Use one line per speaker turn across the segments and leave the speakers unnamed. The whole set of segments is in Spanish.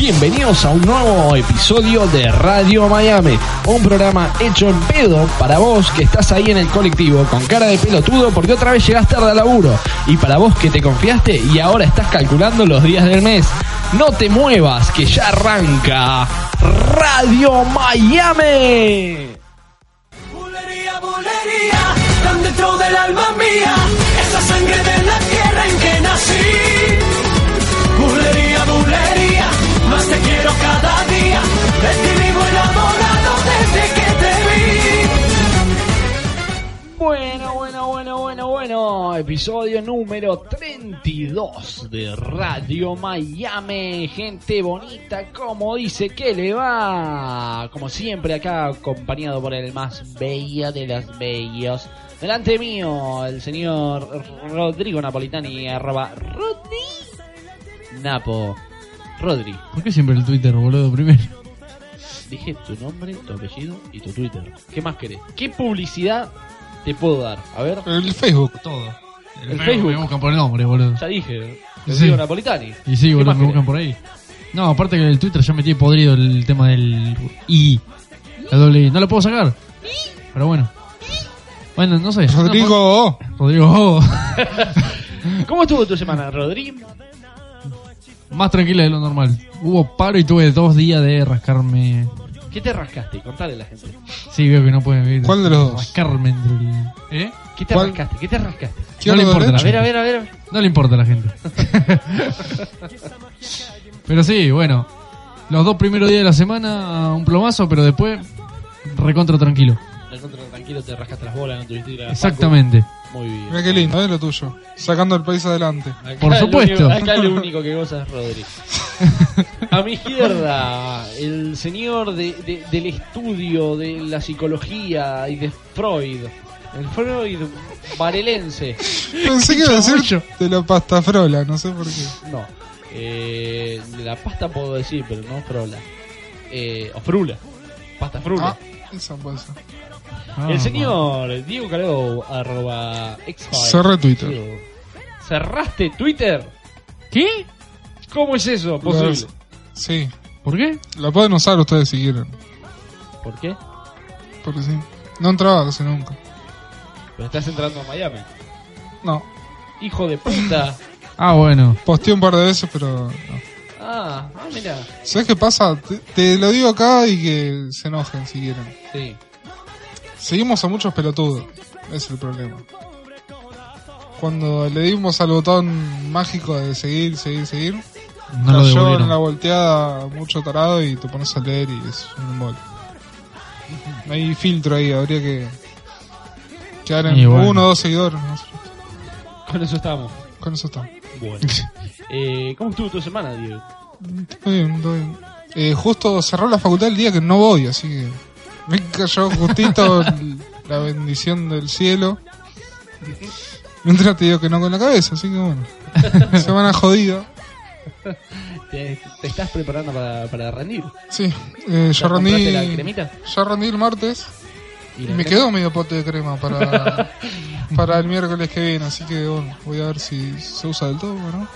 Bienvenidos a un nuevo episodio de Radio Miami, un programa hecho en pedo para vos que estás ahí en el colectivo con cara de pelotudo porque otra vez llegas tarde al laburo y para vos que te confiaste y ahora estás calculando los días del mes. No te muevas, que ya arranca Radio Miami.
Bulería, bulería, tan dentro del alma mía, esa sangre de la tierra en que nací. Bulería, bulería, más te quiero cada día, de ti vivo enamorado desde que te vi.
Bueno, bueno, bueno, bueno, bueno. Episodio número 32 de Radio Miami. Gente bonita, como dice que le va. Como siempre, acá acompañado por el más bello de los bellos. Delante mío, el señor Rodrigo Napolitani, arroba Rodri Napo. Rodri,
¿Por qué siempre el Twitter, boludo, primero?
dije tu nombre, tu apellido y tu Twitter. ¿Qué más querés? ¿Qué publicidad te puedo dar? A ver.
El Facebook, todo.
El Facebook.
Me buscan por el nombre, boludo.
Ya dije,
Sí.
Rodrigo Napolitani.
Y sí,
¿Qué
boludo,
más
me buscan por ahí. No, aparte que el Twitter ya me tiene podrido el tema del I. La doble I. No lo puedo sacar. Pero bueno. Bueno, no sé. No,
Rodrigo O.
no- Rodrigo. oh.
querés? ¿Cómo estuvo tu semana, Rodrigo?
Más tranquila de lo normal. Hubo paro y tuve dos días de rascarme.
¿Qué te rascaste? Contale a la gente.
Sí, veo que no pueden vivir.
¿Cuál de los dos?
Rascarme entre el... ¿Eh?
¿Qué te
¿Cuál?
rascaste? ¿Qué te rascaste?
No le importa
A
la-
ver, a ver, a ver.
No le importa a la gente. pero sí, bueno. Los dos primeros días de la semana, un plomazo, pero después recontra tranquilo.
Al contrario, tranquilo, te rascaste las bolas, no tuviste que ir a-
Exactamente.
Muy bien.
Mira qué lindo, es lo tuyo. Sacando el país adelante.
Acá
Por
el
supuesto.
único- acá lo único que goza es Rodrigo. A mi izquierda, el señor de- de- del estudio de la psicología y de Freud. El Freud varelense.
Pensé que iba a decir de la pasta frola, no sé por qué.
No. Eh, de la pasta puedo decir, pero no frola. Eh, o frula. Pasta frula.
Ah, esa puede ser.
Ah,
El señor Diego Caló, arroba exfile.
Cerré Twitter.
Diego, ¿Cerraste Twitter?
¿Qué?
¿Cómo es eso posible?
Sí,
¿Por qué?
la pueden usar ustedes si quieren.
¿Por qué?
Porque sí. No entraba casi nunca.
Pero estás entrando a Miami.
No.
Hijo de puta.
Ah, bueno.
Posteé un par de veces, pero. No.
Ah, ah mira.
¿Sabes qué pasa? Te, te lo digo acá y que se enojen si quieren.
Sí.
Seguimos a muchos pelotudos. Es el problema. Cuando le dimos al botón mágico de seguir, seguir, seguir,
No lo
cayó en la
devolvieron.
volteada mucho tarado y te pones a leer y es un embole. No hay filtro ahí, habría que quedar
Y
en
bueno.
uno o dos seguidores. no sé.
Con eso estamos.
Con eso está.
Bueno. Eh, ¿Cómo estuvo tu semana, Diego?
Está bien, está bien. Eh, justo cerró la facultad el día que no voy, así que me cayó justito el- la bendición del cielo. Mientras te digo que no con la cabeza, así que bueno. Semana jodida.
¿Te, te estás preparando para, para rendir?
Sí,
¿Ya
eh, yo
compraste
rendí.
la cremita?
Yo rendí el martes.
¿Y
Y
la
me
crema?
quedó medio pote de crema para, para el miércoles que viene, así que bueno, voy a ver si se usa del todo, ¿no?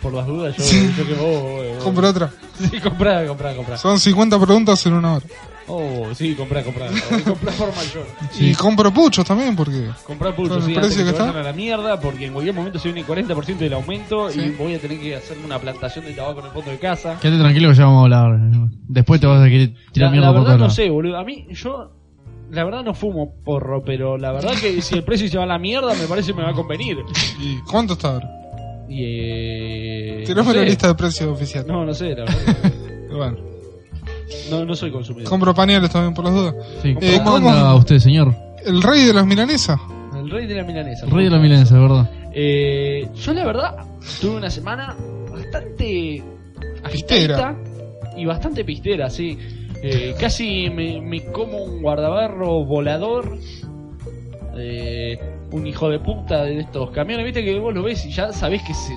Por las dudas, yo, yo que vos. vos- vos-
Compra otra.
Sí, comprá, comprá, comprá.
Son 50 preguntas en una hora.
Oh, sí, comprá, comprá. O Comprá por mayor.
Y compro puchos también, porque
Comprar pulso,
Con el
sí,
precio
antes que
que
se
está.
vayan a la mierda, porque en cualquier momento se viene 40% del aumento y
Sí.
voy a tener que hacerme una plantación de tabaco en el fondo de casa.
Quédate tranquilo que ya vamos a hablar. Después te vas a querer
La,
tirar
la
mierda por
verdad
todos
no
lados.
sé, boludo. A mí, yo, la verdad no fumo porro, pero la verdad que si el precio se va a la mierda, me parece que me va a convenir.
¿y ¿cuánto está ahora?
Y, eh,
Tirame
no
la
sé.
lista de precios oficial.
No, no sé, la verdad.
Y Bueno,
No, no soy consumidor.
compro pañales también por las dudas.
Sí,
Eh,
¿Cómo
¿cómo?
anda usted, señor?
El rey de las milanesas.
El rey de la milanesa.
Rey de la milanesa, ¿verdad?
Eh, yo la verdad tuve una semana bastante
Pistera.
agitadita y bastante pistera, sí. Eh, casi me, me como un guardabarro volador, eh, un hijo de puta de estos camiones, viste que vos lo ves y ya sabés que se,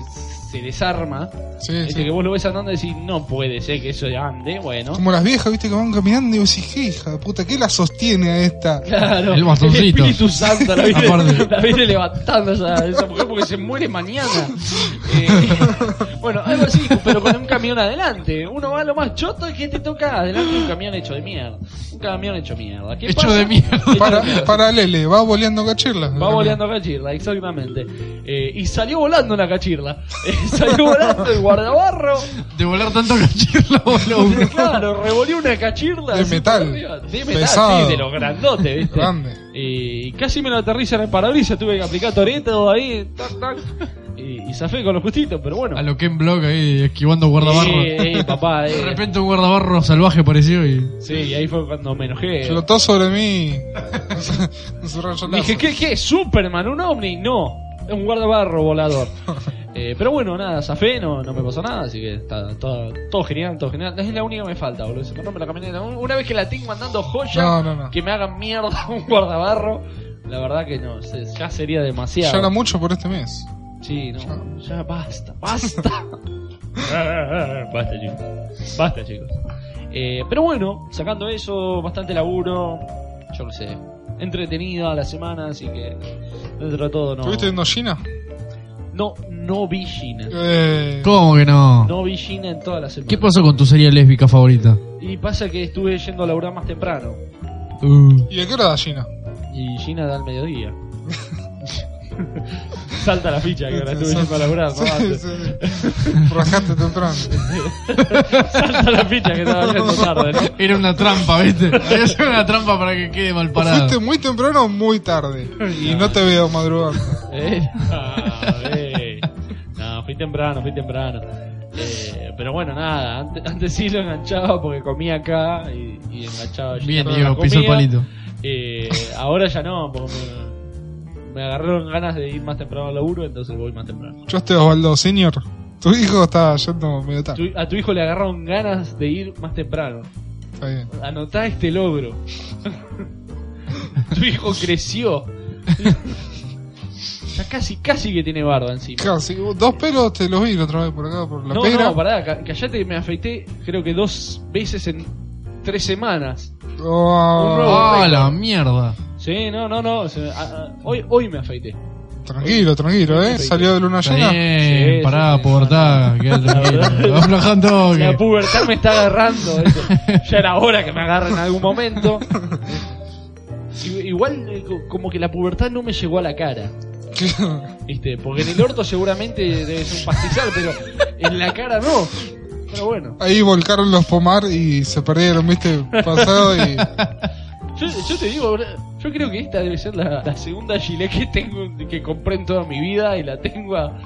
se desarma.
Sí,
Ese
sí.
Este que vos lo ves andando y decís, no puede ser que eso ande, bueno.
Como las viejas, viste, que van caminando y vos decís, ¿qué hija de puta? ¿Qué la sostiene a esta?
Claro,
El bastoncito.
Espíritu Santo la viene,
Aparte.
la viene levantando esa, esa mujer porque se muere mañana. Eh, bueno, algo así, pero con un camión adelante. Uno va lo más choto que te toca adelante un camión hecho de mierda. Un camión hecho mierda. ¿Qué
Hecho
pasa?
de mierda.
Hecho de
Para,
mierda.
para Lele, va boleando cachirla.
Va boleando a cachirla, exactamente. Eh, y salió volando una cachirla. Eh, salió volando el guardabarro.
De volar tanto cachirla, boludo.
Claro, revolvió una cachirla.
De
así
metal.
por arriba. De metal,
Pesado.
sí, de los grandotes, ¿viste?
Grande.
Y casi me lo aterrizan en el parabrisas, tuve que aplicar toreto ahí, tac, tac. Y, y zafé con los justitos, pero bueno.
A lo Ken Block ahí, esquivando guardabarro.
Eh, eh, papá, eh.
De repente un guardabarro salvaje apareció y...
Sí, y ahí fue cuando me enojé.
Flotó sobre mí. Un rayo láser.
Dije, ¿qué, qué? ¿Superman? ¿Un ovni? No, es un guardabarro volador. Eh, pero bueno, nada, zafé, no, no me pasó nada, así que está todo, todo genial, todo genial. Es la única que me falta, boludo. Se me rompe la camioneta. Un- Una vez que la tengo andando joya,
No, no, no.
que me hagan mierda un guardabarro, la verdad que no, se- ya sería demasiado.
Llora mucho por este mes.
Sí, no, ya basta, basta. basta, chicos. Basta, chicos. Eh, pero bueno, sacando eso, bastante laburo, yo qué sé, entretenida la semana, así que dentro de todo no.
¿Tuviste viendo China?
No, no vi Gina.
Eh,
¿Cómo que no?
No vi Gina en toda la semana.
¿Qué pasó con tu serie lésbica favorita?
Y pasa que estuve yendo a laburar más temprano.
Uh,
¿Y a qué hora da China?
Y Gina da al mediodía. Salta la ficha que ahora estuve yendo a laburar.
Sí,
papá.
sí. Rajaste temprano.
Salta la ficha que estaba yendo tarde, ¿no?
Era una trampa, ¿viste? Había sido una trampa para que quede mal
O fuiste
parado.
muy temprano o muy tarde. Y no te veo madrugar.
¿Eh? Ah, eh. No, fui temprano, fui temprano. Eh, pero bueno, nada, antes, antes sí lo enganchaba porque comía acá y, y enganchaba allí
Bien,
toda
Diego,
la
pisó el
comida.
palito.
Eh, ahora ya no, porque me, me agarraron ganas de ir más temprano al laburo, entonces voy más temprano.
Yo estoy Osvaldo, señor. Tu hijo está yendo medio tarde.
Tu- a tu hijo le agarraron ganas de ir más temprano.
Está bien.
Anotá este logro. tu hijo creció. ya casi, casi que tiene barba encima.
Claro, sí, dos pelos te los vi la otra vez por acá, por la
no,
pera.
no, pará, ca- callate que me afeité creo que dos veces en tres semanas.
Oh,
Un nuevo-
¡Ah, la mierda!
Sí, no, no, no. se- a- a- hoy, hoy me afeité.
tranquilo, tranquilo, ¿eh? Salió de luna
Está
llena.
Sí,
bien, pará,
sí, sí.
pubertad, quedá tranquilo.
verdad.
Aflojá un toque.
La pubertad me está agarrando. eso. Ya era hora que me agarre en algún momento. I- Igual, eh, co- como que la pubertad no me llegó a la cara. ¿Viste? Porque en el orto seguramente debe ser un pastizal, pero en la cara no. Pero bueno,
Ahí volcaron los pomar y se perdieron, ¿viste? Pasado y.
yo, yo te digo, bro, yo creo que esta debe ser la, la segunda gilet que tengo que compré en toda mi vida y la tengo a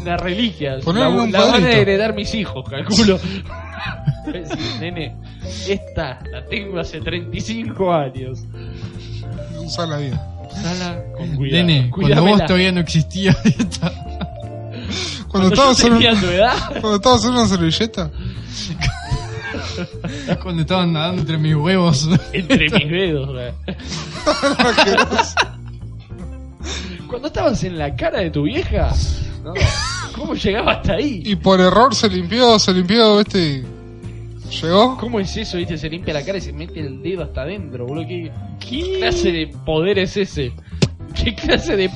una reliquia.
Ponele
la
un
la van a
cuadrito.
heredar mis hijos, calculo. Sí, Nene, esta la tengo hace 35 años.
Usa la vida.
Usala con cuidado.
Nene, cuando vos
Cuídamela.
todavía no existía esta-
Cuando
Cuando,
yo
estabas, en un-
tenía tu edad,
cuando estabas en una servilleta,
cuando estaban nadando entre mis huevos.
entre mis dedos, bro. Cuando estabas en la cara de tu vieja, no, ¿cómo llegaba hasta ahí?
y por error se limpió, se limpió, ¿viste? Y Llegó.
¿Cómo es eso, viste? Se limpia la cara y se mete el dedo hasta adentro, boludo. ¿Qué, qué clase de poder es ese? ¿Qué clase de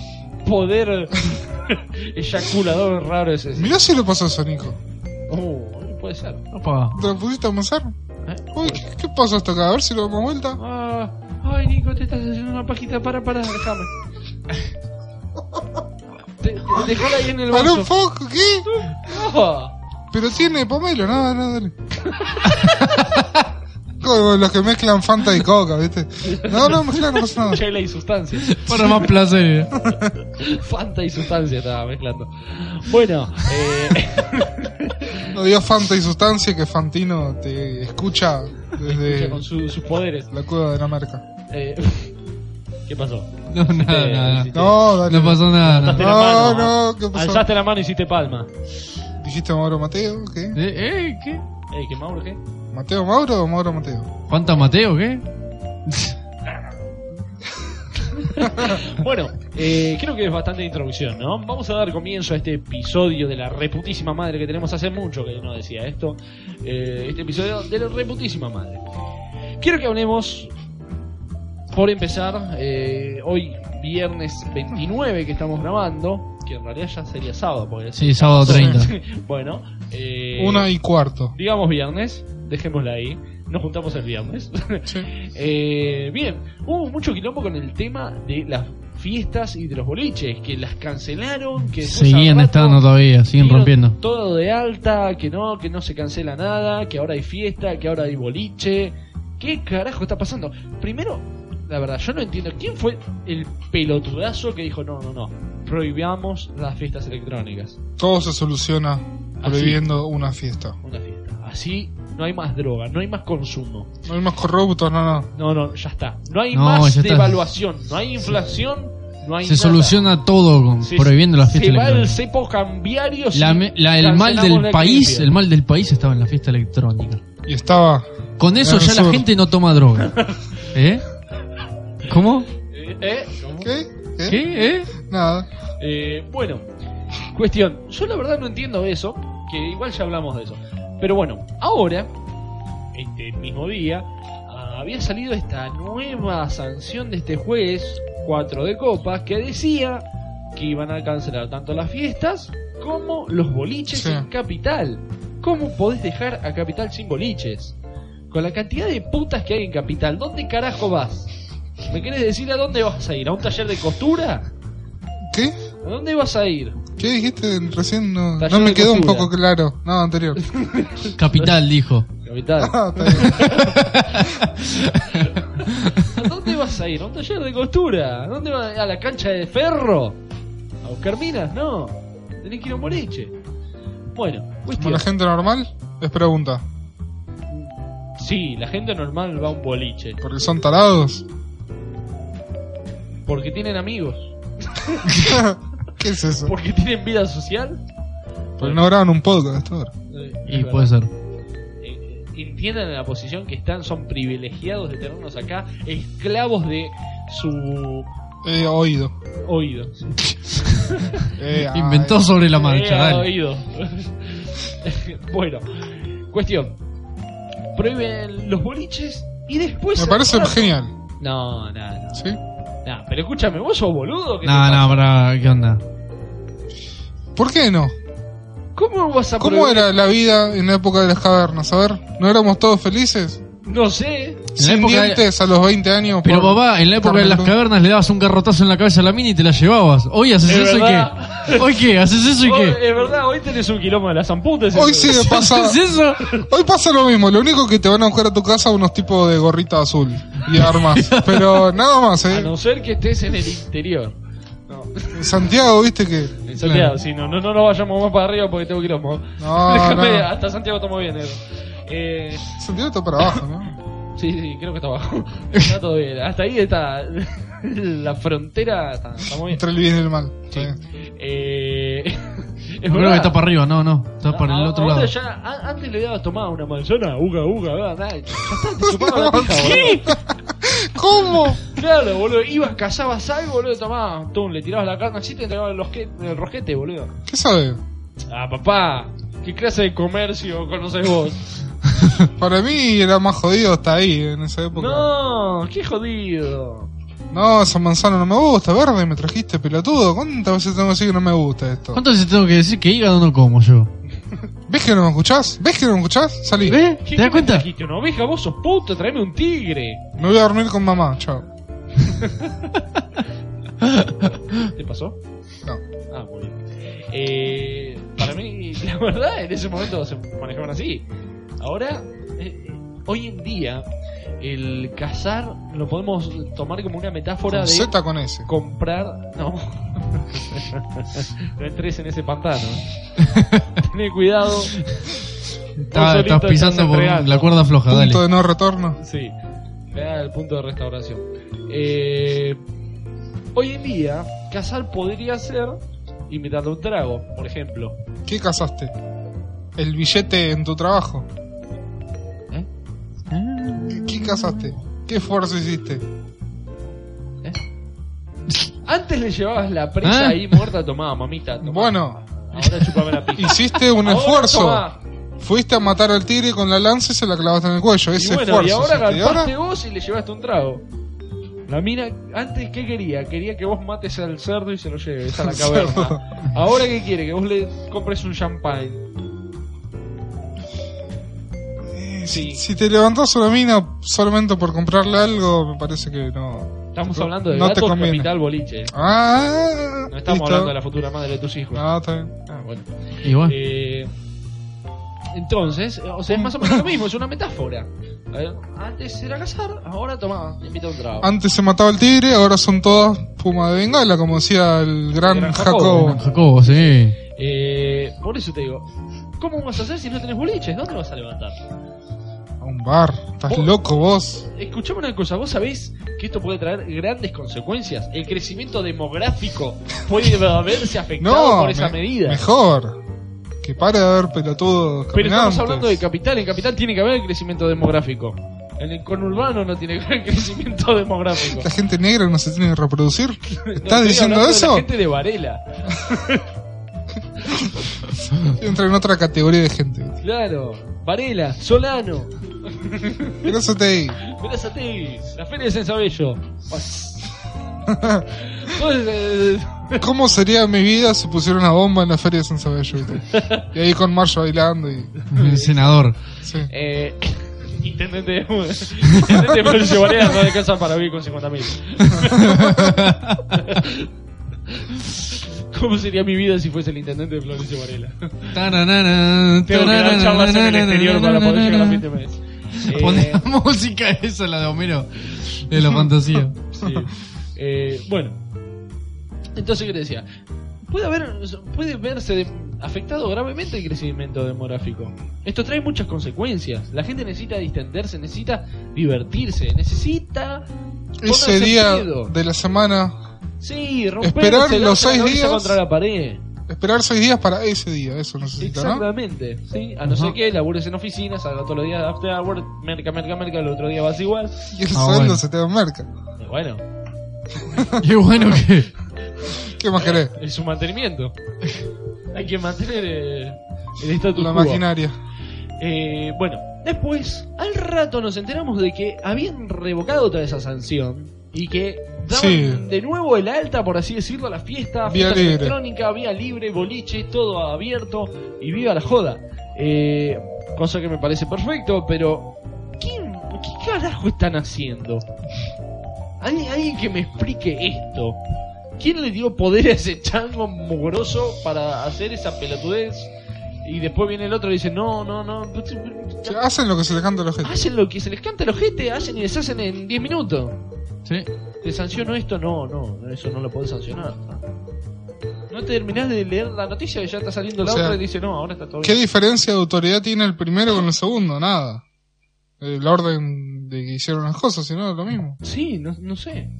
poder eyaculador raro es ese?
Mirá si lo pasó a Sonico.
Oh, puede ser.
Opa.
¿Te lo pudiste amasar?
¿eh?
Uy, ¿qué, qué pasó hasta acá? A ver si lo damos vuelta.
Ah, ay, Nico, te estás haciendo una pajita. Para, para, déjame. Te- te- Dejala ahí en el Ah,
Pará un
vaso.
poco, ¿qué?
No.
Pero tiene pomelo, no, no, dale. Como los que mezclan Fanta y Coca, ¿viste? No, no, mezclan, no pasa nada.
Chela y sustancias.
Para más placer. ¿eh?
Fanta y sustancia estaba mezclando. Bueno, eh,
No dio Fanta y sustancia que Fantino te escucha
escucha
desde
con su- sus poderes.
la cueva de la marca.
Eh, ¿Qué pasó?
No, nada,
Eh,
nada.
sí.
No, dale.
No pasó nada, nada.
Alzaste
No,
la mano. Ah,
no, ¿qué pasó?
Alzaste la mano y hiciste palma.
Dijiste Mauro Mateo, ¿qué?
Eh, eh, ¿qué?
Ey, ¿qué Mauro qué?
¿Mateo Mauro o Mauro Mateo?
¿Juan Mateo, qué?
Bueno, eh, creo que es bastante introducción, ¿no? Vamos a dar comienzo a este episodio de la reputísima madre que tenemos hace mucho que no decía esto. Eh, este episodio de la reputísima madre. Quiero que hablemos, por empezar, eh, hoy viernes 29 que estamos grabando, que en realidad ya sería sábado, porque
Sí, sábado 30.
bueno, eh,
Una y cuarto.
digamos viernes, dejémosla ahí. Nos juntamos el viernes.
Sí.
Eh, bien, hubo mucho quilombo con el tema de las fiestas y de los boliches, que las cancelaron, que después
Seguían
al rato
estando todavía, siguen
dieron
rompiendo.
Todo de alta, que no, que no se cancela nada, que ahora hay fiesta, que ahora hay boliche. ¿Qué carajo está pasando? Primero, la verdad, yo no entiendo quién fue el pelotudazo que dijo, no, no, no, prohibamos las fiestas electrónicas.
Todo se soluciona
Así.
prohibiendo una fiesta.
Una fiesta. Así no hay más droga, no hay más consumo.
No hay más corruptos, no, no.
No, no, ya está. No hay
No,
más
ya está.
devaluación, no hay inflación, no hay
Se
nada.
soluciona todo con-
Sí,
prohibiendo las
Se
fiestas
va el
electrónicas.
cepo cambiario. si
La me- la- el mal
cancelamos la
del país,
actividad.
el mal del país estaba en la fiesta electrónica.
Y estaba.
Con eso
En el
ya la
sur.
gente no toma droga. ¿Eh? ¿Cómo?
Eh, eh, ¿cómo?
¿Qué? ¿Qué?
¿Qué? ¿Eh?
Nada.
Eh, bueno, cuestión. Yo la verdad no entiendo eso, que igual ya hablamos de eso. Pero bueno, ahora, este mismo día, ah, había salido esta nueva sanción de este juez, 4 de copas, que decía que iban a cancelar tanto las fiestas como los boliches
Sí.
en Capital. ¿Cómo podés dejar a Capital sin boliches? Con la cantidad de putas que hay en Capital, ¿dónde carajo vas? ¿Me querés decir a dónde vas a ir? ¿A un taller de costura?
¿Qué?
¿A dónde vas a ir?
¿Qué dijiste recién? No,
Taller
no me
de
quedó un
costura.
poco claro. No, anterior.
Capital dijo.
Capital.
Ah, está bien.
¿A dónde vas a ir? ¿A un taller de costura? ¿A dónde vas? ¿A la cancha de ferro? ¿A buscar minas? No. Tenés que ir a un boliche. Bueno,
Como
cuestión.
la gente normal, les pregunta.
Sí, la gente normal va a un boliche.
Porque son tarados.
Porque tienen amigos.
¿Qué es eso?
Porque tienen vida social.
Porque no graban un podcast hasta ahora.
Eh, es
Y pues-
verdad.
puede ser.
Eh, entiendan la posición que están. Son privilegiados de tenernos acá. Esclavos de su
He oído.
oído.
Eh, ay.
Inventó sobre la marcha,
Eh,
dale.
oído. bueno, cuestión. Prohíben los boliches y después.
Me parece
al rato-
genial.
No, no, no.
¿Sí?
no, pero escúchame, vos sos boludo. ¿Qué te
No,
pasa?
no, pará, ¿qué onda?
¿Por qué no?
¿Cómo vas a
¿Cómo
prohibir-
era la vida en la época de las cavernas? A ver, ¿no éramos todos felices?
No sé.
En la
Sin
época de-
dientes a los 20 años.
Pero
por-
papá, en la época de las
Carmen Cruz.
cavernas le dabas un garrotazo en la cabeza a la mina y te la llevabas. Hoy haces
Es
eso
verdad.
y qué. Hoy qué, haces eso y
Hoy-
qué.
es verdad, hoy tenés un quilombo de las zamputas.
Hoy sí me pasa.
¿Haces eso?
Hoy pasa lo mismo. Lo único que te van a buscar a tu casa unos tipos de gorrita azul y armas. Pero nada más,
A
¿eh?
no ser que estés en el interior. No,
Santiago, viste que.
en Santiago, si no, no, no nos vayamos más para arriba porque tengo quilombo.
No,
Déjame,
no.
hasta Santiago estamos bien, Edu. Eh.
Santiago está para abajo, ¿no?
Sí, sí, creo que está abajo. Está todo bien. Hasta ahí está la frontera. Está, está muy bien.
Entre el bien y el mal. Está bien.
Eh, es
Creo
verdad.
que está para arriba, no, no. Está para
A-
el
a-
otro
ahora
lado.
ya- a- antes le dabas tomada una manzana, uga, uga, uga, nada. Ya está, te chupaba la pija, boludo.
¿Cómo?
Claro, boludo. Ibas, cazabas algo, boludo, tomabas. Tú le tirabas la carne así te entregabas el, rosque- el rosquete, boludo.
¿Qué sabes?
Ah, papá. ¿Qué clase de comercio conoces vos?
Para mí era más jodido hasta ahí, en esa época.
No, qué jodido.
No, esa manzana no me gusta, verde, me trajiste pelotudo. ¿Cuántas veces tengo que decir que no me gusta esto?
¿Cuántas veces tengo que decir que hígado no como yo?
¿Ves que no me escuchás? ¿Ves que no me escuchás? Salí.
¿Ves?
¿Qué- qué
¿Eh? ¿Te das
me
cuenta?
trajiste, una oveja? Vos sos puto, tráeme un tigre.
Me voy a dormir con mamá, chao.
¿Te pasó?
No.
Ah, muy bien. Eh, para mí, la verdad, en ese momento se manejaban así. Ahora, eh, eh, hoy en día, el cazar lo podemos tomar como una metáfora
Con
de Ah,
Z con S.
comprar. No. no entres en ese pantano. Tené cuidado. Vos
Está-
solito
Estás
estás
pisando por
entregando.
la cuerda floja, dale.
Punto de no retorno.
Sí, me da el punto de restauración. Eh, hoy en día, cazar podría ser invitarte a un trago, por ejemplo.
¿Qué casaste? ¿El billete en tu trabajo?
¿Eh?
¿Qué- ¿Qué casaste? ¿Qué esfuerzo hiciste?
Antes le llevabas la presa
¿Ah?
ahí muerta, tomá, mamita. tomá.
Bueno.
Ahora chupame la pija.
Hiciste un
Ahora
esfuerzo.
tomá.
Fuiste a matar al tigre con la lanza y se la clavaste en el cuello.
Y
Ese
bueno, y
esfuerzo.
ahora
hiciste. Y ahora-
galpaste vos y le llevaste un trago. La mina, antes, ¿qué quería? Quería que vos mates al cerdo y se lo lleves a la caverna. Ahora, ¿qué quiere? Que vos le compres un champagne.
Eh,
Sí.
si, si te levantás a la mina solamente por comprarle algo, me parece que no.
Estamos hablando de
No te
gatos
conviene.
capital boliche.
Ah,
No estamos
listo.
hablando de la futura madre de tus hijos.
Ah, está bien.
Ah, bueno.
Y bueno,
Eh, entonces, o sea, es más o menos lo mismo, es una metáfora. A ver, Antes era cazar, ahora tomá, te invito a un trago.
Antes se mataba el tigre, ahora son todas puma de bengala, como decía el gran,
gran
Jacobo.
Jacobo.
Jacobo, sí.
Eh, por eso te digo, ¿cómo vas a hacer si no tenés boliches? ¿Dónde vas a levantar?
A un bar. Estás
Vos-
loco vos.
Escuchame una cosa, vos sabés que esto puede traer grandes consecuencias. El crecimiento demográfico puede verse afectado
No,
por esa
me-
medida.
mejor. Que pare de haber pelotudos
Pero estamos
caminantes.
hablando de capital, en capital tiene que haber crecimiento demográfico. En el conurbano no tiene que haber crecimiento demográfico.
La gente negra no se tiene que reproducir.
No,
¿Estás
estoy hablando
diciendo
de la
eso?
gente de Varela.
Entra en otra categoría de gente.
Claro, Varela, Solano,
Gracias ahí.
Verazategui, la Feria de Sensabello. Entonces, eh,
¿Cómo sería mi vida si pusiera una bomba en la feria de San Sabello? Y ahí con Marcio bailando y...
El senador.
sí.
eh, intendente, intendente Florencio Varela no alcanza para vivir con 50 mil. ¿Cómo sería mi vida si fuese el intendente de Florencio Varela?
Tararana,
Tengo que dar
tararana,
charlas en el
tararana,
exterior para poder llegar a fin de
tararana.
mes.
Poné
Eh,
la música esa, la de Homero. De la fantasía.
Sí. Eh, bueno. Entonces, ¿qué te decía? Puede, haber, puede verse de- afectado gravemente el crecimiento demográfico. Esto trae muchas consecuencias. La gente necesita distenderse, necesita divertirse, necesita...
Ese
ponerse
día
pedo.
de la semana...
Sí, romperse
Esperar
la
los seis
cabeza
días.
contra la pared.
Esperar seis días para ese día, eso necesita, ¿no?
Exactamente. ¿sí? A no
Ajá.
ser que labures en oficinas, salga todos los días de after hour, merca, merca, merca, el otro día vas igual.
Y el
Ah,
sueldo
bueno.
se te da en merca.
Y bueno,
Qué bueno que.
¿Qué más querés?
es su mantenimiento. Hay que mantener eh, el estatus
La
quo.
maquinaria.
Eh, bueno, después, al rato nos enteramos de que habían revocado toda esa sanción y que daban
Sí.
de nuevo el alta, por así decirlo, a la fiesta,
Vía
fiesta
libre.
electrónica, vía libre, boliche, todo abierto y viva la joda. Eh, cosa que me parece perfecto, pero ¿quién, ¿qué carajo están haciendo? ¿Hay alguien que me explique esto? ¿Quién le dio poder a ese chango mugroso para hacer esa pelotudez? Y después viene el otro y dice, no, no, no.
Sí, Hacen lo que se les canta a la gente.
Hacen lo que se les canta a los gente, hacen y deshacen en 10 minutos.
Sí.
¿Te sanciono esto? No, no, eso no lo podés sancionar. No te terminás de leer la noticia y ya está saliendo la
O sea,
otra y dice, no, ahora está todo
¿Qué
bien.
diferencia de autoridad tiene el primero con el segundo? Nada. Eh, La orden de que hicieron las cosas, si no, es lo mismo.
Sí, no, no sé.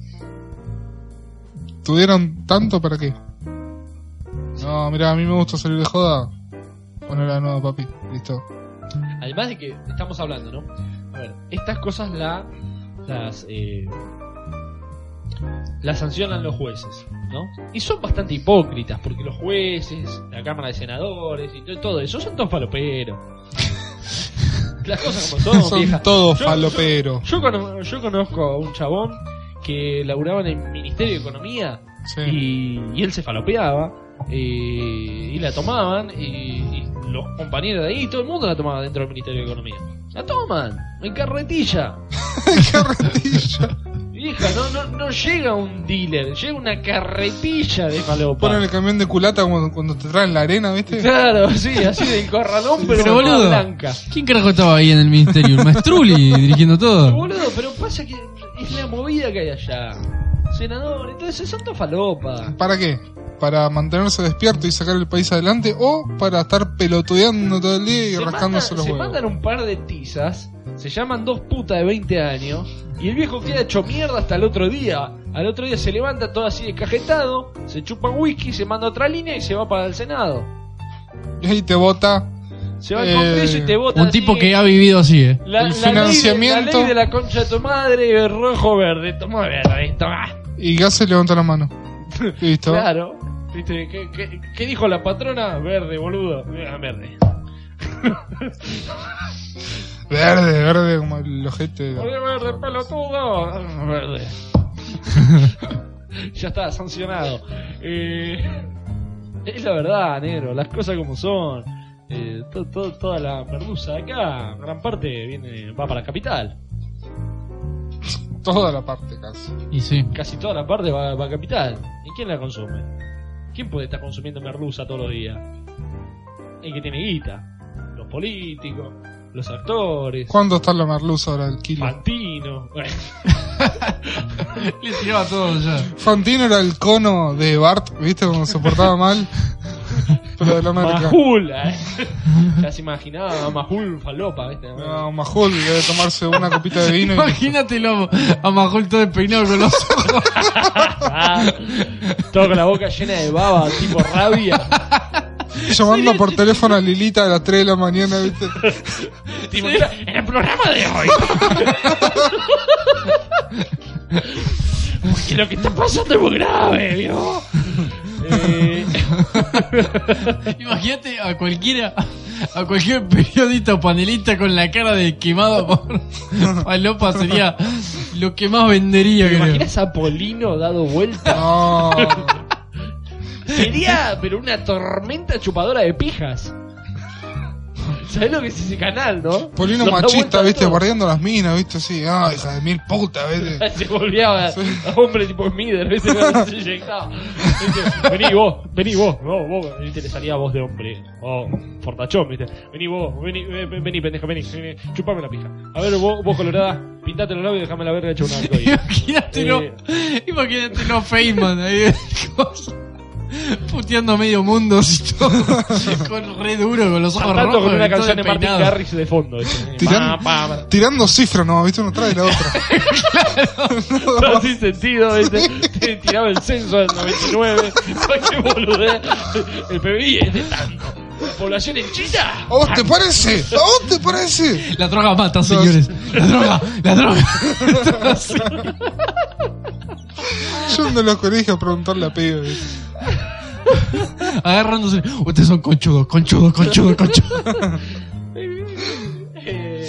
¿Tuvieron tanto para qué? No, mira, a mí me gusta salir de joda. Poner a nuevo papi, listo.
Además de que estamos hablando, ¿no? A ver, estas cosas la, las eh, las sancionan los jueces, ¿no? Y son bastante hipócritas, porque los jueces, la Cámara de Senadores y to- todo eso son todos faloperos. las cosas como son,
Son
vieja.
todos
Yo-
faloperos.
Yo, cono- yo conozco a un chabón que laburaba en el Ministerio de Economía
Sí.
y, y él se falopeaba eh, y la tomaban y, y los compañeros de ahí, todo el mundo la tomaba dentro del Ministerio de Economía. La toman, en carretilla.
Carretilla.
Hija, no, no, no llega un dealer, llega una carretilla de
Ponen
falopa.
el camión de culata como cuando te traen la arena, ¿viste?
Claro, sí, así del corralón, pero,
Pero
toda
boludo.
blanca.
¿Quién carajo estaba ahí en el ministerio? El maestruli dirigiendo todo.
Boludo, pero pasa que es la movida que hay allá. Senador, entonces son todos falopa.
¿Para qué? ¿Para mantenerse despierto y sacar el país adelante? ¿O para estar pelotudeando todo el día y
se
rascándose
mandan,
los
se
huevos?
mandan un par de tizas, se llaman dos putas de 20 años, y el viejo queda hecho mierda hasta el otro día. Al otro día se levanta todo así descajetado, se chupa un whisky, se manda otra línea y se va para el Senado.
Y ahí te bota
Se va al
Eh,
Congreso y te vota.
Un
así
tipo que ha vivido así, eh.
la,
el
la ley de-
financiamiento.
la ley de la concha de tu madre, rojo verde, toma verde, toma.
y Gas se levanta la mano. Listo.
Claro. ¿Viste? ¿Qué, qué, qué dijo la patrona? Verde, boludo. Ah, verde.
Verde, verde como el ojete.
Verde, verde, pelotudo. Ah, Verde. ya está, sancionado. Eh, es la verdad, negro. Las cosas como son. Eh, to- to- toda la merluza de acá, gran parte viene va para la capital.
Toda la parte casi.
Y sí.
Casi toda la parte va, va a capital. ¿Y quién la consume? ¿Quién puede estar consumiendo merluza todos los días? El que tiene guita. Los políticos, los actores.
¿Cuánto está la merluza ahora el kilo?
Fantino. Bueno,
Le tiraba todo ya.
Fantino era el cono de Bart, ¿viste? Como se portaba mal. Pero de la marca.
Majul, eh. Ya se imaginaba Majul falopa, ¿viste?
No, Majul debe tomarse una copita de vino. y-
Imagínatelo a Majul todo despeinado con los ojos.
Ah, todo con la boca llena de baba, tipo rabia.
Llamando por teléfono a Lilita a las 3 de la mañana, ¿viste?
Tipo, En el programa de hoy. Porque lo que está pasando es muy grave, viejo. Eh,
Imagínate a cualquiera, a cualquier periodista o panelista con la cara de quemado por Palopa sería lo que más vendería,
¿Te
creo.
imaginas a Polino dado vuelta?
No.
Sería, pero una tormenta chupadora de pijas. ¿Sabés lo que es ese canal, no?
Polino
Nos da
machista,
vuelta
¿viste?
todo.
Bardeando las minas, ¿viste? Así, ah, hija de mil puta, ¿viste?
Se volvía hombre tipo Smither, ¿viste? Cuando se inyectaba. Viste, Vení vos, vení vos, no, vos, ¿viste? le salía voz de hombre, oh, fortachón, viste, vení vos, vení, ven- vení pendeja, vení, vení, chupame la pija. A ver vos, vos colorada, pintate los labios y dejame la verga hecha un arcoíris.
Imagínatelo, imagínatelo a Feynman ahí cosa, puteando a medio mundo así todo, con re duro, con los ojos
Cantando
rojos.
con una
todo
canción de Martin
despeinado.
Garrix de fondo. ¿viste?
Tiran-
Pa, pa, pa.
Tirando cifras, no, ¿viste? Uno trae la otra.
Todo sin sentido, ¿viste? Te tiraba el censo del 99. Qué boludez. El PBI es de tanto. Población en China.
¿A vos te parece? ¿A vos te parece?
La droga mata, señores. La droga, la droga.
Yendo a los colegios a preguntarle a pibes. ¿viste?
Agarrándose. Ustedes son conchudos, conchudos, conchudos, conchudos.
Eh,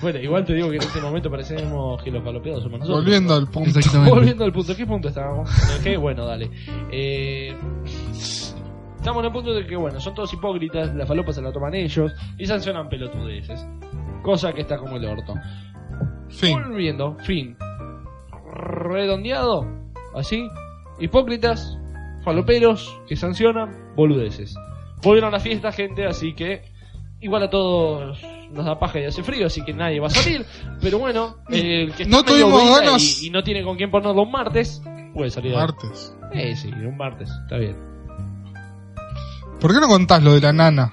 bueno, igual te digo que en este momento parecemos que los palopeados somos nosotros.
Volviendo al punto.
Exactamente.
Volviendo al punto. ¿Qué punto estábamos? ¿En el qué? Bueno, dale. Eh, estamos en el punto de que, bueno, son todos hipócritas, la falopa se la toman ellos y sancionan pelotudeces. Cosa que está como el orto.
Fin.
Volviendo, fin. Redondeado, así. Hipócritas, faloperos que sancionan boludeces. Volvieron a la fiesta, gente, así que igual a todos nos da paja y hace frío, así que nadie va a salir. Pero bueno, el que está
No
medio
tuvimos
gorila
ganas.
y, y no tiene con quién ponerlo un martes, puede salir. a-
Martes.
Eh, sí, un martes, está bien.
¿Por qué no contás lo de la nana?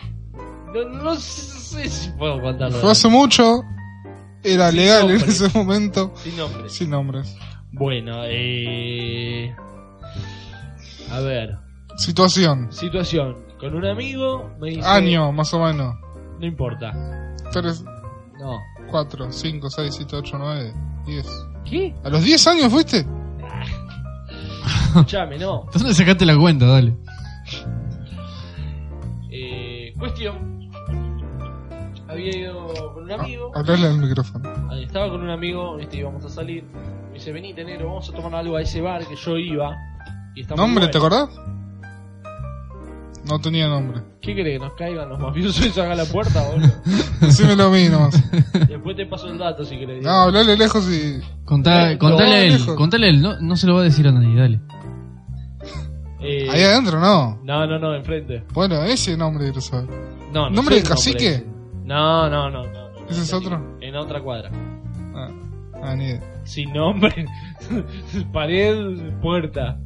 No, no sé si puedo contarlo.
Fue hace mucho. Era
Sin
legal en
nombre.
ese momento.
Sin nombre.
Sin nombres.
Bueno, eh... A ver.
Situación.
situación con un amigo, me dice...
Año, más o menos.
No importa.
3,
No.
4, 5, 6, 7, 8, 9, 10.
¿Qué?
¿A los 10 años fuiste?
Escuchame, no.
¿Dónde sacaste la cuenta? Dale.
Eh, cuestión. Había ido con un amigo.
Hablale al Ah, micrófono.
Ahí Estaba con un amigo, este, íbamos a salir. Me dice, vení, tenero, vamos a tomar algo a ese bar que yo iba. Y está muy
¿Nombre,
bueno".
te acordás? No tenía nombre.
¿Qué crees? ¿Que nos caigan los mafiosos y se haga la puerta, boludo?
Decímelo a mí nomás.
Después te paso el dato si querés.
No, hablale lejos y.
Contá-
Eh,
contale
no,
a él,
lejos.
contale a él. No, no se lo va a decir a nadie, dale.
Eh,
Ahí adentro no.
no, no, no, enfrente.
Bueno, ese nombre quiero saber.
No, no
¿Nombre
sé el
de cacique?
ese. No, no, no. no, no.
¿Ese es otro?
En otra cuadra.
Ah, ah, ni idea.
sin nombre, pared, puerta.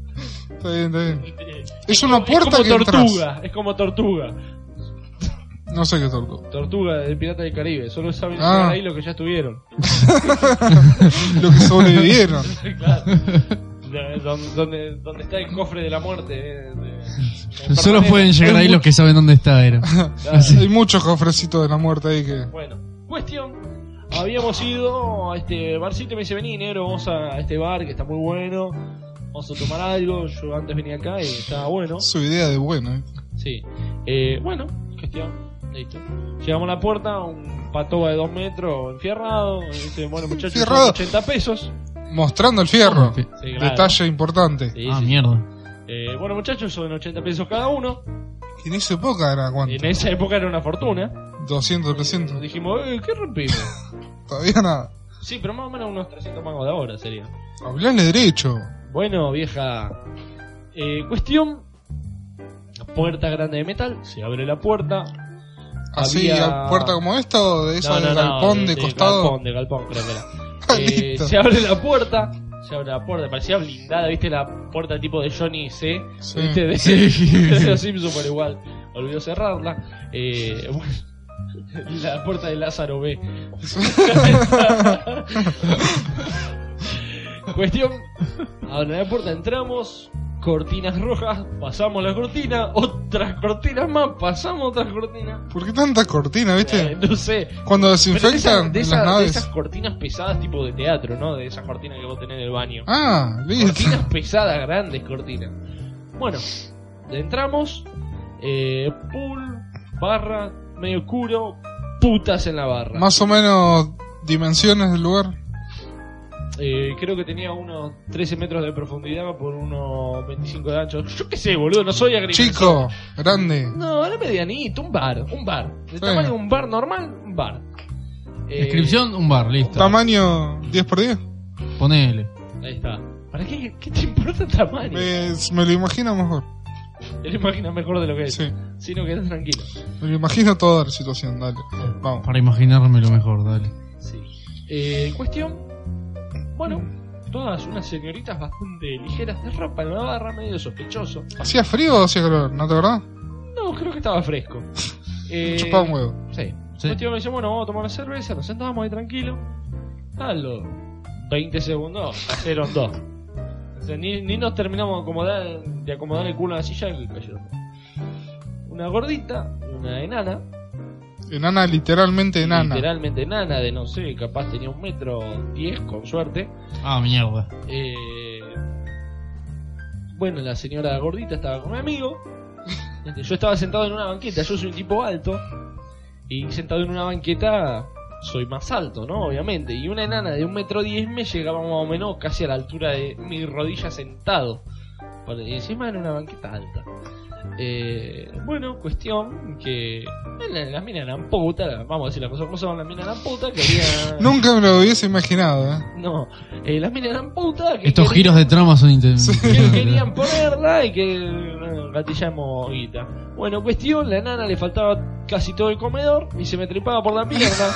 Está bien, está bien.
Es,
Es una puerta
como
que
tortuga,
entras.
es como tortuga.
No sé qué tortuga.
Tortuga del Pirata del Caribe, solo saben
Ah.
llegar ahí los que ya estuvieron.
Lo que sobrevivieron.
claro. De- don- Donde, donde está el cofre de la muerte. eh, de- de-
Solo
permanente.
pueden llegar ahí los que saben dónde está, era.
Claro.
Hay muchos cofrecitos de la muerte ahí que.
Bueno, cuestión. Habíamos ido a este barcito y me dice, vení negro, vamos a este bar que está muy bueno. vamos a tomar algo, yo antes venía acá y estaba bueno.
Su idea de bueno. ¿eh?
Sí. Eh, bueno, gestión. Listo. Llegamos a la puerta, un patoba de dos metros, enfierrado. Dice, bueno, muchachos, son
Enfierrado.
80 pesos.
Mostrando el fierro.
Sí,
Sí, claro.
Detalle importante.
Sí,
ah,
sí.
mierda.
Eh, bueno, muchachos, son 80 pesos cada uno.
En esa época era cuánto?
En esa época era una fortuna.
200,
Nos
300.
dijimos, eh, ¿qué rompimos?
Todavía nada.
sí, pero más o menos unos 300 mangos de ahora sería.
Hablarle derecho.
Bueno, vieja. Eh, cuestión. Puerta grande de metal, se abre la puerta.
Así,
Había-
a puerta como esta o de esa del galpón de costado.
Galpón, de galpón, creo que era.
Ah,
Eh,
listo.
se abre la puerta. Se abre la puerta, parecía blindada, viste la puerta tipo de Johnny C.
Sí.
Viste de, de los Simpsons, pero igual. Olvidó cerrarla. Eh, bueno, la puerta de Lázaro B. Cuestión: abre la puerta, entramos. Cortinas rojas, pasamos la cortina, otras cortinas más, pasamos otras cortinas.
¿Por qué tanta cortina, viste?
Eh, no sé,
Cuando
pero de esas-
desinfectan
de,
en
esas-
las
de
naves.
esas cortinas pesadas tipo de teatro, ¿no? De esas cortinas que vos tenés en el baño.
Ah, listo.
Cortinas pesadas, grandes cortinas. Bueno, entramos. Eh, pool, barra, medio oscuro, putas en la barra.
Más o menos dimensiones del lugar.
Eh, creo que tenía unos 13 metros de profundidad por unos 25 de ancho. Yo qué sé, boludo, no soy agrimensor.
Chico, grande.
No, era medianito, un bar, un bar. De
Sí.
tamaño de un bar normal, un bar. Eh,
Descripción, un bar, listo.
Tamaño 10 por 10.
Ponele.
Eh, Ahí está. ¿Para qué, qué te importa el tamaño?
Me, Eh, me lo imagino mejor.
Te lo imaginas mejor de lo que es.
Sí.
Si no, quedas tranquilo.
Me lo imagino toda la situación, dale. Vamos.
Para imaginarme lo mejor, dale.
Sí. Eh, cuestión. Bueno, todas unas señoritas bastante ligeras de ropa en la barra, medio sospechoso.
¿Hacía frío o hacía calor? ¿No te acordás?
No, creo que estaba fresco. Eh,
Chupaba un huevo.
Sí.
Sí.
Cuestión me dice, bueno, vamos a tomar una cerveza, nos sentamos ahí tranquilo. Tal, los 20 segundos, cayeron dos. O sea, ni, ni nos terminamos de acomodar, de acomodar el culo en la silla y cayeron dos. Una gordita, una enana,
Enana, literalmente enana.
Literalmente nana de no sé, capaz tenía un metro diez con suerte.
Ah, mierda.
Eh, bueno, la señora gordita estaba con mi amigo. Este, Yo estaba sentado en una banqueta, yo soy un tipo alto. Y sentado en una banqueta soy más alto, ¿no? Obviamente. Y una enana de un metro diez me llegaba más o menos casi a la altura de mi rodilla sentado. Por- Y encima era una banqueta alta. Eh, bueno, cuestión que eh, las minas eran putas, vamos a decir las cosas como son, las minas eran putas, que había...
Nunca me lo hubiese imaginado, ¿eh?
No, eh, las minas eran putas. Que
Estos
querían-
giros de trama son inten-
que querían ponerla y que eh, gatillamos guita. Bueno, cuestión, la nana le faltaba casi todo el comedor y se me trepaba por la pierna.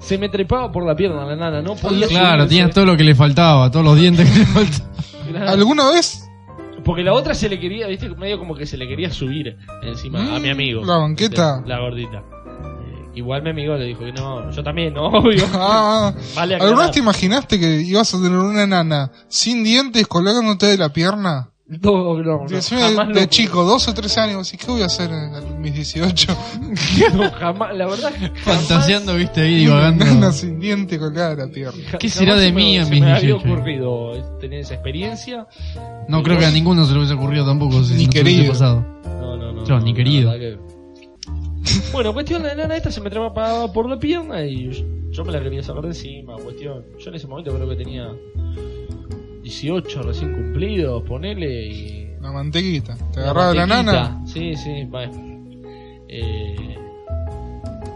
se me trepaba por la pierna la nana, no podía
Claro,
subirse.
tenías todo lo que le faltaba, todos los dientes que le faltaban.
Claro,
¿Alguna vez?
Porque la otra se le quería, viste, medio como que se le quería subir encima a mi amigo.
Mm, La banqueta.
La gordita. Eh, Igual mi amigo le dijo que no, yo también, no, obvio.
Ah,
Vale aclarar.
¿Alguna vez te imaginaste que ibas a tener una enana sin dientes colgándote de la pierna?
No, no, no,
Decime
jamás
de
lo-
chico, dos o tres años, ¿y qué voy a hacer a mis 18?
no, jamás, la verdad. jamás-
Fantaseando, viste, ahí
Una
divagando.
nana sin diente colgada de la pierna.
Ja-
¿Qué
jamás
será de
se me-
mí en
se
mis
me había
18?
ocurrido eh, tener esa experiencia.
No creo que a ninguno se le hubiese ocurrido tampoco si
Ni
no te hubiese
querido.
pasado.
No, no, no.
Yo, ni
no,
querido.
la verdad que- Bueno, cuestión, la enana esta se me trepaba por la pierna y yo- yo me la quería sacar de encima. Cuestión, yo en ese momento creo que tenía 18 recién cumplidos, ponele y.
La mantequita. Te agarraba la
mantequita.
nana.
Sí, sí, vale. Eh,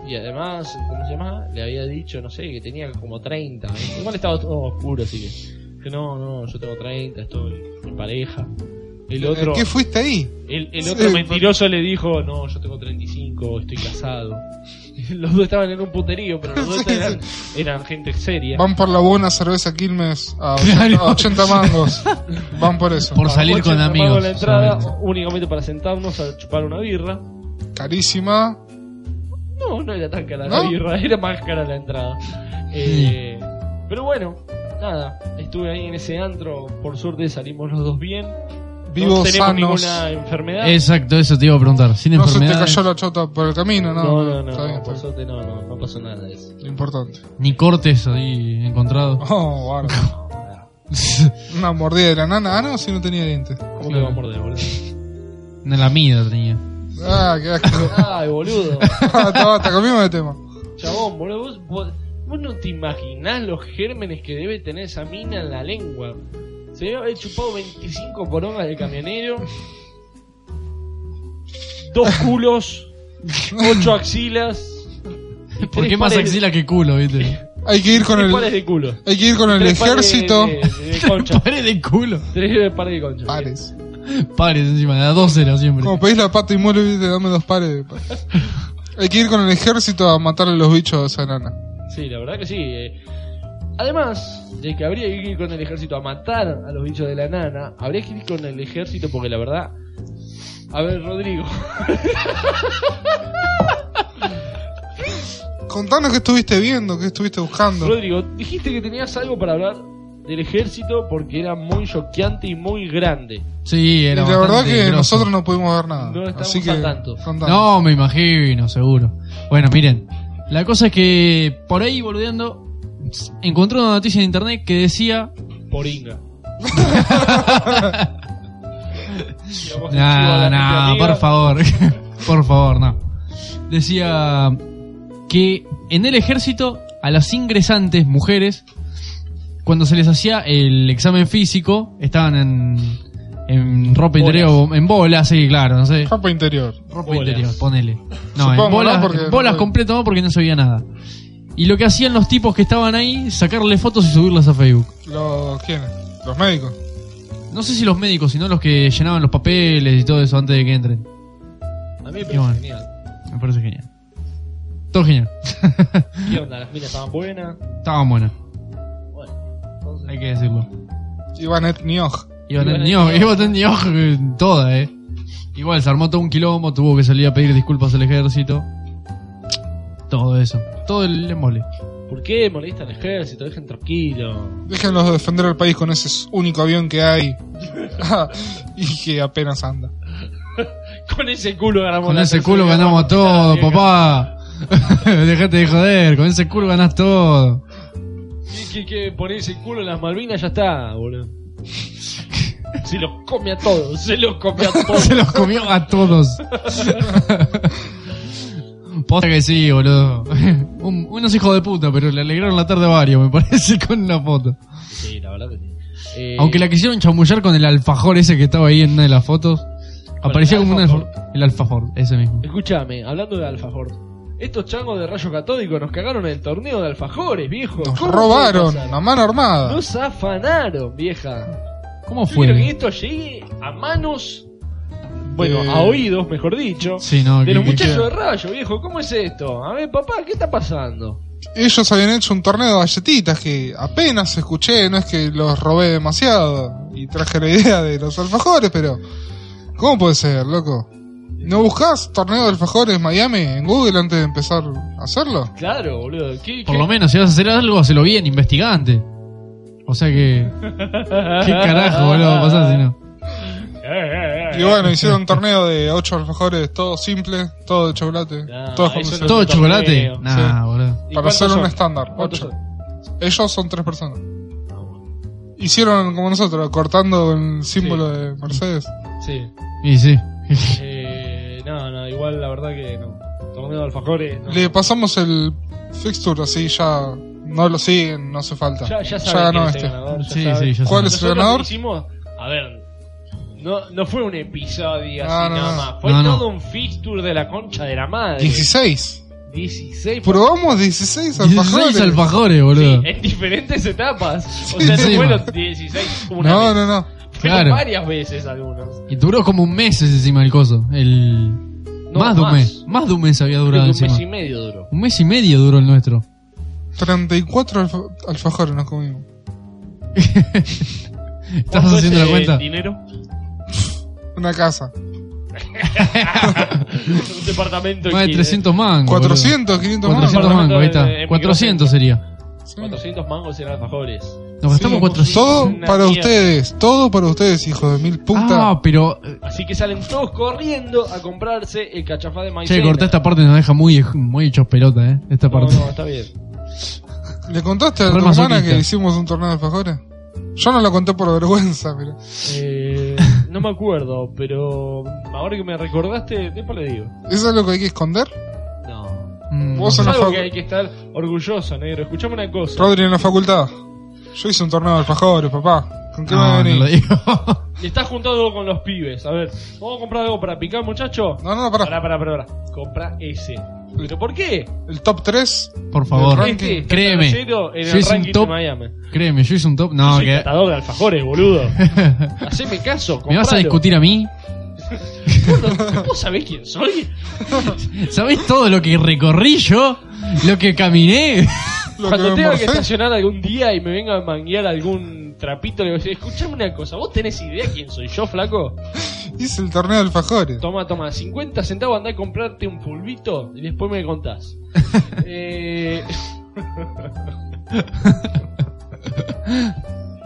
y además, ¿cómo se llama? Le había dicho, no sé, que tenía como 30. ¿eh? Igual estaba todo oscuro, así que. Que no, no, yo tengo 30, estoy en pareja. El otro,
Eh, ¿Qué fuiste ahí?
el, el
Sí,
otro
por-
mentiroso le dijo, no, yo tengo 35, estoy casado. Los dos estaban en un puterío, pero los dos
Sí,
eran, eran gente seria.
Van por la buena cerveza Quilmes a,
Claro.
a 80 mangos. Van por eso.
Por
Pagamos
salir con
80
amigos,
pagos La entrada
solamente.
únicamente para sentarnos a chupar una birra.
Carísima.
No, no era tan cara la
¿No?
birra, era más cara la entrada. Eh, Pero bueno, nada, estuve ahí en ese antro, por suerte salimos los dos bien. no
Vivos,
tenemos
sanos.
ninguna enfermedad.
Exacto, eso te iba a preguntar. Sin
No se te
enfermedades,
cayó la chota por el camino, no.
No, no, no,
está bien, está
por
bien.
suerte no, no, no pasó nada de eso.
Lo importante.
ni cortes ahí encontrados.
Oh, guarda.
No, nada.
Una mordida de la nana. Ah, no, si no tenía dientes.
¿Cómo te
Claro.
va a morder, boludo?
Oh.
Una lamida tenía.
Ah, qué asco.
Ay, boludo.
Hasta- hasta cambiamos de tema.
Chabón, boludo. Vos, vos- vos no te imaginás los gérmenes que debe tener esa mina en la lengua. Se debe haber chupado 25 porongas del camionero. Dos culos. Ocho axilas. y
¿Por
tres
qué más
pares-
axila que culo, viste?
Hay que ir con
Tres
el,
pares de culo.
hay que ir con el
Tres pares
ejército.
De, de concha.
Pares de culo.
Tres pares de concha.
Pares.
Pares encima, de a dos era siempre.
Como pedís la pata y muere, viste, dame dos pares. de pares. Hay que ir con el ejército a matar a los bichos a esa nana.
Sí, la verdad que sí. eh. Además de que habría que ir con el ejército a matar a los bichos de la nana, habría que ir con el ejército porque la verdad... A ver, Rodrigo.
Contanos qué estuviste viendo, qué estuviste buscando.
Rodrigo, dijiste que tenías algo para hablar del ejército porque era muy choqueante y muy grande.
Sí,
Y
era
la verdad
bastante
que
grosso.
nosotros no pudimos ver nada.
No estamos
Así que,
al tanto.
contanos.
No, me imagino, seguro. Bueno, miren. La cosa es que por ahí boludeando s- encontré una noticia en internet que decía.
Poringa.
Nah, nah, por favor. por favor, no. Decía que en el ejército a las ingresantes mujeres, cuando se les hacía el examen físico, estaban en, en ropa interior, o en bolas, sí, claro, no sé.
Ropa interior.
Ropa
Bolas.
interior, ponele. No,
Supongo,
en bolas,
¿no? Porque
en bolas
no-
completo no porque no se veía nada. Y lo que hacían los tipos que estaban ahí, sacarle fotos y subirlas a Facebook.
¿Los quiénes? Los médicos.
No sé si los médicos, sino los que llenaban los papeles y todo eso antes de que entren.
A mí me
Qué bueno.
parece genial.
Me parece genial. Todo genial.
¿Qué onda? ¿Las minas estaban buenas?
Estaban buenas,
Bueno, entonces...
hay que decirlo.
Ivanet Nioch.
Iba a
Iban
tener
en
ñojo,
ñojo.
iba a tener ñojo, eh, toda, eh. Igual, se armó todo un quilombo, tuvo que salir a pedir disculpas al ejército. Todo eso. Todo el embole.
¿Por qué molestan al ejército? Dejen tranquilo.
Déjenlos defender al país con ese único avión que hay. y que apenas anda.
Con ese culo ganamos
Con
la
ese
tercera
culo
guerra
ganamos
mundial,
todo,
vieja.
papá. Dejate de joder, con ese culo ganás todo.
Que, que, que poner ese culo en las Malvinas ya está, boludo. Se los come a todos, se los come a todos.
Se los comió a todos. Posta que sí, boludo. Un- unos hijos de puta, pero le alegraron la tarde a varios, me parece, con una foto.
Sí, la verdad que sí. Eh,
Aunque la quisieron chamullar con el alfajor ese que estaba ahí en una de las fotos. Aparecía
el
como un
alfajor.
alfajor. El alfajor, ese mismo.
Escúchame, hablando de alfajor. Estos changos de rayo catódico nos cagaron el torneo de alfajores, viejo.
Nos
¿Cómo
robaron
puede pasar?
a mano armada.
Nos afanaron, vieja.
¿Cómo
Yo quiero que
fue?
esto llegue a manos. Bueno,
Eh.
a oídos, mejor dicho.
Sí, no,
de
que-
los
que-
muchachos de rayo, viejo. ¿Cómo es esto? A ver, papá, ¿qué está pasando?
Ellos habían hecho un torneo de galletitas que apenas escuché, no es que los robé demasiado y traje la idea de los alfajores, pero ¿cómo puede ser, loco? ¿No buscas torneo de alfajores Miami en Google antes de empezar a hacerlo?
Claro, boludo. ¿Qué,
Por
qué-
lo menos, si vas a hacer algo, hazlo bien, investigante. O sea que. ¿Qué carajo, boludo? va a pasar si no?
Eh,
Y bueno, hicieron un torneo de 8 alfajores, todo simple, todo de chocolate,
No,
todos
Ah, eso no
con dulce.
¿Todo
un
chocolate?
torneo.
Nah, boludo.
¿Y
para
cuántos
hacer un
son?
estándar.
¿Cuántos
ocho.
son?
Ellos son tres personas. Hicieron como nosotros, cortando el símbolo de Mercedes.
Sí.
Y sí.
Eh, no, no, igual la verdad que no. Torneo de alfajores. no.
Le pasamos el fixture así ya no lo siguen, no hace falta.
Ya, ya saben quién
ganó
es el
este.
ganador, ya
Sí,
saben.
sí, ya
¿Cuál
sé.
es?
Nosotros
el ganador?
lo hicimos, a ver, no, no fue un episodio
No,
así
no,
nada
no.
más. Fue
No, no.
todo un fixture de la concha de la madre.
16.
16
Probamos 16 alfajores.
16 alfajores,
Sí, eh.
boludo.
en diferentes etapas. O
Sí,
sea, no
sí,
fueron
man.
16 una
No,
vez.
no, no.
Fueron
claro.
varias veces algunos.
Y duró como un mes ese encima el coso. El...
No,
más de un
más.
mes. Más de un mes había
Creo que
durado
un
encima.
mes y medio duró.
Un mes y medio duró el nuestro.
34 alfa- alfajores nos comimos.
¿Estás
¿Cuánto
haciendo
es,
la
eh,
cuenta?
dinero?
Una casa.
un departamento
Más de
que-
300 mangos. boludo.
400, 500 más.
400
mangos.
mangos, ahí
En- en
está.
mi
400 sería.
Sí.
400 mangos en alfajores.
Nos gastamos
Sí.
400.
Todo
Una
para
mierda.
ustedes. Todo para ustedes, hijos de mil puta.
Ah, pero. eh,
Así que salen todos corriendo a comprarse el cachafá de maíz.
Che, cortá esta parte, nos deja muy, muy hechos pelota, eh. Esta
No,
parte.
no, está bien.
¿Le contaste a tu
Re
hermana
masoquista.
que hicimos un torneo de alfajores? Yo no lo conté por vergüenza, pero.
Eh, no me acuerdo, pero ahora que me recordaste, después le digo.
¿Eso es lo que hay que esconder?
No.
Mm,
Vos
Es
en la
algo que
facu-
hay que estar orgulloso, negro. Escuchame una cosa.
Rodri en la facultad. Yo hice un torneo de alfajores, papá. ¿Con qué
no,
me
no
venís?
lo
No,
digo.
Y estás juntado con los pibes. A ver, ¿vamos a comprar algo para picar, muchacho?
no, no, pará.
Pará, pará, pará. pará. Compra ese. ¿Pero por qué?
El top 3.
Por favor,
Ranking.
Este está
Créeme.
caballero en
Yo
el
hice un
ranking
top-
de Miami.
créeme, yo hice un top.
Yo
No,
soy
que.
catador de alfajores, boludo. Haceme caso,
¿Me vas a
compralo.
discutir a mí?
Gordo, ¿Vos sabés quién soy?
¿Sabés todo lo que recorrí yo? ¿Lo que caminé?
Lo que ¿eh?
Cuando
me
tenga que
morfé.
estacionar algún día y me venga a manguear algún trapito, le voy a decir, escuchame una cosa, ¿vos tenés idea quién soy yo, flaco?
Hice el torneo de alfajores.
Toma, toma, 50 centavos andá a comprarte un pulvito y después me contás. eh...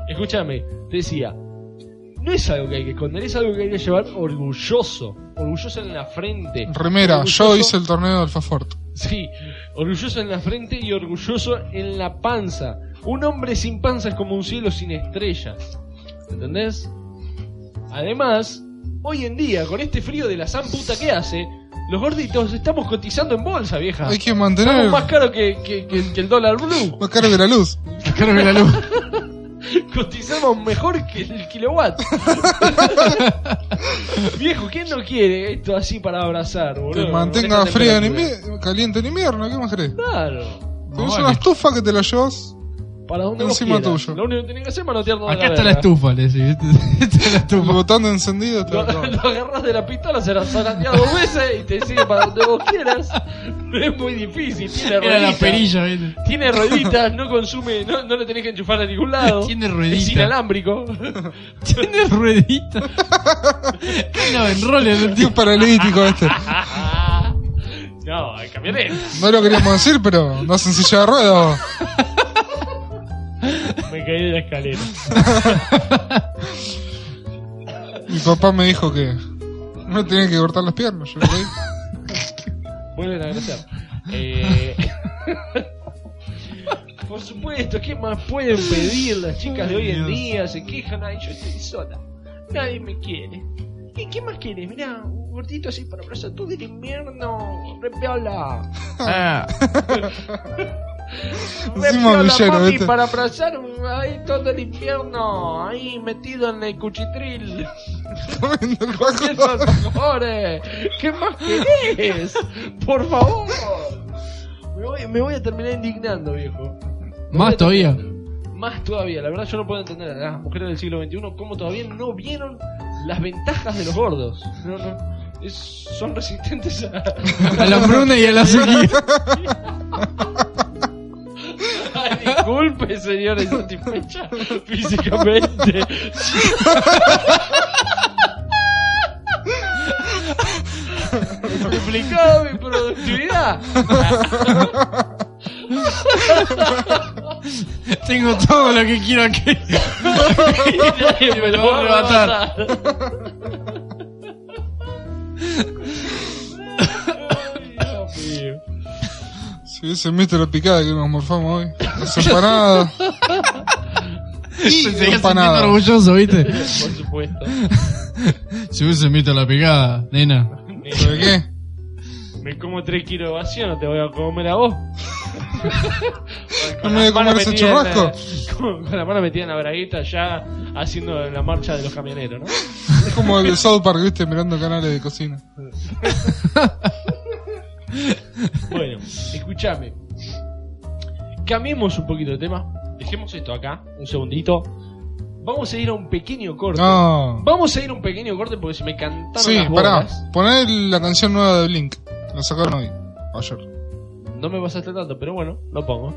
Escúchame, te decía, no es algo que hay que esconder, es algo que hay que llevar orgulloso, orgulloso en la frente.
Remera,
orgulloso-
yo hice el torneo de alfafort.
Sí, orgulloso en la frente y orgulloso en la panza. Un hombre sin panza es como un cielo sin estrellas. ¿Entendés? Además, hoy en día, con este frío de la san puta que hace, los gorditos estamos cotizando en bolsa, vieja.
Hay que
Ah. Estamos
mantener.
más caro que, que- que- que el dólar blue.
Más caro que la luz.
Creo que la luz.
Cotizamos mejor que el kilowatt. Viejo, ¿quién no quiere esto así para abrazar, boludo?
Que
Con
mantenga
esta
frío en
temperatura.
invierno, caliente en invierno, ¿qué más querés?
Claro.
Tenés
Vale.
una estufa que te la llevas.
Para donde
Encima
vos quieras.
tuyo.
Lo único que tenés que hacer es manotearlo de
Acá está la
verga.
estufa, le decís. Esta es la
El
estufa.
botón de encendido te
Lo,
la clavas.
lo agarras de la pistola, se la zarandeas dos veces y te sigue para donde vos quieras. No es muy difícil. Tiene
Era la
rueditas.
perilla, ¿viste?
Tiene rueditas, no consume, no, no le tenés que enchufar a ningún lado.
Tiene ruedita.
Es inalámbrico.
Tiene ruedita. No, en roles del
Tío
tipo.
paralítico este.
Ah, no, el camioneta.
No lo queríamos decir, pero no hacen silla de ruedas.
Me caí de la escalera.
Mi papá me dijo que no tenía que cortar las piernas. Yo creí.
Vuelven a agradecer. Eh... Por supuesto, ¿qué más pueden pedir las chicas de hoy en día? Se quejan, ay, yo estoy sola. Nadie me quiere. ¿Y qué más quieres? Mirá, un gordito así para abrazar tú del invierno. Repiola.
Ah,
Encima villero,
mami,
¿viste?
para abrazar ahí todo el invierno. Ahí metido en el cuchitril.
Comiendo el
Comiendo
bajo.
alfajores. ¿Qué más querés? Por favor. Me voy, me voy a terminar indignando, viejo. Me voy
Más
a
todavía.
terminar- Más todavía. La verdad, yo no puedo entender a las mujeres del siglo XXI cómo todavía no vieron las ventajas de los gordos. No, no. Es- son resistentes a,
A la hambruna y a la sequía.
Ay, disculpe, señora insatisfecha físicamente. Duplicado mi productividad.
Tengo todo lo que quiero aquí.
Y nadie me lo va a
arrebatar.
arrebatar. Ay, Dios mío.
Si hubiesen visto la picada que nos morfamos hoy. Las empanadas. Y
Me seguía sintiendo
empanadas.
orgulloso, ¿viste?
Por supuesto.
Si hubiese visto la picada, nena.
¿Pero qué?
Me como 3 kilos vacío, no te voy a comer a vos.
No me voy a
Con la
comer
mano metida en
ese
la-
churrasco.
Con, con la mano metida en la bragueta ya haciendo la marcha de los camioneros, ¿no?
Es como el de South Park, viste, mirando canales de cocina.
Bueno, escúchame. Cambiemos un poquito de tema. Dejemos esto acá, un segundito. Vamos a ir a un pequeño corte.
No.
Vamos a ir a un pequeño corte porque se me cantaron
Sí,
las
pará.
bolas.
Poné la canción nueva de Blink. La sacaron hoy. o Ayer.
No me pasaste tanto, pero bueno, lo pongo.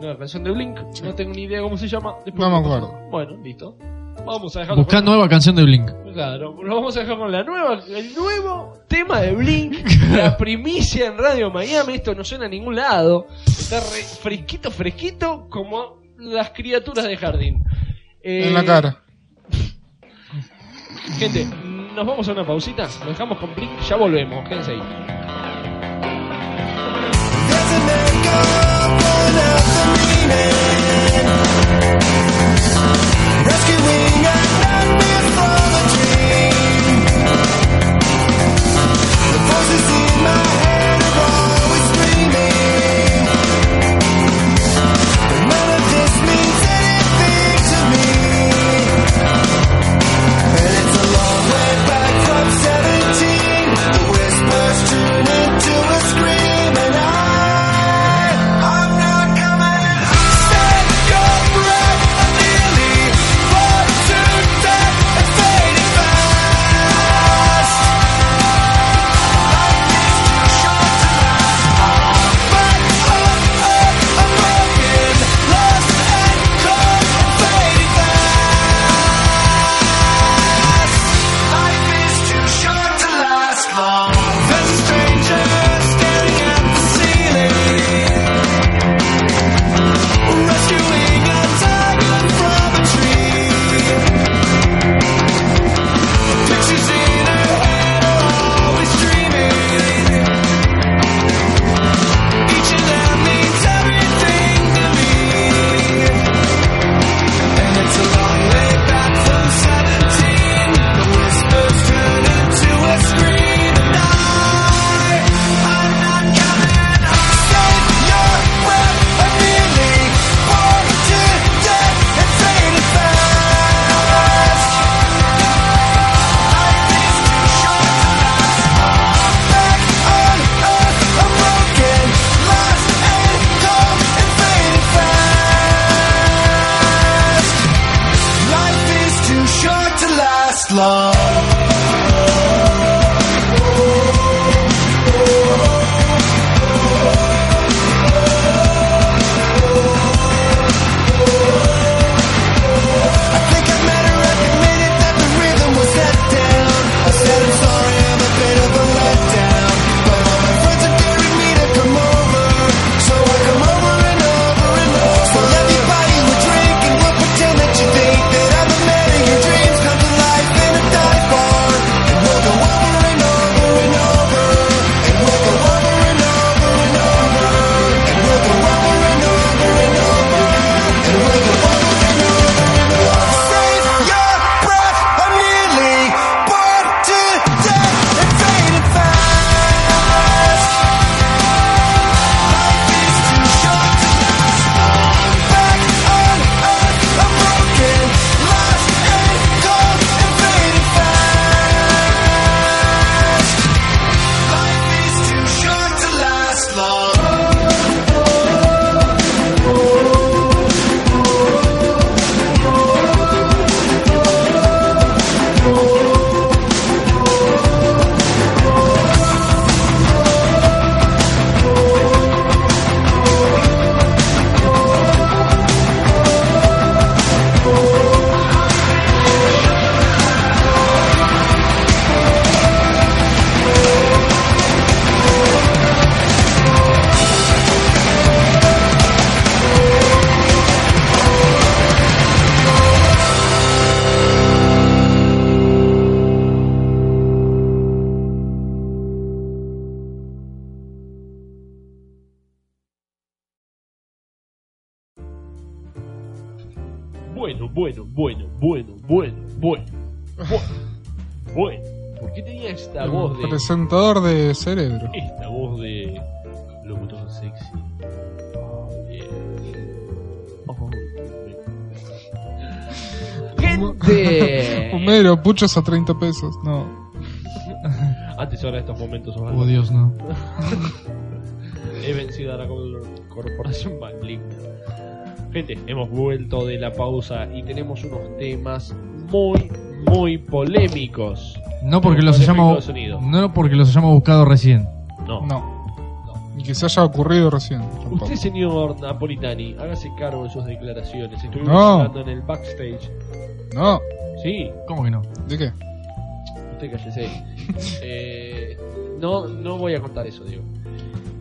Una canción de Blink, no tengo ni idea cómo se llama. Después
No me
lo
acuerdo.
paso. Bueno, listo. Vamos a dejarlo
Buscá nueva canción de Blink.
con... Claro, lo vamos a dejar con la nueva, el nuevo tema de Blink, la primicia en Radio Miami. Esto no suena a ningún lado. Está re- fresquito, fresquito, como las criaturas de jardín. Eh,
En la cara.
Gente, nos vamos a una pausita, nos dejamos con Blink, ya volvemos, quédense ahí.
Doesn't make up one of the meaning.
bueno, bueno, bueno, bueno, bueno, bueno, bueno, bueno. ¿Por qué tenía esta voz de...
Presentador de cerebro.
Esta voz de locutor sexy. Oh, yeah. Oh, yeah.
Gente.
Homero, puchos a 30 pesos. No.
Antes ahora de estos momentos,
Oh,
Osvaldo,
Dios, no.
he vencido a la cor- corporación maligna. Gente, hemos vuelto de la pausa y tenemos unos temas muy, muy polémicos.
No porque
Con
los
el efecto
hayamos.
de sonido.
No porque los hayamos buscado recién.
No.
No. Ni que se haya ocurrido recién. tampoco.
Usted, señor Napolitani, hágase cargo de sus declaraciones. Estuvimos
No.
hablando en el backstage.
No.
Sí,
¿Cómo que no?
¿De qué?
Usted cállese. Eh, no, no voy a contar eso, digo.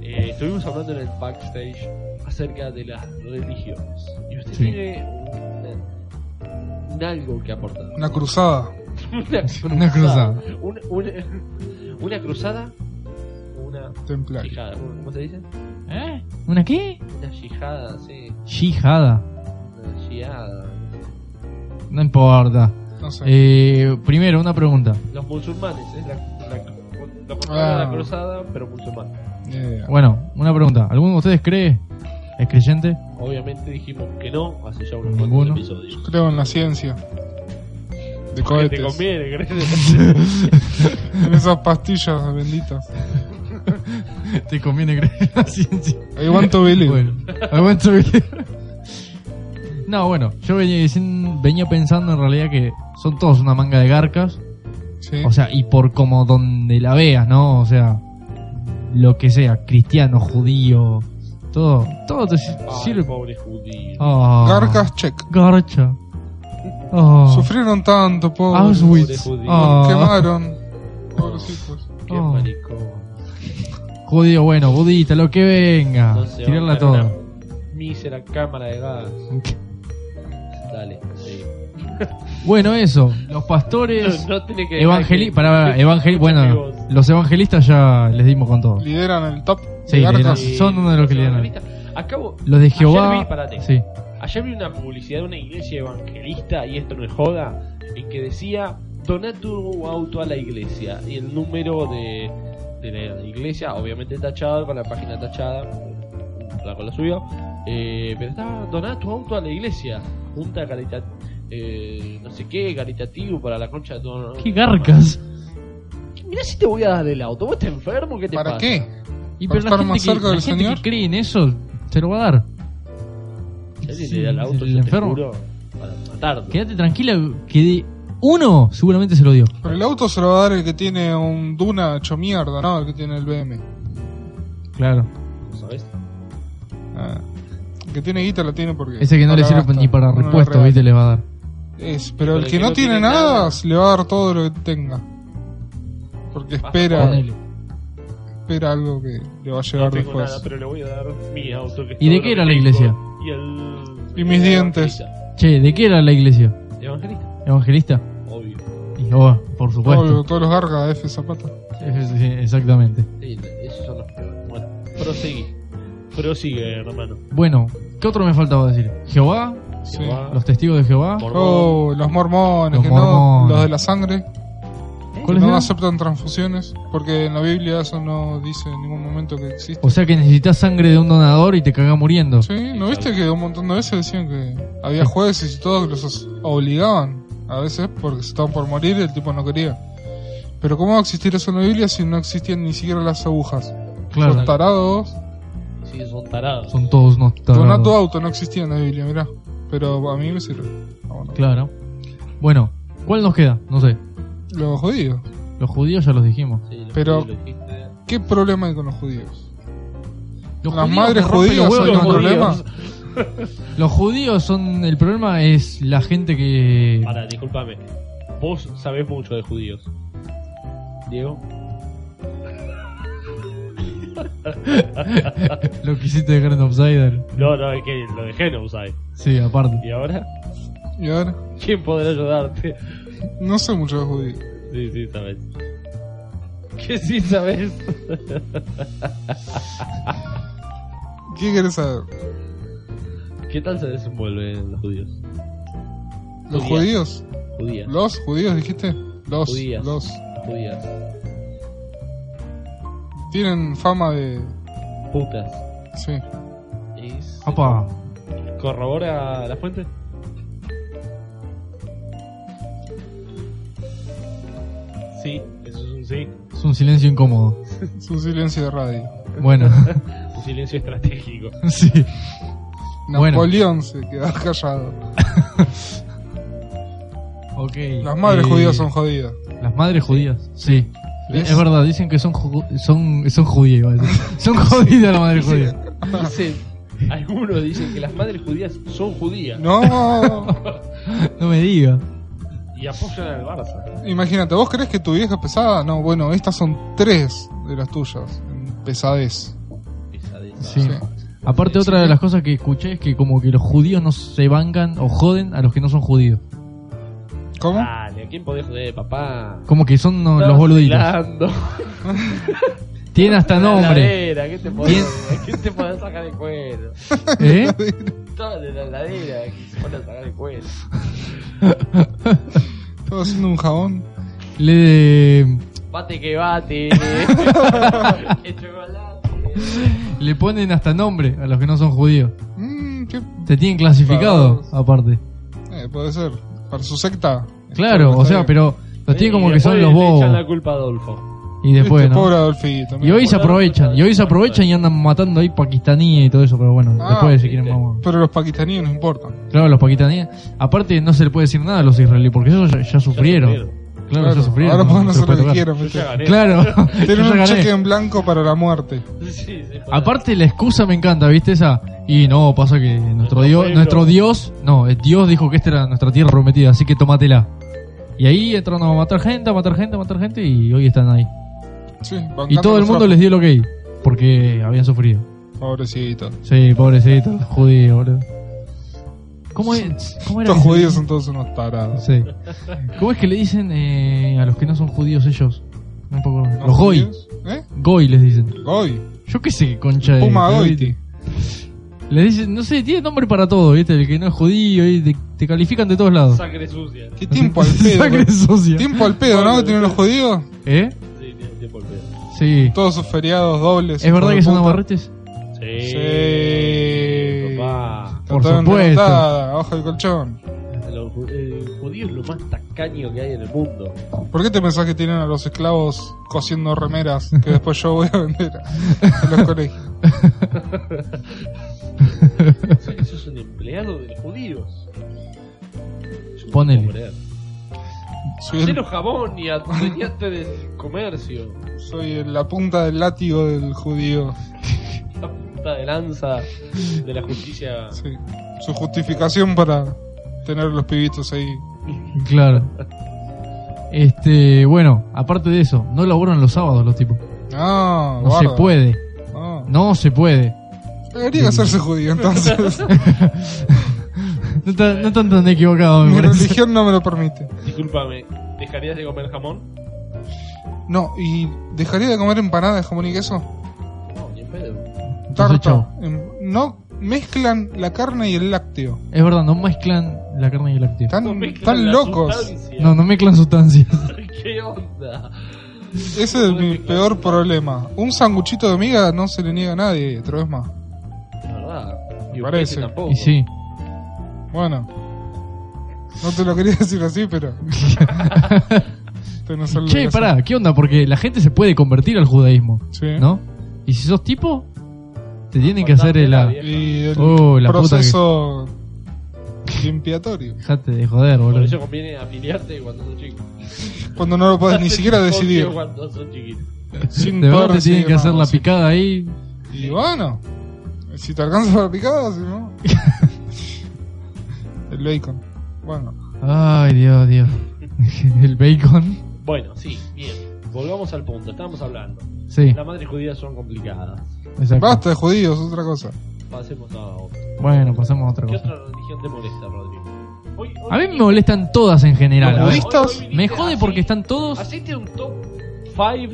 Eh, estuvimos hablando en el backstage acerca de las religiones. Y usted
Sí.
tiene una- un algo que aportar.
Una cruzada.
Una
Una cruzada.
Una, una- una cruzada. Una
Templaria.
shijada. ¿Cómo se dice?
¿Eh? ¿Una qué?
Una shijada, sí.
Jihada.
Una shijada.
No importa.
No sé.
Eh, primero, una pregunta.
Los musulmanes, es la, la, lo contrario a
Ah.
la cruzada, pero musulmán.
Ni idea.
Bueno, una pregunta. ¿Alguno de ustedes cree? ¿Es creyente?
Obviamente dijimos que no hace ya unos
Ninguno.
cuantos episodios.
Creo en la ciencia. De
Que te
cohetes.
conviene, ¿crees?
En esas pastillas benditas.
Te conviene creer en la ciencia.
I want to believe.
Bueno, I want to believe. No, bueno, yo venía, diciendo- venía pensando en realidad que son todos una manga de garcas.
Sí.
O sea, y por como donde la veas, ¿no? O sea, lo que sea, cristiano, judío, todo, todo te si-
Ay,
sirve.
pobre judío.
Oh,
Garcas check.
Garcha. Oh,
Sufrieron tanto, pobres.
Auschwitz.
Pobre judío.
Oh,
Quemaron. Pobrecitos.
Qué
oh.
maricón.
Judío, bueno, budista, lo que venga.
No se
Ah, Tirarla
va a ganar
toda.
una Mísera cámara de gas. Dale, sí.
Bueno, eso, los pastores.
No, no tiene que
Evangeli
dejar que-
para
que-
evangeli bueno,
amigos.
los evangelistas ya les dimos con todo.
Lideran el top.
Sí,
de garcas.
lideran. son uno de los que le dan.
Acabo.
Los de
ayer
Jehová,
vi- parate.
sí,
Ayer vi una publicidad de una iglesia evangelista, y esto no es joda, en que decía: Doná tu auto a la iglesia. Y el número de, de la iglesia, obviamente tachado, con la página tachada, la con la suya. eh, pero está: Doná tu auto a la iglesia. Junta carita, eh, no sé qué, caritativo para la concha de todo.
qué garcas.
Mirá si te voy a dar el auto. ¿Vos estás enfermo? ¿Qué te
¿Para
pasa?
qué?
Y pero la
¿Para estar
gente,
más
que,
cerca
la
del
gente
Señor?
que cree en eso, se lo va a dar.
Él
Sí,
le da el auto,
el
yo te
enfermo.
juro, para matarte.
Quédate tranquila que de uno seguramente se lo dio.
Pero el auto se lo va a dar el que tiene un Duna hecho mierda, ¿no? El que tiene el BM.
Claro.
¿Sabes?
Ah. El que tiene guita la tiene porque.
Ese que no le sirve
gasta,
ni para
no le
respuesta,
regala.
viste, le va a dar.
Es, pero el
Pero
que no tiene nada, se le va a dar todo lo que tenga. Porque espera,
Ponele.
espera algo que le va a llegar
No tengo
después.
nada, pero le voy a dar mi auto. Que es
¿Y de
todo
qué
lo
era
que
la
tengo.
iglesia?
Y el.
Y mis
el
dientes.
evangelista.
Che, ¿de qué era la iglesia?
Evangelista,
¿Evangelista?
obvio.
Y Jehová, por
Todo
supuesto.
lo- todos los gargas de F Zapata.
Sí, sí, Exactamente.
Sí, esos son los peores. Bueno, proseguí. Prosigue, hermano.
Bueno, ¿qué otro me faltaba decir? Jehová,
Sí.
Jehová,
los testigos de Jehová.
Mormón.
Oh, los mormones,
Los
que
mormones. ¿Eh?
no, los de la sangre, que
¿Cuáles
no
eran?
aceptan transfusiones, porque en la Biblia eso no dice en ningún momento que existe.
O sea que necesitas sangre de un donador y te caga muriendo.
Sí, ¿no viste que un montón de veces decían que había jueces y todos que los os- obligaban? A veces porque se estaban por morir y el tipo no quería. Pero ¿cómo va a existir eso en la Biblia si no existían ni siquiera las agujas?
Claro.
Los tarados.
Sí, son tarados.
Son todos unos
Donato
tarados.
auto no existía en la Biblia, mirá. Pero a mí me sirve. Ah, bueno.
Claro. Bueno, ¿cuál nos queda? No sé.
Los judíos.
Los judíos ya los dijimos.
Sí, lo que
Pero-
lo dijiste.
¿Qué problema hay con los judíos?
Los
Las
judíos
madres
me rompen los
judías
huevos.
son un
Los
problema.
judíos.
Los judíos son. El problema es la gente que.
Ahora, discúlpame. Vos sabés mucho de judíos. Diego.
Lo que hiciste de Grand Offsider.
No, no, es que lo dejé no usar.
Sí, aparte.
¿Y ahora?
Y ahora,
¿Quién podrá ayudarte?
no sé mucho de judíos.
Sí, sí, sabes. Que sí, sabes.
¿Qué querés saber?
¿Qué tal se desenvuelven los judíos?
¿Los
Judía.
judíos?
Judía.
¿Los judíos dijiste? Los.
Judías.
Los.
Judías.
Tienen fama de.
Putas.
Sí.
¿Y se
Apa.
¿Corrobora la fuente? Sí, eso es un sí.
Es un silencio incómodo.
Es un silencio de radio.
Bueno,
Un silencio estratégico.
sí. Bueno.
Napoleón se quedó callado.
Ok.
Las madres
eh,
judías son jodidas.
Las madres judías, sí.
¿Ves?
Es verdad, dicen que son ju- son son judías, iba a decir. Son jodidas las madres judías.
Dicen, algunos dicen que las madres judías son judías
No.
No me diga.
y apoyan al Barça.
Imagínate, ¿vos crees que tu vieja es pesada? No, bueno, estas son tres de las tuyas. en Pesadez.
Pesadilla.
Sí.
Sí.
Aparte otra de las cosas que escuché es que como que los judíos no se bancan o joden a los que no son judíos.
¿Cómo?
Ah.
Dale, ¿a quién podés joder, papá?
Como que son no-
Estás
los boluditos.
vacilando.
Tienen hasta
La
nombre.
heladera, ¿Qué te podés, ¿a quién te podés sacar el cuero?
¿Eh?
Todo de la heladera, ¿a quién se podés sacar el cuero?
Estaba haciendo un jabón.
Le
Bate que bate. El chocolate.
le ponen hasta nombre a los que no son judíos.
Mmm, qué.
Te tienen clasificado
Pagados.
aparte.
eh, puede ser. Para su secta.
Claro, o sea, pero los tienen como
Y
que son
después
los
le echan
bobos
la culpa a Adolfo.
y después
Este
no.
pobre Adolfito.
Y
mira.
hoy se aprovechan, y hoy se aprovechan y andan matando ahí pakistaníes y todo eso, pero bueno,
Ah,
después si quieren
viste.
vamos.
Pero los paquistaníes no importan.
Claro, los pakistaníes. Aparte no se le puede decir nada a los israelíes porque ellos ya, ya sufrieron. Claro, ya sufrieron.
Ahora
no
pueden
se
hacer
los
lo
puede
que
tocar.
quieran.
Yo
¿viste?
ya gané.
Claro, yo
Tienen
ya
un
gané.
cheque en blanco para la muerte.
Sí, sí, joder.
Aparte la excusa me encanta, ¿viste esa? Y no, pasa que nuestro
Nuestro
Dios,
pueblo.
nuestro Dios, no, el Dios dijo que esta era nuestra tierra prometida, así que tómatela. Y ahí entraron a matar gente, a matar gente, a matar gente y hoy están ahí.
Sí,
Y todo el mundo les dio lo que hay, porque habían sufrido.
Pobrecito.
Sí, pobrecito, judío, boludo. ¿Cómo es? ¿Cómo era?
Estos
que se-
judíos son todos unos tarados.
Sí. ¿Cómo es que le dicen eh, a los que no son judíos ellos? Un poco- los goy.
judíos? ¿Eh?
Goy les dicen.
Goy.
Yo qué sé, qué concha de-
Puma
pero-
Goiti.
Les dicen, no sé, tiene nombre para todo, ¿viste? El que no es judío, y te, te califican de todos lados.
Sangre sucia.
Qué tiempo al pedo.
Sangre
¿eh?
sucia.
Tiempo al pedo, ¿no? Que tienen los judíos.
¿Eh?
Sí, tiene tiempo al pedo.
Sí.
Todos sus feriados dobles.
¿Es verdad que son
amarretes?
amarretes?
Sí.
Sí.
Papá.
Por supuesto.
Abajo del colchón.
Los ju- el judío es lo más tacaño que hay en el mundo.
¿Por qué te pensás que tienen a los esclavos cosiendo remeras que después yo voy a vender a- en los colegios?
O sea, que sos un empleado de los judíos. Yo no
Ponele.
puedo creer.
Soy, el-
Hacelo jabón y adueñaste del comercio.
soy el- la punta del látigo del judío.
La punta de lanza de la justicia.
Sí. Su justificación para tener los pibitos ahí.
Claro. Este, bueno, aparte de eso, no laburan los sábados los tipos.
No,
No se
guarda.
puede.
No.
No se puede.
Debería hacerse judío entonces.
No está, no están tan equivocados,
Mi
me parece.
religión no me lo permite.
Discúlpame, ¿dejarías de comer jamón?
No, y dejaría de comer empanadas de jamón y queso.
No, ni en pedo.
Entonces,
Tarta.
chau.
Em- No mezclan la carne y el lácteo.
Es verdad, no mezclan la carne y el lácteo.
No
Están,
mezclan
están
la
locos.
sustancia.
No, no mezclan sustancias.
¿Qué onda?
Ese es mi peor problema. Un sanguchito de miga no se le niega a nadie, otra vez más.
La verdad. Y
Parece.
ustedes tampoco.
Y sí.
Bueno. No te lo quería decir así, pero... Este no es el
Che,
caso.
pará, ¿qué onda? Porque la gente se puede convertir al judaísmo,
Sí.
¿no? Y si sos tipo, te tienen que hacer el... a-
Y el
Oh, la puta
proceso limpiatorio.
Dejate de joder,
Por
boludo.
eso conviene afiliarte cuando sos chico.
Cuando no lo puedes ni siquiera decidir.
Cuando sos chiquito.
Sin
De
poder
verdad te
decidir
tienen que hacer
nada,
la
sí.
picada ahí.
Y bueno, si te alcanza para picada, si no. El bacon. Bueno,
Ay, Dios, Dios. El bacon.
Bueno, sí, bien. Volvamos al punto. Estábamos hablando.
Sí,
Las madres judías son complicadas.
exacto.
basta de judíos, otra cosa.
Pasemos a otra.
Bueno, pasamos a otra
¿Qué
cosa.
otra religión te molesta, Rodrigo? Hoy- hoy
A mí me
viniste-
molestan todas en general.
Los
a ver.
budistas-
Me jode porque están
Ah,
todos
Hacete un top 5
Eh,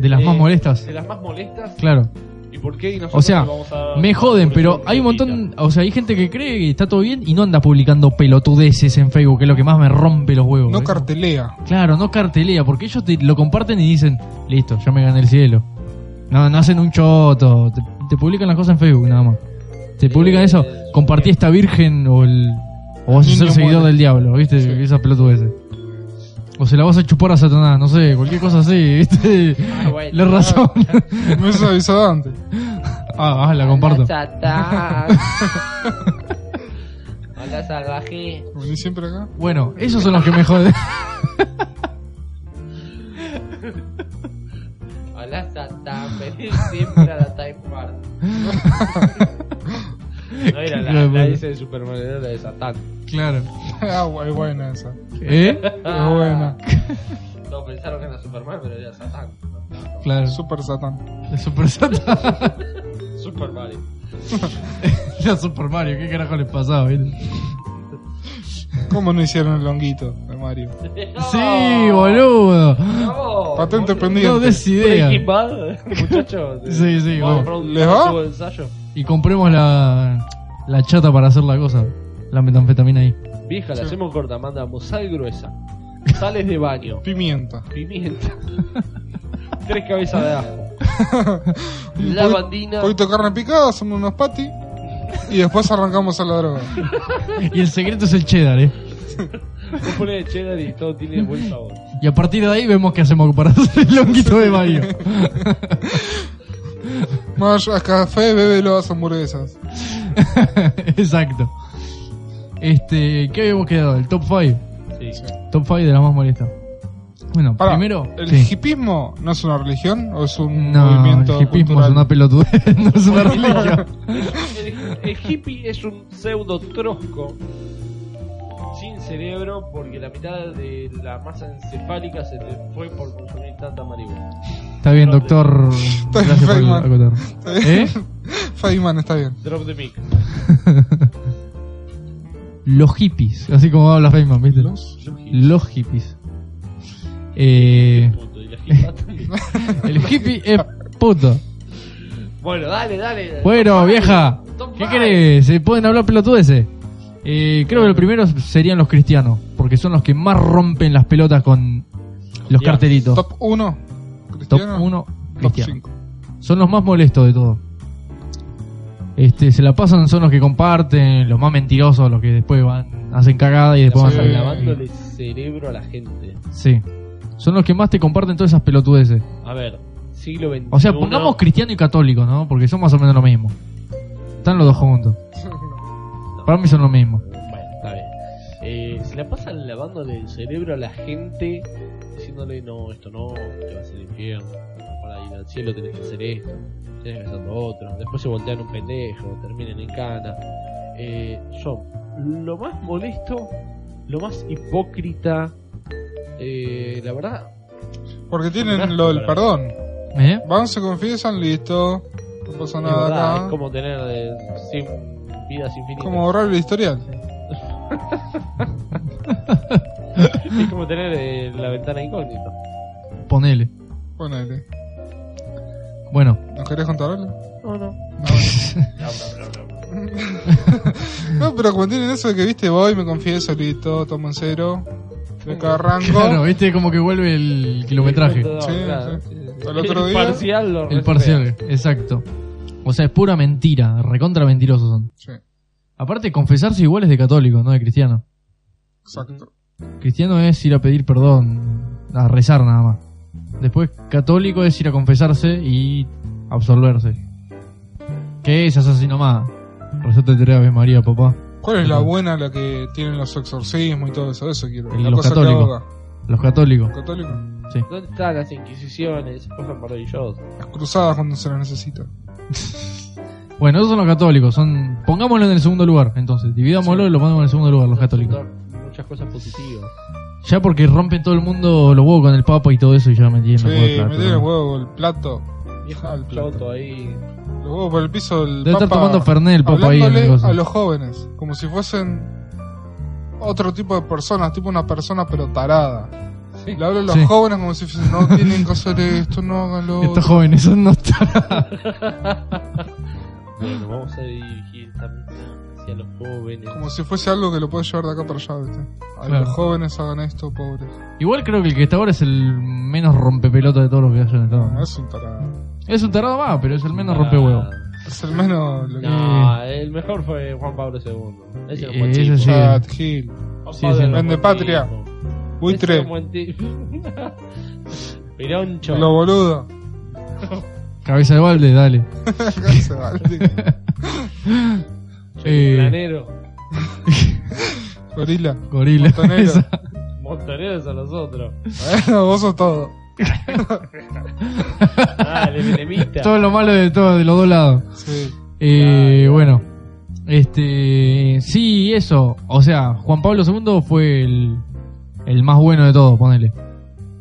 de las más molestas.
De las más molestas.
Claro.
¿Y por qué? Y
O
nosotros
sea,
le vamos a-
Ah,
me joden, pero hay un montón, o sea, hay gente que cree que está todo bien y no anda publicando pelotudeces en Facebook, que es lo que más me rompe los huevos.
No
¿eh?
cartelea.
Claro, no cartelea, porque ellos te- lo comparten y dicen, listo, yo me gané el cielo. No, no hacen un choto, te, te publican las cosas en Facebook nada más. Te publican eso, compartí esta virgen o el... O vas a ser
Niño
seguidor
muere.
del diablo, ¿viste?
Sí.
Esa pelotudeces. O se la vas a chupar a Satanás, no sé, cualquier cosa así, ¿viste?
bueno.
La razón.
Me hubiese avisado antes.
ah, ah, la comparto.
Hola salvaje.
Vení siempre acá.
Bueno, esos son los que me joden.
Hola Satán. Venir siempre a la Time Park.
No era la, la S de Superman, era la de Satán.
claro.
Ah, bu- es buena esa.
¿Eh?
Es buena.
Ah, No, pensaron que era Superman, pero era Satán.
Claro.
Super Satan.
La Super Santa.
Superman.
la Super Mario, ¿qué carajo les pasaba? viste?
¿Cómo no hicieron el longuito de Mario?
Sí, boludo.
Patente
No
pendiente.
des
Breaking
idea.
Bad, muchachos.
Sí, sí,
Vamos a
bueno.
comprar un
¿Les va?
tubo de ensayo.
Y compremos la, la chata para hacer la cosa. La metanfetamina ahí.
Vieja, la hacemos corta, mandamos sal gruesa, sales de baño,
Pimienta.
pimienta, tres cabezas de ajo, lavandina,
Poquito de carne picada, hacemos unos patis. Y después arrancamos a la droga.
Y el secreto es el cheddar, eh.
un pone de cheddar y todo tiene buen sabor.
Y a partir de ahí vemos qué hacemos para hacer el longuito de Mario.
Más a café, bébelo a hamburguesas.
Exacto. Este, ¿qué habíamos quedado? El top 5.
Sí.
Top 5 de la más molesta. Bueno,
Pará,
primero.
¿el
sí.
hipismo no es una religión o es un
No,
movimiento
el hipismo
cultural?
es una pelotudez, no es una religión.
El, el hippie es un pseudo trosco sin cerebro porque la mitad de la masa encefálica se le fue por consumir tanta marihuana.
Está bien, doctor.
bien,
Gracias por
Feynman.
acotar.
Está
¿Eh?
bien. Feynman está bien.
Drop the mic.
Los hippies, así como habla Feynman, ¿viste? Los,
Los-
hippies. Eh,
Punto. Y la hippie también.
el hippie es puto.
bueno, dale, dale.
Bueno, vieja, ¿qué querés? ¿Se pueden hablar pelotudeces? Eh, creo que los primeros serían los cristianos, porque son los que más rompen las pelotas con los
Bien.
cartelitos.
Top 1.
Top
Cristiano.
1
Top
cristiano.
5.
Son los más molestos de todo. Este, se la pasan, son los que comparten, los más mentirosos, los que después van, hacen cagada y después
Vamos
van
pasan
a
Sí.
lavándole cerebro a la gente.
Sí. Son los que más te comparten todas esas pelotudeces.
A ver, siglo XXI.
O sea, pongamos cristiano y católico, ¿no? Porque son más o menos lo mismo. Están los dos juntos. Para mí son lo mismo.
Bueno, está bien. Eh, se la pasan lavándole el cerebro a la gente, diciéndole, no, esto no, te vas al infierno, para ir al cielo tenés que hacer esto, tenés que hacer lo otro. Después se voltean un pendejo, terminan en cana. Eh, son lo más molesto, lo más hipócrita. Eh, la verdad,
Porque tienen lo del perdón.
¿Eh?
Van, se confiesan, listo. No pasa
es
nada
verdad,
acá.
es como tener eh, sin, vidas infinitas.
Como borrar el historial.
Es como tener eh, la ventana incógnita.
Ponele.
Ponele.
Bueno,
¿Nos querés contar algo?
No, no.
No, pero como tienen eso de que viste, voy, me confieso, listo, tomo en cero. De acá arranco.
claro, viste como que vuelve el kilometraje.
Sí,
Claro,
sí.
sí, sí.
Al otro
El
día-
parcial lo
El
refrea.
parcial, exacto. O sea, es pura mentira, recontra mentirosos son.
Sí,
Aparte, confesarse igual es de católico, no de cristiano.
exacto.
Cristiano es ir a pedir perdón, a rezar nada más. Después, católico es ir a confesarse y absolverse. ¿Qué es así nomás? Rezate tres Ave María, papá.
¿Cuál es la buena, la que tienen los exorcismos y todo eso? Eso quiero.
Y
La
los
cosa que
católicos.
aboga.
Los católicos.
¿Católico?
¿Dónde están las inquisiciones? Esas cosas maravillosas.
Las cruzadas cuando se las necesita.
Bueno, esos son los católicos. Son, pongámoslo en el segundo lugar, entonces. Dividámoslo y lo ponemos en el segundo lugar, los católicos.
Son Muchas cosas positivas.
Ya porque rompen todo el mundo los huevos con el papa y todo eso y ya me
Sí,
tienen los huevos.
me
claro,
tiene el
pero-
huevo, el plato.
Viejo
Ah, el plato.
choto ahí.
Los huevos por el piso, el
Debe estar
papa-
tomando Fernet el papa ahí. en
hablándole
el coso.
a los jóvenes, como si fuesen otro tipo de personas, tipo una persona pero tarada. Le hablan a los
Sí.
jóvenes como si fuesen, no tienen que hacer esto, no hagan lo
Estos
otro".
jóvenes son unos tarado.
Bueno, vamos a dirigir también hacia los jóvenes.
Como si fuese algo que lo puedes llevar de acá para allá, ¿viste? A
Claro.
los jóvenes hagan esto, pobres.
Igual creo que el que está ahora es el menos rompepelota de todos los que hacen hasta ahora.
No, Ah, es un tarado.
Es un tarado más, pero es el menos
Ah,
rompehuevo.
Es el menos lo que
No, el mejor fue Juan Pablo II. Ese era un buen
Eh,
tipo.
ese sí.
Chad Hill.
Juan
sí,
Pablo
sí.
era un
Vende
buen
patria.
tipo. Ese era
Buitre.
un buen tipo. Pironcho.
Lo boludo.
Cabeza de balde, dale.
Cáncer, vale.
Eh,
Planero.
Gorila.
gorila.
Montonero.
Esa.
Montoneros a los otros.
Bueno, vos sos todo.
Ah, el enemista.
todo lo malo de todo, de los dos lados.
Sí.
Eh, bueno, este, sí, eso. O sea, Juan Pablo II fue el, el más bueno de todos, ponele.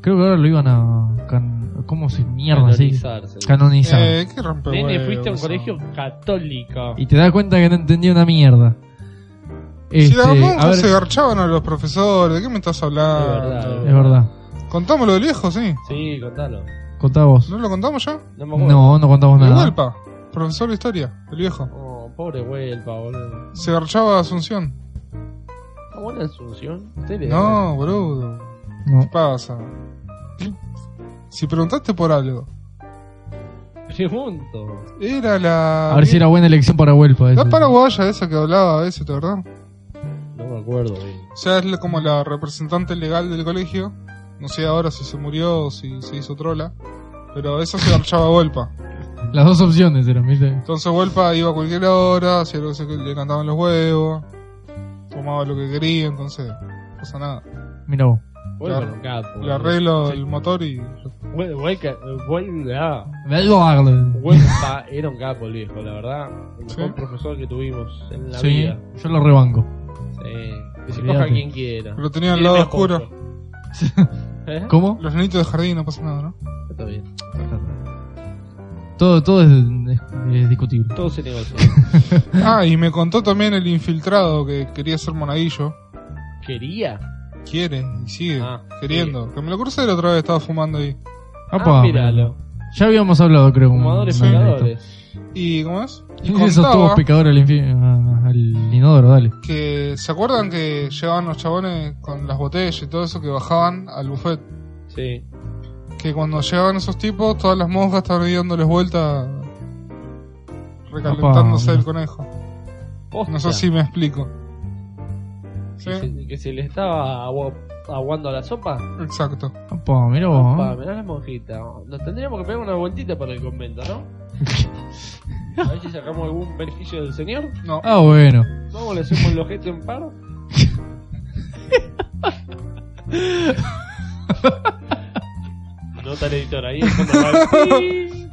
Creo que ahora lo iban a. can- ¿Cómo se mierda así?
Canonizarse.
Canonizar.
Eh, qué rompe
Nene,
huevos,
fuiste a un
son.
colegio católico.
Y te das cuenta que no entendía una mierda.
Si
Este,
la mamá
a
no
ver,
se garchaban a los profesores, ¿de qué me estás hablando?
verdad.
es verdad.
Contámoslo del viejo, sí.
Sí, contalo.
Contá vos.
¿No lo contamos ya?
No me acuerdo.
No, no contamos
El
nada.
Huelpa, profesor de historia, el viejo.
Oh, pobre Huelpa, boludo.
Se garchaba a Asunción.
¿Está buena Asunción?
No, boludo. ¿Qué
No.
pasa? Si preguntaste por algo,
Pregunto.
era la.
A ver si era buena elección para Huelpa.
La
ese.
paraguaya esa que hablaba a veces, ¿te verdad?
No me acuerdo bien.
O sea, es la- como la representante legal del colegio. No sé ahora si se murió o si se hizo trola. Pero esa se garchaba a Huelpa.
Las dos opciones eran, ¿viste?
Entonces Huelpa iba a cualquier hora, hacía lo que se- le cantaban los huevos, tomaba lo que quería, entonces no pasa nada.
Mira vos.
Huelpa
La-
era un capo.
Le arreglo
Sí.
el motor y...
Hue- Huelca- Huel- ah.
Huelpa.
Huelpa era un capo el viejo, la verdad. El mejor
Sí.
profesor que tuvimos en la
Sí,
vida.
yo lo rebanco.
Sí. Que se
Olvídate.
coja quien quiera.
Pero tenía el
Tiene
lado
más
oscuro.
costo. ¿Eh?
¿Cómo?
Los nenitos de jardín, no pasa nada, ¿no?
Está bien.
Todo, todo es, es- es discutible.
Todo se negocia.
Ah, y me contó también el infiltrado que quería ser monaguillo.
¿Quería?
Quiere y sigue
Ah,
queriendo. Que me lo crucé la otra vez, estaba fumando ahí.
Apa,
pues,
Ah, míralo.
Ya habíamos hablado, creo. con-
Fumadores,
con esto.
pecadores.
¿Y cómo es? Y
Y Esos
contaba
tubos pecadores al, infi- al inodoro, dale.
que... ¿Se acuerdan que llegaban los chabones con las botellas y todo eso que bajaban al buffet?
Sí.
que cuando llegaban esos tipos, todas las monjas estaban ahí dándoles vuelta, recalentándose
Apa.
el conejo.
Posta.
No sé si me explico. ¿Sí?
Que se- que se le estaba agu- aguando a la sopa.
Exacto.
Apa, mira vos.
Pa,
¿eh?
mirá la monjita. Nos tendríamos que pegar una vueltita para el convento, ¿no? A ver si sacamos algún beneficio del señor.
No,
Ah, bueno.
Vamos, le hacemos el ojete en paro. Nota al editor ahí. en fondo va el-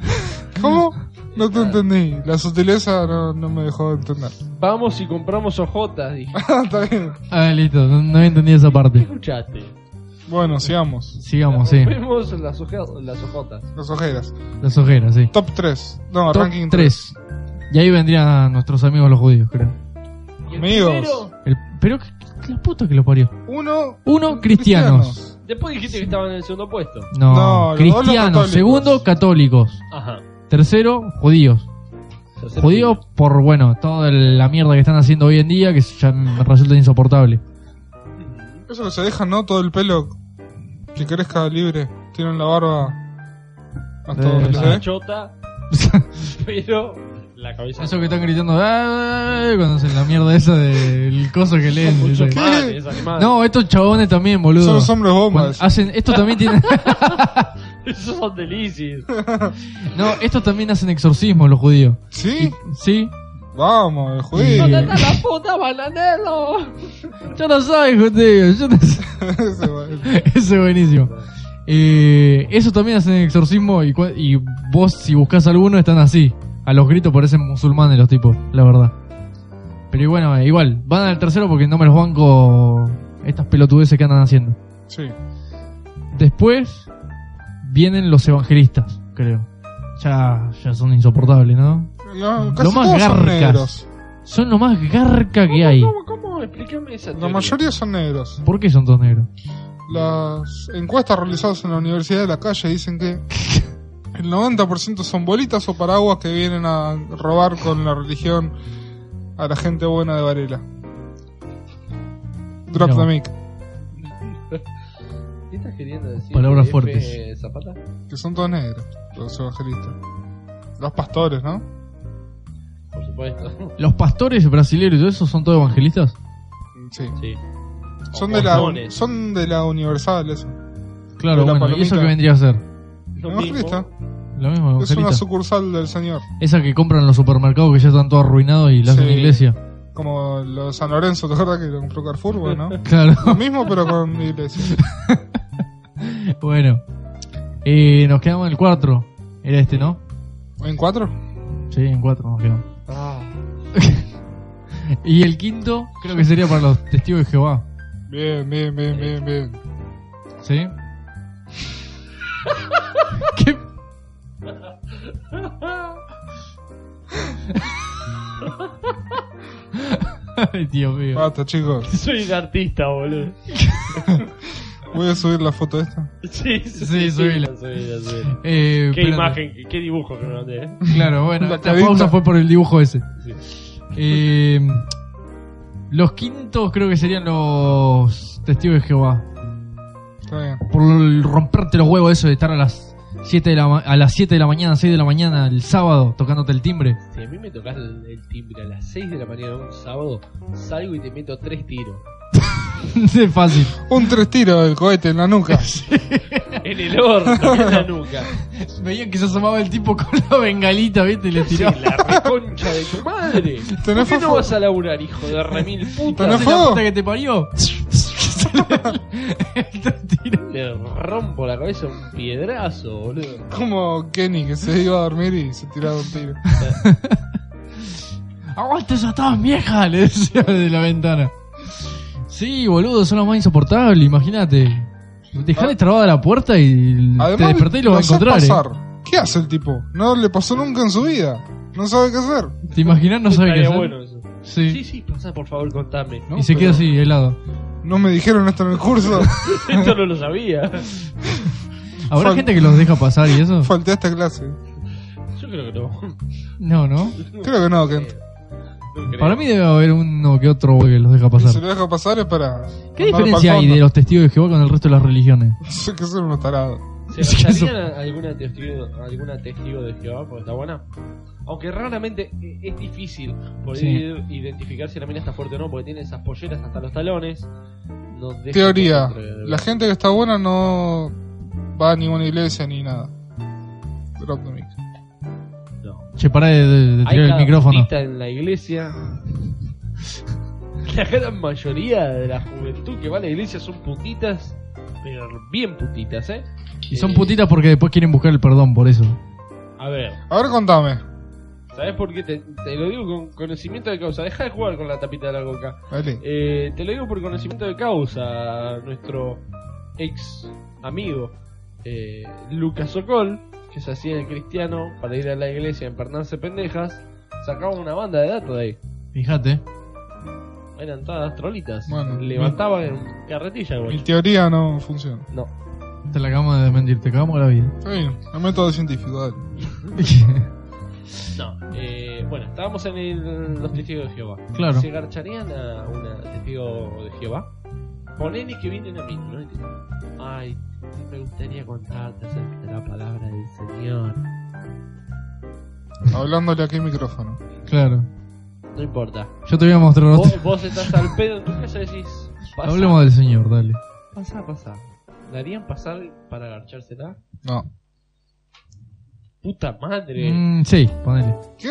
¿cómo? No te entendí. La sutileza no, no me dejó entender.
Vamos y compramos ojotas, dije.
Ah, Está bien.
Ah, listo. No, no había entendido esa
¿Qué
parte.
escuchaste?
Bueno, sigamos.
Sigamos, sí.
Vemos las, oje- las ojotas.
Las ojeras.
Las ojeras, sí.
Top 3. No,
Top
ranking 3.
3. Y ahí vendrían nuestros amigos los judíos, creo.
Y el
Amigos.
primero,
El, pero, ¿qué, qué la puta que lo parió?
Uno.
Uno, cristianos.
Después dijiste que estaban en el segundo puesto.
No,
No, los dos los
cristianos.
católicos.
Segundo, católicos.
Ajá.
Tercero, judíos. Judíos por, bueno, toda la mierda que están haciendo hoy en día que ya me resulta insoportable.
Eso que se deja, ¿no? Todo el pelo que crezca libre. Tienen la barba. Hasta
Eh,
donde se
La
ve.
chota, pero la cabeza.
Eso que están gritando, "Ah", cuando hacen la mierda esa del coso que leen.
Mucho
¿viste?
más, es animal.
No, estos chabones también, boludo.
Son los hombres
Cuando
bombas.
hacen, estos también tienen,
Esos son delicios.
no, estos también hacen exorcismo los judíos.
¿Sí?
¿Sí?
Vamos, el judío.
ah, Sí.
¡Date la puta, bananero!
Yo no soy judío, yo no soy-
Ese va-
Ese es buenísimo. Eh, eso también hacen exorcismo y, cua- y vos si buscas alguno están así. A los gritos parecen musulmanes los tipos, la verdad. Pero y bueno, eh, igual, van al tercero porque no me los banco estas pelotudeces que andan haciendo.
Sí.
Después vienen los evangelistas, creo. Ya, ya son insoportables, ¿no?
No, casi
Lo más
todos son
garcas.
negros.
Son lo más garca que hay.
¿Cómo, cómo? Explícame esa
La
teoría.
mayoría son negros.
¿Por qué son todos negros?
Las encuestas realizadas en la Universidad de la Calle dicen que El 90% son bolitas o paraguas que vienen a robar con la religión a la gente buena de Varela. Drop
Mirá.
the mic.
¿Qué estás queriendo decir?
Palabras
F.
fuertes.
Zapata?
Que son todos negros, los evangelistas. Los pastores, ¿no?
Por supuesto.
¿Los pastores brasileños y todo eso son todos evangelistas?
Sí.
Sí.
Son de, la,
mormones.
son de la universal, eso.
Claro,
De la
bueno, ¿y
palomita.
eso qué vendría a ser?
Lo
Evangelista.
mismo.
Lo mismo,
Es una
evangelista.
sucursal del Señor.
Esa que compran en los supermercados que ya están todos arruinados y la hacen
Sí.
iglesia.
Como los San Lorenzo, ¿te acuerdas que lo compró Carrefour? Bueno,
Claro.
lo mismo pero con iglesia.
bueno. Eh, nos quedamos en el 4. Era este, ¿no?
¿En cuatro?
Sí, en 4 nos quedamos.
Ah.
y el quinto creo que sería para los testigos de Jehová.
Bien, bien, bien, bien, bien.
¿Sí? ¿Qué? Ay, Dios mío.
Basta, chicos.
Soy un artista, boludo.
Voy a subir la foto esta.
Sí,
Sí, subila.
subila, subila.
Eh,
Qué
espérate.
imagen, qué- qué dibujo que me mandé. eh.
Claro, bueno,
La
la,
carita.
pausa fue por el dibujo ese.
Sí.
Eh, los quintos creo que serían los testigos de Jehová.
Está bien.
Por el romperte los huevos eso de estar a las 7 de la, ma- a las 7 de la mañana, 6 de la mañana, el sábado, tocándote el timbre.
Si a mí me tocas el, el timbre a las 6 de la mañana un sábado, salgo y te meto tres tiros.
es fácil.
Un tres tiros del cohete en la nuca.
En el horno, en la nuca.
Veían que se asomaba el tipo con la bengalita, ¿viste? Y le
Sí,
tiraba.
la reconcha de tu madre. ¿Por
¿Tenés
qué no
fofo?
vas a laburar, hijo de remil puta?
¿Tenés
¿Hace
fuego?
la puta que te parió? Se le- le tiró.
Le rompo la cabeza a un piedrazo, boludo.
Como Kenny que se iba a dormir y se tiraba un tiro.
¡Aguante esa tan vieja! Le decía desde la ventana. Sí, boludo, son los más insoportables, imagínate. Dejale trabada la puerta y te
Ah. Además,
desperté y lo va a
haces
encontrar. ¿eh?
pasar. ¿Qué hace el tipo? No le pasó nunca en su vida. No sabe qué hacer.
¿Te imaginas? No sabe qué
Estaría
hacer.
bueno eso.
Sí.
Sí, sí, pasa, por favor, contame.
No,
y se
pero
queda así, helado.
No me dijeron esto en el curso.
Esto no lo sabía.
¿Habrá
Fal-
gente que los deja pasar y eso?
Falté a esta clase.
Yo creo que no. Eh,
No, no.
Creo que no,
Eh,
Kent.
No creo.
Para mí debe haber uno que otro que los deja
Si
pasar.
lo dejo pasar es para.
¿Qué diferencia hay de los testigos de Jehová con el resto de las religiones?
Sé que son unos tarados.
¿Se
Es que eso-
basarían a- alguna testigo, alguna testigo de Jehová porque está buena? Aunque raramente eh, es difícil poder
Sí.
identificar si la mina está fuerte o no, porque tiene esas polleras hasta los talones. No deja
Teoría:
que entre-
la gente que está buena no va a ninguna iglesia ni nada. Drop the mic.
No.
Che, pará de, de- de
Hay
tirar el
cada
micrófono.
putita en la iglesia. La gran mayoría de la juventud que va a la iglesia son putitas, pero bien putitas, ¿eh?
Y son putitas porque después quieren buscar el perdón por eso.
A ver,
A ver, contame.
¿sabes por qué? Te, te lo digo con conocimiento de causa. Deja de jugar con la tapita de la coca.
Dale.
Eh, te lo digo por conocimiento de causa, nuestro ex amigo eh, Lucas Sokol, que se hacía el cristiano para ir a la iglesia a empernarse pendejas, sacaba una banda de datos de ahí.
Fíjate.
Eran todas trolitas.
Bueno,
Levantaban en carretilla,
Mi
güey.
teoría no funciona.
No.
Te la acabamos de desmentir, te acabamos la vida.
Está bien, el método científico, dale.
No, eh, bueno, estábamos en el- los testigos de Jehová.
Claro.
¿Se garcharían a una testigo de Jehová? Ponele que vienen a mí, ¿no? Y dicen, Ay, me gustaría contarte acerca de la palabra del Señor.
Hablándole aquí al micrófono.
claro.
No importa.
Yo te voy a mostrar otro.
Vos, vos estás al pedo en tu casa y decís, pasa,
Hablemos del señor, dale.
pasa, pasa. ¿La harían pasar para garchársela?
No.
Puta madre.
Mm, sí, ponele.
¿Qué?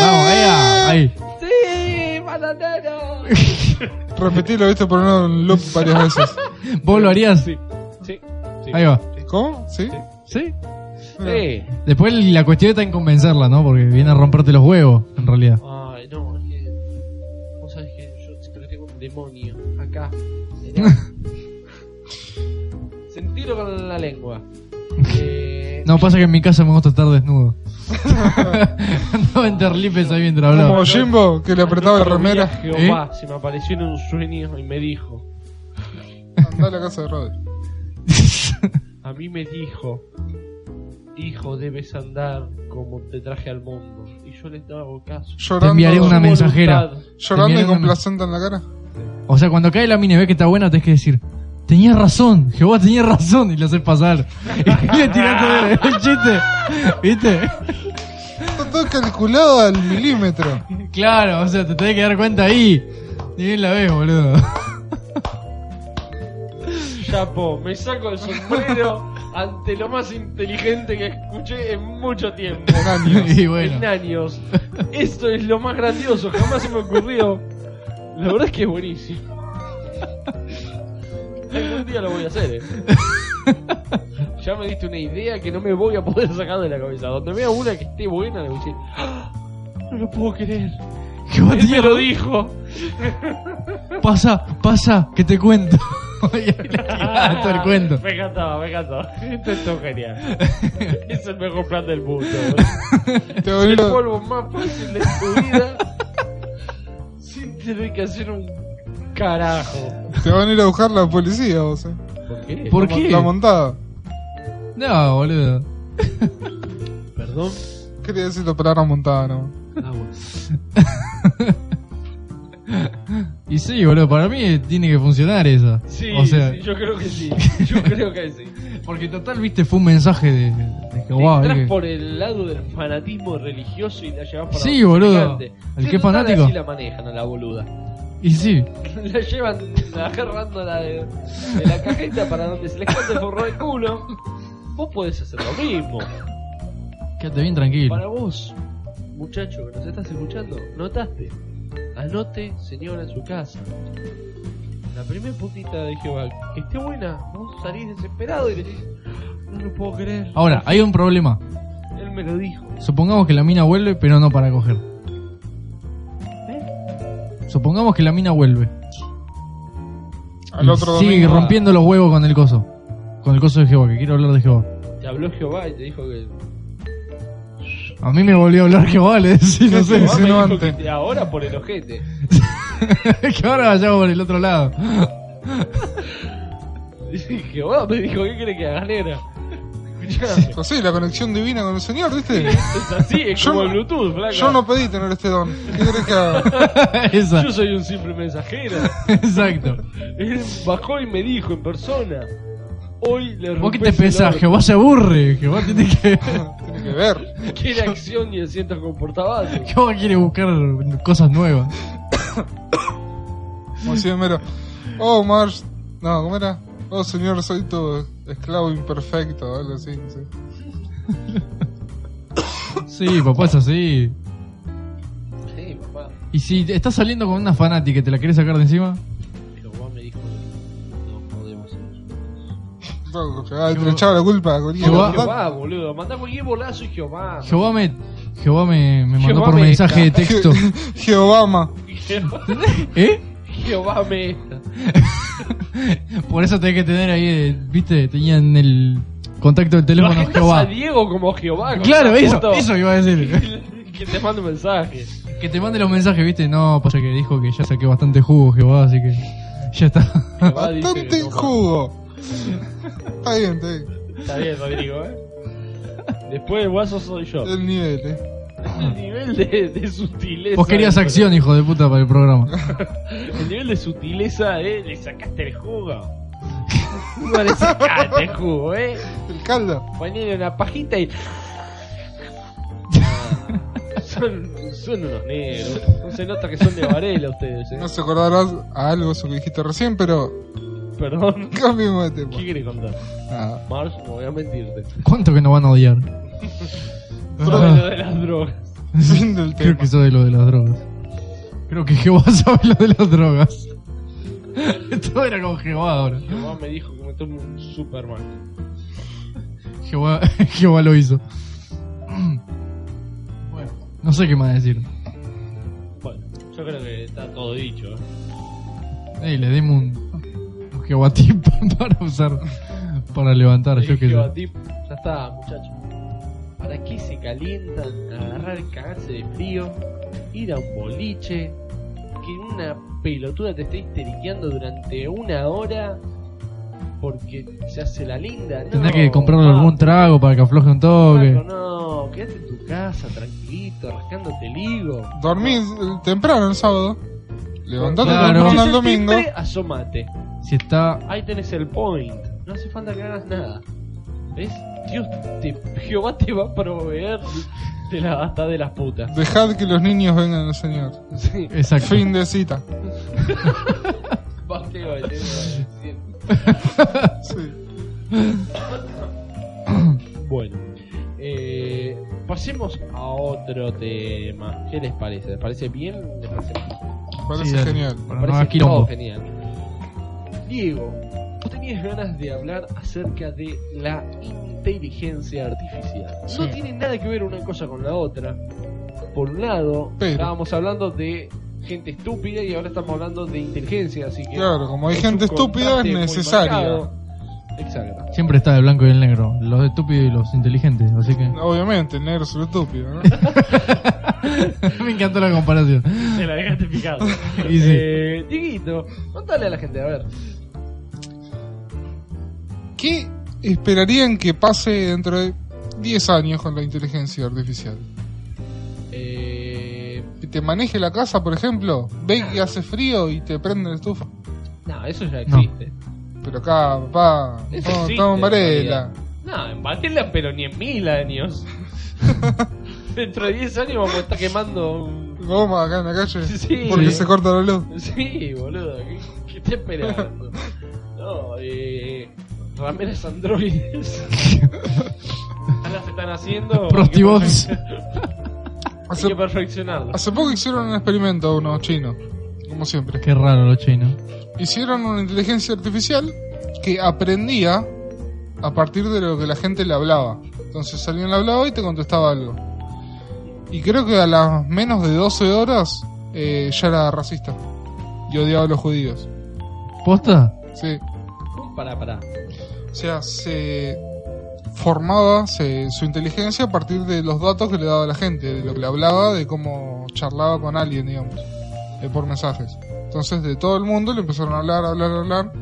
Vamos, ea, ahí.
¡Sí, bananero!
Repetilo, viste, por un loop varias veces.
¿Vos lo harías?
Sí. Sí. sí.
Ahí va.
¿Cómo? ¿Sí?
Sí.
Sí.
Después la cuestión está en convencerla, ¿no? Porque viene a romperte los huevos, en realidad.
Ay, no, es que. Vos sabés que yo siempre tengo un demonio acá. Sentirlo con la lengua. Eh,
No, pasa que en mi casa me gusta estar desnudo. Andaba en terlipes ahí mientras hablaba.
Como Jimbo, que le apretaba la
Otro día
remera. ¿Eh?
Jehová se me apareció en un sueño y me dijo.
Andá a la casa de Robert.
A mí me dijo, hijo, debes andar como te traje al mundo. Y yo le hago caso.
Llorando,
enviaré una
Su
mensajera.
voluntad.
llorando y
enviaré una-
complacente en la cara.
O sea, cuando cae la mina y ve que está buena, tenés que decir: Tenías razón, Jehová tenía razón, y lo haces pasar. Y le tirás todo el- el chiste. ¿Viste?
Está todo calculado al milímetro.
Claro, o sea, te tenés que dar cuenta ahí. Ni bien la ves, boludo.
Chapo, me saco el sombrero ante lo más inteligente que escuché en mucho tiempo.
Por años.
Y
En
bueno,
años. Esto es lo más gracioso, jamás se me ocurrió. La verdad es que es buenísimo. Algún día lo voy a hacer, eh. Ya me diste una idea que no me voy a poder sacar de la cabeza. Donde vea una que esté buena, le voy a decir: "Ah, No lo puedo creer.
Jehová
Él me
tenía
lo dijo.
Pasa, pasa, que te cuento. y ahí le tirás Ah, todo el cuento.
ah, Me encantaba, me encantaba. Esto es todo genial. Es el mejor plan del mundo.
Te
el
abrió-
polvo más fácil de tu vida sin tener que hacer un carajo.
Te van a ir a buscar la policía, vos. eh.
¿Por qué?
¿Por
La-
qué?
La montada.
No, boludo.
Perdón.
Quería decir la palabra montada, no.
Y sí, boludo, para mí tiene que funcionar eso.
Sí,
o sea,
sí, yo creo que sí. Yo creo que sí.
porque total, viste, fue un mensaje de, de
Te
Jehová.
entras
¿viste?
por el lado del fanatismo religioso y la llevas para
Sí,
otro
boludo.
gigante.
¿El
Sí,
qué
total,
fanático?
Así la manejan a la boluda.
Y sí,
La llevan agarrando la de, de la cajeta para donde se les cante forró el culo. Vos podés hacer lo mismo.
quédate bien tranquilo.
Para vos, muchacho que nos estás escuchando, notaste. Anote, señora, en su casa. La primera putita de Jehová que esté buena, vos salís desesperado y le decís, no lo puedo creer.
Ah.
Ahora, hay un problema.
Él me lo dijo.
Supongamos que la mina vuelve, pero no para coger.
¿Eh?
Supongamos que la mina vuelve.
Al
Y
otro
sigue
domingo.
rompiendo los huevos con el coso. Con el coso de Jehová, que quiero hablar de Jehová.
Te habló Jehová y te dijo que.
A mí me volvió a hablar Jehová, le decía, no sé.
Sí,
Jehová me dijo
no,
que
antes.
te- ahora por el ojete.
que ahora vayamos por el otro lado.
Y Jehová me dijo, ¿qué crees que haga, negra? Escuchame.
Pues sí, la conexión divina con el señor, ¿viste?
Es así, es
Yo
como
no-
el Bluetooth, flaca.
Yo no pedí tener este don. ¿Qué crees que haga?
Esa,
Yo soy un simple mensajero.
exacto.
Él bajó y me dijo en persona. Hoy le
Vos que te
rompes el
pensás,
orto.
Jehová se aburre. Jehová tiene que.
Tiene que ver.
¿Qué era acción y asientos con portavasos?
Jehová quiere buscar cosas nuevas.
Como si mero. Oh, Marsh. No, ¿cómo era? Oh, señor, soy tu esclavo imperfecto. o Algo así, no sé.
Sí, papá, es así.
Sí, papá.
Y si te- estás saliendo con una fanática y te la querés sacar de encima,
Jehová me dijo no podemos
No, que- ah, te le echaba la culpa a cualquiera,
Jehová-
¿verdad?
Jehová, boludo. Mandá cualquier bolazo y Jehová.
Jehová me, Jehová me, me mandó
Jehová
por
me-
mensaje de texto.
Jehovama.
Jehová,
¿Eh?
Jehová me.
Por eso tenés que tener ahí, eh, viste, tenían el contacto del
Lo
teléfono
agendas a
Jehová.
Diego como Jehová. con
Claro,
la
eso,
foto.
eso iba a decir.
que te mando mensajes.
Que te mande los mensajes, viste, no, pasa que dijo que ya saqué bastante jugo Jehová, así que ya está.
Jehová dice
Bastante
que no,
jugo. Está bien, está bien.
Está bien, Rodrigo, eh. Después el guaso soy yo.
El nivel, eh.
El nivel de, de sutileza.
Vos querías acción, hijo de puta, para el programa.
El nivel de sutileza, eh. Le sacaste el jugo. No le sacaste el jugo, eh.
El caldo.
Ponele una pajita y. son, son unos negros. Se nota que son de Varela ustedes, eh.
No se acordarás a algo eso que dijiste recién, pero
Perdón.
cambiemos de
¿Qué
tema. Ah,
querés contar?
Nada.
Mars, no voy a mentirte.
¿Cuánto que nos van a odiar?
Sobre
Ah.
lo de las drogas.
Fin del
Creo
tema.
que sabe lo de las drogas. Creo que Jehová sabe lo de las drogas. Todo era con Jehová ahora.
Jehová me dijo que me tomo un Superman.
Jehová, Jehová lo hizo. Bueno, no sé qué más decir.
Bueno, yo creo que está todo dicho. ¿eh?
Ey, le dimos un, un Jehová tip para usar, para levantar, yo
El
qué sé.
geotip- Ya está, muchachos. ¿Para qué se calientan a agarrar cagarse de frío? Ir a un boliche. Que una pelotuda te esté histeriqueando durante una hora. porque se hace la linda. No,
Tendrá que comprarle
papi,
algún trago para que afloje un toque.
Paco, No, quédate en tu casa, tranquilito, rascándote el higo.
Dormí eh, temprano el sábado. Levantate
Claro.
temprano el
Escuchás
domingo.
timbre, asómate.
Si está.
Ahí tenés el point. No hace falta que hagas nada. ¿Ves? Dios te, Jehová te va a proveer de la basta de las putas.
Dejad que los niños vengan al Señor.
Sí,
Exacto.
Fin de cita.
basteo, te digo.
Sí.
Bueno, eh, pasemos a otro tema. ¿Qué les parece? ¿Les parece bien? ¿Les parece,
Parece
Sí, dale.
genial.
Para no
parece
hagas
todo
quilombo.
genial. Diego, ¿vos tenías ganas de hablar acerca de la inteligencia artificial? No
Sí.
tiene nada que ver una cosa con la otra. Por un lado,
Pero.
estábamos hablando de gente estúpida y ahora estamos hablando de inteligencia, así que...
Claro, como hay
es
gente
un
estúpida, es
contraste muy
necesaria.
marcado. Exacto.
Siempre está el blanco y el negro. Los estúpidos y los inteligentes. Así que.
Obviamente, el negro es el estúpido, ¿no?
Me encantó la comparación.
Te la dejaste picado.
Y sí.
Eh, Dieguito, contale a la gente, a ver.
¿Qué esperarían que pase dentro de 10 años con la inteligencia artificial?
Eh,
Que te maneje la casa, por ejemplo, ve que hace frío y te prende la estufa.
no, eso ya
No.
existe.
Pero acá, papá,
Eso
estamos
existe,
estamos en Varela.
No, en Varela, pero ni en mil años. Dentro de 10 años vamos a estar quemando. un-
Goma acá en la calle
Sí.
porque
Sí.
se corta la luz.
Sí, boludo, ¿qué, qué está esperando? No, eh. Rameras androides. Ahora se están haciendo.
Prostibots.
Hay que perfe- Hay que
Hace,
perfeccionarlo.
hace poco hicieron un experimento unos chinos, como siempre.
Qué raro los chinos.
Hicieron una inteligencia artificial que aprendía a partir de lo que la gente le hablaba. Entonces alguien le hablaba y te contestaba algo. Y creo que a las menos de 12 horas eh, ya era racista. Y odiaba a los judíos.
¿Posta?
Sí.
Pará, pará.
O sea, se formaba se- su inteligencia a partir de los datos que le daba la gente, de lo que le hablaba, de cómo charlaba con alguien, digamos, eh, por mensajes. Entonces, de todo el mundo le empezaron a hablar, a hablar, a hablar.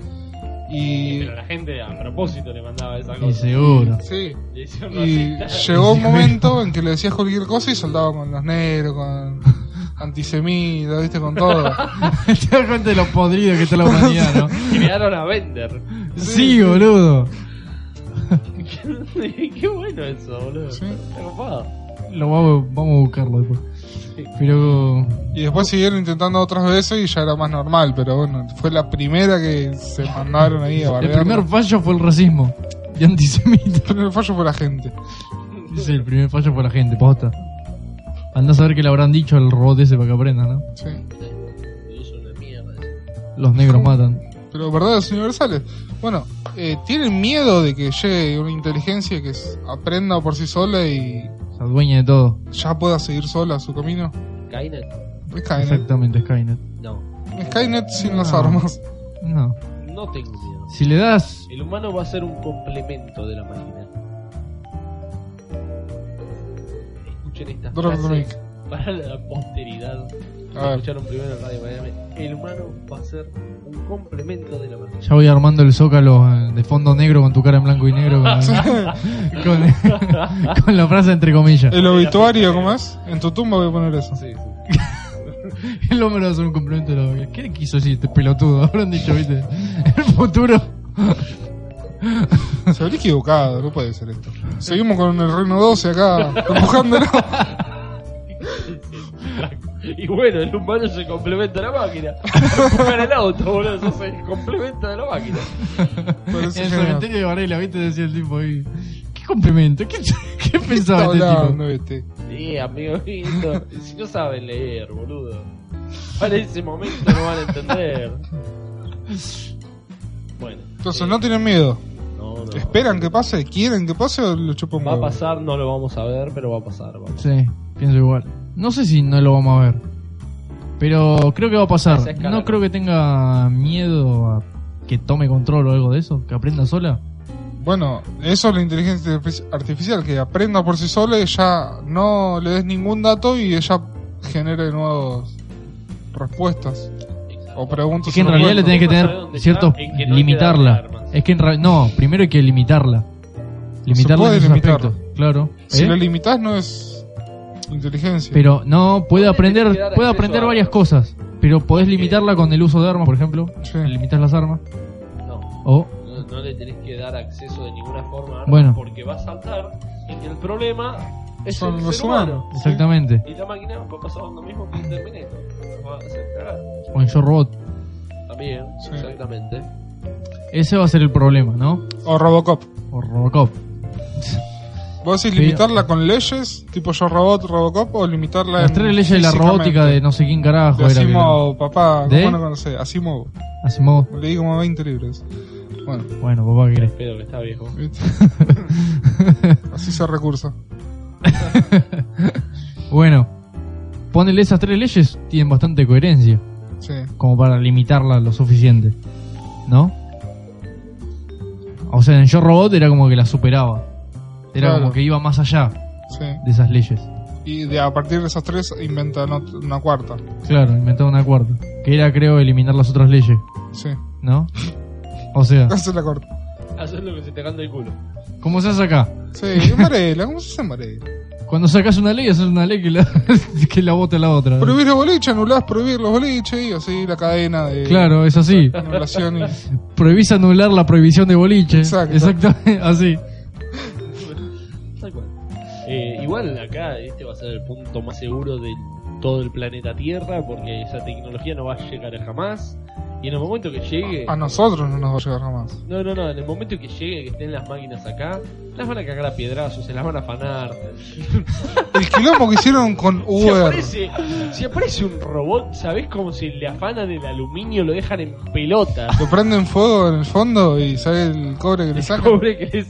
Y.
Pero la gente a propósito le mandaba esa
Y
cosa.
seguro.
Sí.
Le hicieron
Y
racista.
llegó un momento en que le decías cualquier cosa y saltaba con los negros, con antisemitas, viste, con todo.
Te das cuenta de lo podrido que está la humanidad, ¿no?
Crearon a Bender.
Sí, boludo.
Qué bueno eso, boludo.
Sí.
Está copado.
Lo vamos, vamos a buscarlo después. Pero.
Y después siguieron intentando otras veces y ya era más normal, pero bueno, fue la primera que se mandaron ahí a
El
bardear.
primer fallo fue el racismo. Y antisemita.
El primer fallo fue la gente.
Dice el primer fallo fue la gente, posta. Andás a ver qué le habrán dicho al robot ese para que aprenda, ¿no?
Sí.
Es una mierda.
Los negros matan.
Pero verdades universales. Bueno, eh, tienen miedo de que llegue una inteligencia que s- aprenda por sí sola y
Se adueña de todo.
ya pueda seguir sola su camino.
Kainet.
Skynet.
Exactamente, Skynet.
No,
Skynet sin las
No.
armas.
No.
no tengo miedo.
Si le das.
El humano va a ser un complemento de la máquina. Escuchen estas
Drop the
frases
mic.
para la posteridad.
A ver.
Escucharon primero en Radio Miami. El humano va a ser un complemento de la máquina.
Ya voy armando el zócalo eh, de fondo negro con tu cara en blanco y negro. Con, con, con la frase entre comillas.
El obituario, ¿cómo es? En tu tumba voy a poner eso.
Sí, sí.
El hombre va a ser un complemento de la vaca. ¿Qué quiso decir este pelotudo? Habrán dicho, viste. El futuro.
Se habría equivocado, no puede ser esto. Seguimos con el Reino 12 acá, empujándolo.
Y bueno, el humano se complementa a la máquina. Empujar el auto, boludo, eso se complementa de la máquina.
Parece
en el
genial.
cementerio de Varela, viste, decía el tipo ahí. ¿Qué complemento? ¿Qué, qué pensaba
Está
este
hablando
tipo?
este.
Sí, amigo lindo. Si no saben leer, boludo. Para ese momento no van a entender. Bueno.
Entonces,
eh,
no tienen miedo.
no, no.
¿Esperan que pase? ¿Quieren que pase o lo chupan
Va a
huevo?
pasar, no lo vamos a ver, pero va a pasar. va a pasar.
Sí, pienso igual. No sé si no lo vamos a ver. Pero creo que va a
Esa
pasar.
escala.
No creo que tenga miedo a que tome control o algo de eso, que aprenda sola.
Bueno, eso es la inteligencia artifici- artificial, que aprenda por sí sola y ya no le des ningún dato y ella genere nuevas respuestas. O pregunto
Es que en
si
realidad le
recuerdo.
tenés que
¿Cómo
tener
sabe dónde
ciertos.
está? En que no te da las
limitarla.
armas.
Es que en realidad. No, primero hay que limitarla. Limitarla
puede
en esos
limitar.
aspectos. Claro.
Si
¿Eh?
lo limitas no es inteligencia.
Pero no, puede
Puede
aprender,
limitar
puede
acceso
aprender
a
varias
armas.
cosas. Pero podés limitarla con el uso de armas, por ejemplo.
Sí.
Limitas las armas.
No,
O.
no, no le tenés que dar acceso de ninguna forma a armas
Bueno.
porque va a saltar y que el problema es
Son
el
los
ser humano.
humanos.
Exactamente.
Y la máquina va a pasar lo mismo que el Terminator. Va a hacer cagar.
O en Yo Robot.
También,
Sí.
exactamente.
Ese va a ser el problema, ¿no?
O Robocop.
O Robocop.
¿Vos decís
Pero-
limitarla con leyes, tipo yo robot, Robocop, o limitarla
Las
en-
tres leyes de la
físicamente?
robótica de no sé quién carajo
De
era. que era.
Asimov, papá,
¿De?
¿cómo no conocés? Asimov.
Asimov.
Leí como 20 libros. Bueno,
Bueno, papá, ¿qué querés?
Pero que está viejo.
¿viste? así se recursa.
Bueno, ponele esas tres leyes, tienen bastante coherencia,
Sí.
como para limitarla lo suficiente, ¿no? O sea, en Yo Robot era como que la superaba, era
Claro.
como que iba más allá
Sí.
de esas leyes.
Y de, a partir de esas tres inventan ot- una cuarta.
Claro, inventaba una cuarta, que era creo eliminar las otras leyes,
Sí.
¿no? O sea,
Hace la cuarta.
Haces lo que se te canta el culo.
¿cómo se hace acá?
Sí, y Marela, ¿cómo se hace Marela?
Cuando sacas una ley, haces una ley que la, que la bota la otra. ¿no?
Prohibir los boliches, anulás prohibir los boliches y así la cadena de
Claro, es así.
anulación y...
Prohibís anular la prohibición de boliche.
Exacto.
Exactamente, así.
Tal cual. Eh, igual acá este va a ser el punto más seguro de todo el planeta Tierra porque esa tecnología no va a llegar jamás. Y en el momento que llegue...
A nosotros Ah, no nos va a llegar jamás.
No, no, no, en el momento que llegue, que estén las máquinas acá, las van a cagar a piedrazos, se las van a afanar.
El quilombo que hicieron con
Si
Uber.
aparece, si aparece un robot, ¿sabés cómo se le afanan el aluminio? Lo dejan en pelota.
Lo prenden fuego en el fondo y sale el cobre que le sacan.
Pobre que les-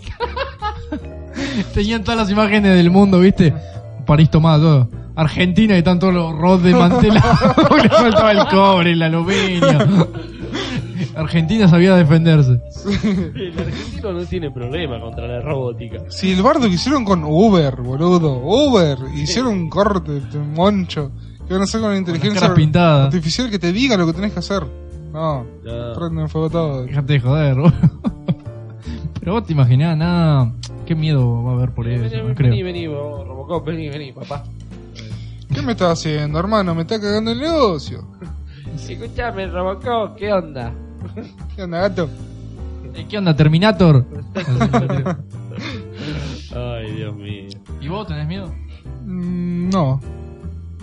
Tenían todas las imágenes del mundo, ¿viste? París tomada todo. Argentina y están todos los rods desmantelados. Le faltaba el cobre, el aluminio. Argentina sabía defenderse.
El argentino no tiene problema contra la robótica.
Si el bardo que hicieron con Uber, boludo. Uber. Hicieron un corte, un moncho. Que van a hacer con la inteligencia
caras pintadas. Ah.
artificial que te diga lo que tenés que hacer. No,
No.
prenden fuego todo.
Déjate de joder, boludo. Pero vos te imaginás, nada. Qué miedo va a haber por eso,
vení,
no
vení,
creo.
vení, vos, Robocop, vení, vení, papá.
¿Qué me estás haciendo, hermano? Me está cagando el negocio.
Escuchame, Robocop, ¿qué onda?
¿Qué onda, gato?
Eh, ¿Qué onda, Terminator?
Ay, Dios mío.
¿Y vos tenés miedo?
Mm, No.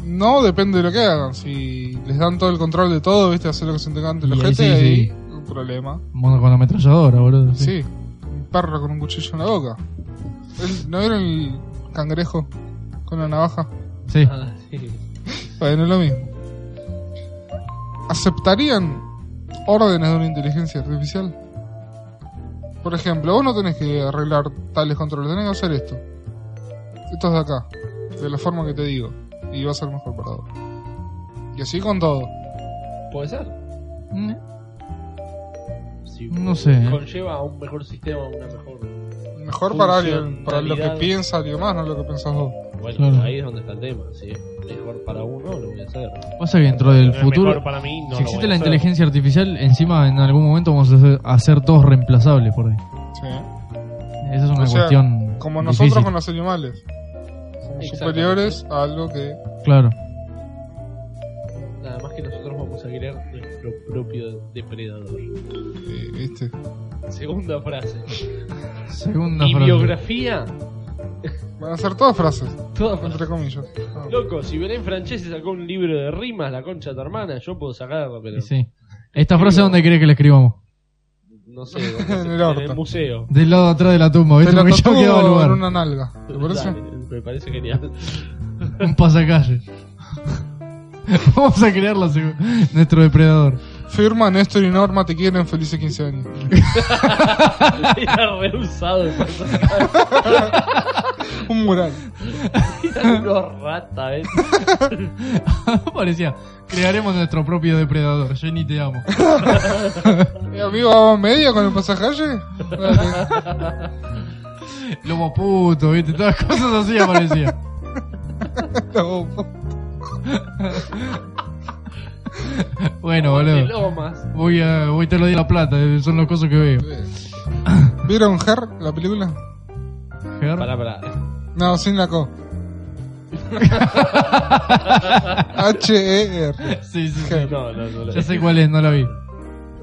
No, depende de lo que hagan. Si les dan todo el control de todo, viste, hacer lo que se te cante
Y
la
ahí
gente,
sí,
ahí
sí.
un problema.
Mono con ametralladora, boludo. sí.
Sí. Un perro con un cuchillo en la boca. El- ¿No vieron el cangrejo con la navaja?
Sí.
Ah, sí.
Bueno, es lo mismo. ¿Aceptarían órdenes de una inteligencia artificial? Por ejemplo, vos no tenés que arreglar tales controles, tenés que hacer esto. Esto es de acá, de la forma que te digo, y va a ser mejor para vos. Y así con todo.
¿Puede ser?
Mm,
Sí,
No sé. ¿eh?
Conlleva a un mejor sistema, una mejor...
Mejor para alguien,
Funcionalidad.
para lo que piensa y demás, no lo que pensás vos.
Bueno,
Claro.
ahí es donde está el tema. Si es mejor para uno, lo voy a hacer.
Pasa que dentro del
Si es
futuro.
mejor para mí, no
si
lo voy
existe
a
la
hacer.
inteligencia artificial, encima en algún momento vamos a ser, a ser todos reemplazables por ahí.
Sí.
Esa es una
O sea,
cuestión.
Como
difícil.
nosotros con los animales. Somos
Exactamente.
superiores a algo que...
Claro,
Nada más que nosotros vamos a crear nuestro propio depredador.
eh, ¿Viste?
Segunda frase.
segunda
Y
frase.
biografía,
Van a ser todas frases,
toda frase.
entre comillas. Ah.
Loco, si Belén Francese sacó un libro de rimas, la concha de tu hermana, yo puedo sacarlo, pero
Y sí. ¿Esta frase dónde crees que la escribamos?
no sé, dónde
En
se-
el
en el,
orto.
museo.
Del lado de atrás de la tumba,
Te
¿viste?
la
Porque yo
tatúo
quedaba lugar.
en una nalga. ¿Te parece?
Dale, me parece genial.
Un pasacalle. Vamos a crearla, seg- nuestro depredador.
Firma Néstor y Norma te quieren felices 15 años.
Era rehusado el personaje.
Un mural.
Era unos rata, ¿eh? ¿ves?
Parecía, crearemos nuestro propio depredador. Jenny, te amo.
Mi Eh, amigo vamos a media con el pasacalle. Dale.
Lobo puto, ¿viste? Todas cosas así aparecía.
No.
Bueno,
de
boludo.
Lomas.
Voy a, voy a estar los días de la plata, eh, son los cosas que veo.
¿Vieron Her, la película?
Ger.
Pará, pará.
No, sin la co. H-E-R.
Sí, sí, sí.
E Her.
No, no, no. lo-
Ya sé cuál es, no la vi.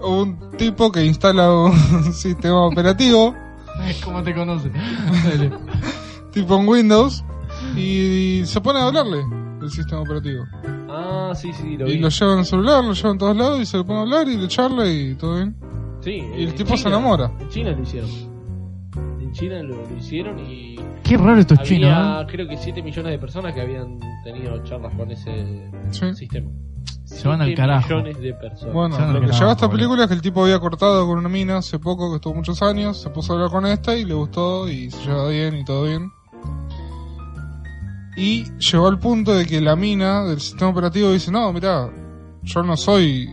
Un tipo que instala un sistema operativo,
¿Cómo te conoce? Dale.
tipo en Windows, y se pone a hablarle el sistema operativo.
Ah, sí, sí, lo vi.
Y lo lleva en el celular, lo lleva en todos lados, y se le pone a hablar y le charla y todo bien.
Sí,
Y el
en
tipo se
China-
enamora.
En China lo hicieron. En China lo, lo hicieron y.
Qué raro estos
había,
chinos. ¿eh?
creo que 7 millones de personas que habían tenido charlas con ese
Sí.
sistema.
¿Mm? Se van al
Siete
carajo.
millones de personas.
Bueno,
Ya no
lo que
queda
lleva
nada,
esta
boludo.
película es que el tipo había cortado con una mina hace poco, que estuvo muchos años, se puso a hablar con esta y le gustó y se lleva bien y todo bien. Y llegó al punto de que la mina del sistema operativo dice, no, mira, yo no soy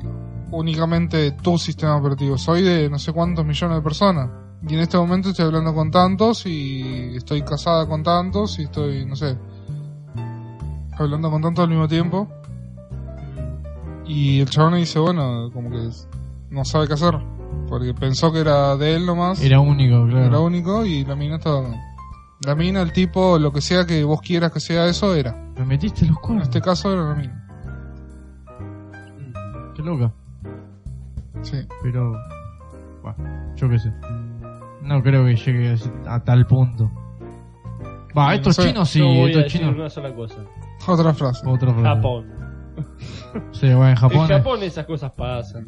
únicamente de tu sistema operativo, soy de no sé cuántos millones de personas. Y en este momento estoy hablando con tantos y estoy casada con tantos y estoy, no sé, hablando con tantos al mismo tiempo. Y el chabón dice, bueno, como que es- no sabe qué hacer. Porque pensó que era de él nomás, era,
Era único, claro.
único y la mina estaba... La mina, el tipo, lo que sea que vos quieras que sea eso, era.
Me metiste los
En
cuernos.
este caso era la mina.
Qué loca.
Sí.
Pero. Bueno, yo qué sé. No creo que llegue a ese- a, tal punto. Va,
Sí,
estos
no sé.
chinos sí,
Yo voy a
estos
decir
chinos.
una sola cosa.
Otra frase.
Otra frase.
Japón.
Sí, bueno, en Japón.
En Japón esas cosas pasan.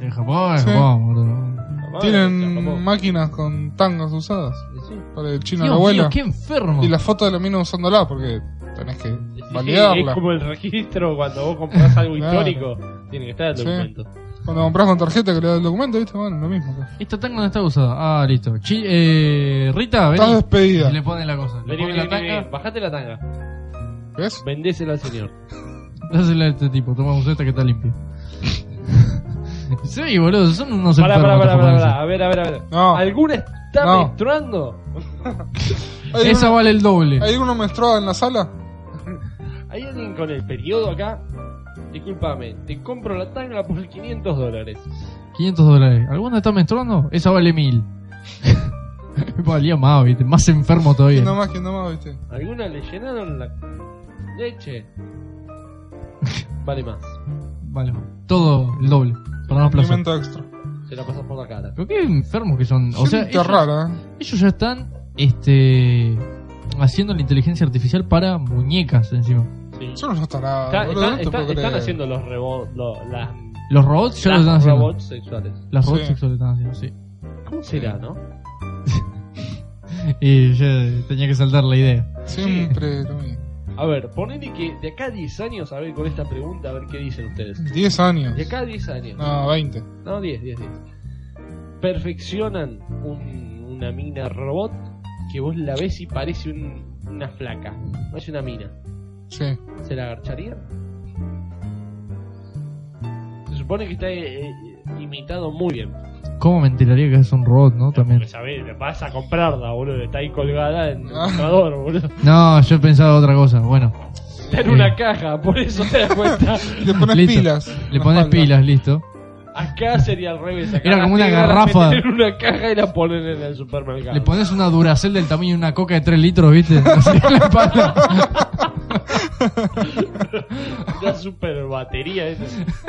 En Japón, en
Sí.
Japón, boludo.
Japón,
Tienen
Japón.
máquinas con tangas usadas
Sí.
para el chino a la
Dios
abuela.
mío, qué enfermo.
Y la foto de la mina usándola, porque tenés que
Es
validarla.
como el registro cuando vos compras algo
Claro.
histórico. Tiene que estar el
Sí.
documento.
Cuando compras con tarjeta que le da el documento, viste, bueno, lo mismo. acá.
Esta tanga no está usada. Ah, listo. Chi- eh, Rita, vení.
Estás despedida.
Le pone la cosa. Le
Vení,
pone
vení,
la
vení, vení.
tanga.
Bajate la tanga.
¿Ves?
Vendésela al señor.
Dásela a este tipo. Tomamos esta que está limpia. sí, boludo. Son unos
Pará, pará,
enfermos.
pará,
estos
pará,
japoneses.
pará. A ver, a ver, a ver.
No.
¿Alguna está
No.
menstruando?
¿Hay,
Esa
uno,
vale el doble.
¿Hay uno menstruado en la sala?
¿Hay alguien con el periodo acá? Disculpame, te compro la tanga por 500 dólares.
500 dólares. ¿Alguna está menstruando? Esa vale 1000. Valía más, viste. Más enfermo todavía.
¿Quién nomás? ¿Quién nomás, viste?
¿Alguna le llenaron la leche? Vale más.
Vale, todo el doble. Para no aplazar.
Alimento extra.
Se la pasas por la cara.
Pero qué enfermos que son. O sea,
Gente
ellos,
rara, ¿eh?
ellos ya están este, haciendo la inteligencia artificial para muñecas encima.
Sí.
Son unos tarados.
Está-
boludo,
está-
no te
está-
puedo creer.
están haciendo los rebo- lo- las,
Los robots ya lo
las
están haciendo.
robots sexuales.
Las robots
Sí.
sexuales están haciendo, sí.
¿Cómo será, no?
Y yo tenía que saltar la idea.
Siempre lo mismo.
A ver, ponele que de acá a 10 años, a ver con esta pregunta, a ver qué dicen ustedes.
10 años.
De acá a 10 años.
No, 20.
No, 10, 10, 10. Perfeccionan un- una mina robot que vos la ves y parece un- una flaca. No es una mina.
Sí.
¿Se la agarcharía? Se supone que está eh, eh, imitado muy bien.
¿Cómo me enteraría que es un robot, no? También.
Porque sabés, vas a comprarla, boludo. Está ahí colgada en el
Ah.
mostrador, boludo.
No, yo pensaba otra cosa. Bueno,
Está en una caja, por eso te das cuenta.
Le pones
Listo.
pilas. en
le
la
pones
espalda.
pilas, listo.
Acá sería al revés. acá
Era
la
como una
tienen, la
garrafa.
meten en una caja y la ponen en el supermercado.
Le pones una duracel del tamaño de una coca de 3 litros, ¿viste? Así en la espalda.
Una super batería esa.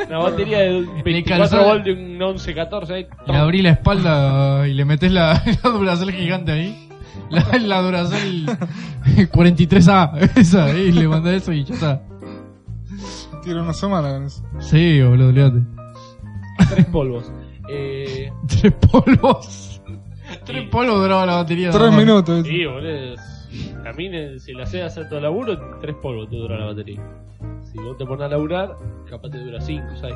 Una batería de
calzó-
24 volt de un ¿eh? 11-14 ahí.
Le abrí la espalda y le metes la, la duracel gigante ahí. La, la duracel 43A. Esa, y le mandás eso y ya está.
Tiene una semana con eso.
Sí, boludo, olvídate.
Tres polvos. Eh,
Tres polvos. Tres polvos duraba la batería.
Tres
nomás.
minutos. ¿viste?
sí, boludo. A mí, ne- si la haces hacer todo el laburo, tres polvos te dura la batería. Si vos te pones a laburar, capaz te dura 5, 6.
Está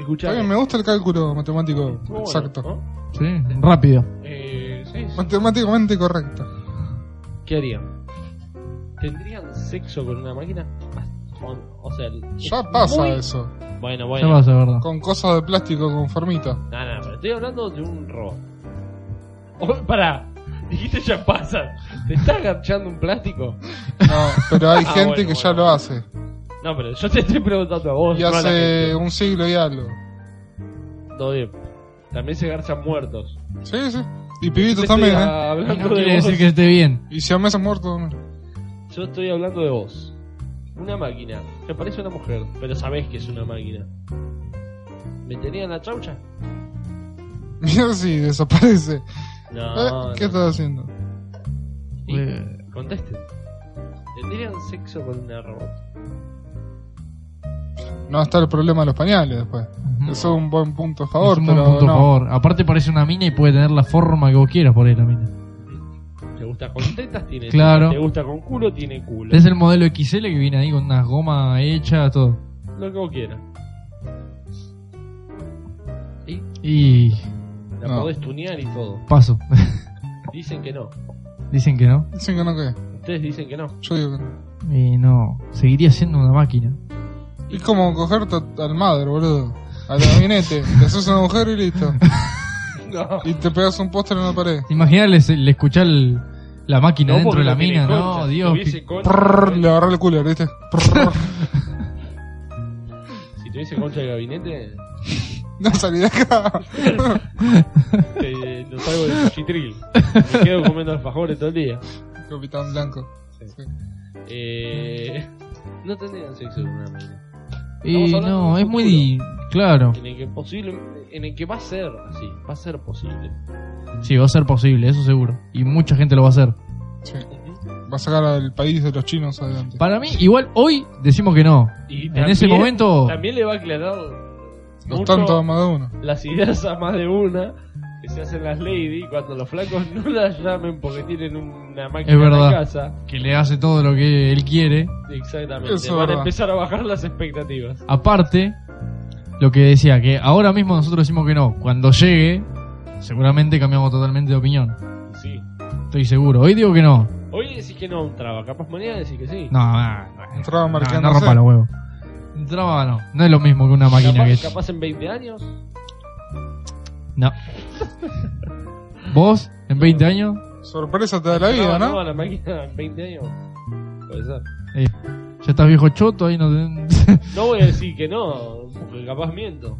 Escuchá.
bien, me gusta el cálculo matemático
estuvo bueno,
exacto.
¿no?
Sí, rápido.
Eh, sí, sí.
Matemáticamente correcto.
¿Qué harían? ¿Tendrían sexo con una máquina? O, o sea, es
Ya pasa
muy-
eso.
Bueno,
Ya
bueno.
pasa, verdad.
Con cosas de plástico, con formita.
No, no, pero estoy hablando de un robot. Oh, pará, dijiste ya pasa. ¿Te está agarchando un plástico?
No, pero hay
Ah,
gente
bueno,
que ya
bueno.
lo hace.
No, pero yo te estoy preguntando a vos.
Y
no a la
hace
gente.
un siglo y algo.
Todo bien. También se garzan muertos.
Sí, sí. Y pibitos
Yo
también,
estoy
¿eh?
hablando
No
de
quiere
vos.
decir que esté bien.
Y si a meses muertos también.
Yo estoy hablando de vos. Una máquina. Me parece una mujer, pero sabés que es una máquina. ¿Me tenían la chaucha?
Mira si desaparece.
No.
Eh, ¿Qué
Ah, no.
estás haciendo?
Y-
Eh,
Contesten. ¿Tendrían sexo con una robot?
No está el problema de los pañales después.
Ujú.
Eso es un buen punto a favor,
es un
pero
punto,
no.
favor. Aparte parece una mina y puede tener la forma que vos quieras por ahí la mina.
¿Te gusta con tetas? Tiene tetas.
Claro.
¿Te gusta con culo? Tiene culo.
Es el modelo XL que viene ahí con unas gomas hechas, todo.
Lo que vos quieras. ¿Sí?
Y
La
No.
podés tunear y todo.
paso.
Dicen que no.
Dicen que no.
Dicen que no que.
Ustedes dicen que no.
Yo digo que no.
Y no, seguiría siendo una máquina.
Es como cogerte al madre, boludo. Al gabinete. Te haces un agujero y listo.
No.
Y te pegas un póster en la pared.
Imaginar el, el escuchar el- la máquina dentro
porque
de la
tiene
mina.
concha.
No,
Si
Dios.
tuviese
pi-
concha- eh,
Prrr, le agarré el culo, ¿viste? Prrr.
Si tuviese concha de gabinete,
No salí de acá.
te, no salgo del chitril. Me quedo comiendo alfajores todo el día.
Capitán Blanco.
Eh, no tendrían sexo con una mina.
Y
hablando de
no,
un
es muy... di- Claro.
En el que posible, en el que va a ser así, va a ser posible.
Sí, va a ser posible, eso seguro. Y mucha gente lo va a hacer.
Sí. Va a sacar al país de los chinos adelante.
Para mí, igual hoy decimos que no.
Y
En ese momento-
también le va a aclarar
Los
mucho
tantos más de uno.
las ideas a más de una que se hacen las lady cuando los flacos no las llamen porque tienen una máquina
Es
en la
verdad.
casa.
Que le hace todo lo que él quiere.
Exactamente.
Eso es
Van a
verdad.
empezar a bajar las expectativas.
Aparte, lo que decía, que ahora mismo nosotros decimos que no. Cuando llegue, seguramente cambiamos totalmente de opinión.
Sí.
Estoy seguro. Hoy digo que no.
Hoy decís que no a un traba, capaz mañana decís que sí.
No, no, no.
Entraba
no,
marcando.
no rompa los huevos. Entraba, no. No es lo mismo que una máquina
capaz,
que
capaz en 20 años.
No. ¿Vos, en 20 años?
Sorpresa te da la vida,
Traba
¿no?
a la máquina en 20 años. Puede ser.
eh, ya estás viejo choto, ahí no te...
No voy a decir que no, porque capaz miento.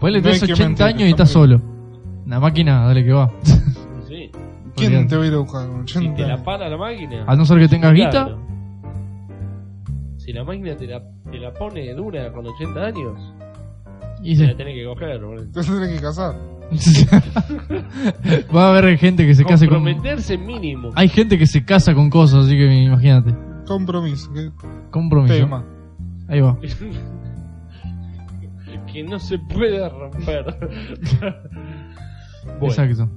Ponele,
No
tenés
hay que
80
mentir,
años y
está
estás
muy
solo. Una máquina, dale que va.
Sí.
¿Quién
Olvidate.
te va a ir a buscar? con
Si te
80?
la para la máquina.
A no ser que tengas
Claro.
guita,
Si la máquina te la, te la pone dura con 80 años,
y
te la
se...
tenés que coger. boludo.
Te tenés que casar.
Va a haber gente que se case con...
Comprometerse mínimo.
Hay gente que se casa con cosas, así que imagínate.
Compromiso. ¿Qué
Compromiso.
tema?
Ahí va.
que no se puede romper. bueno,
Exacto.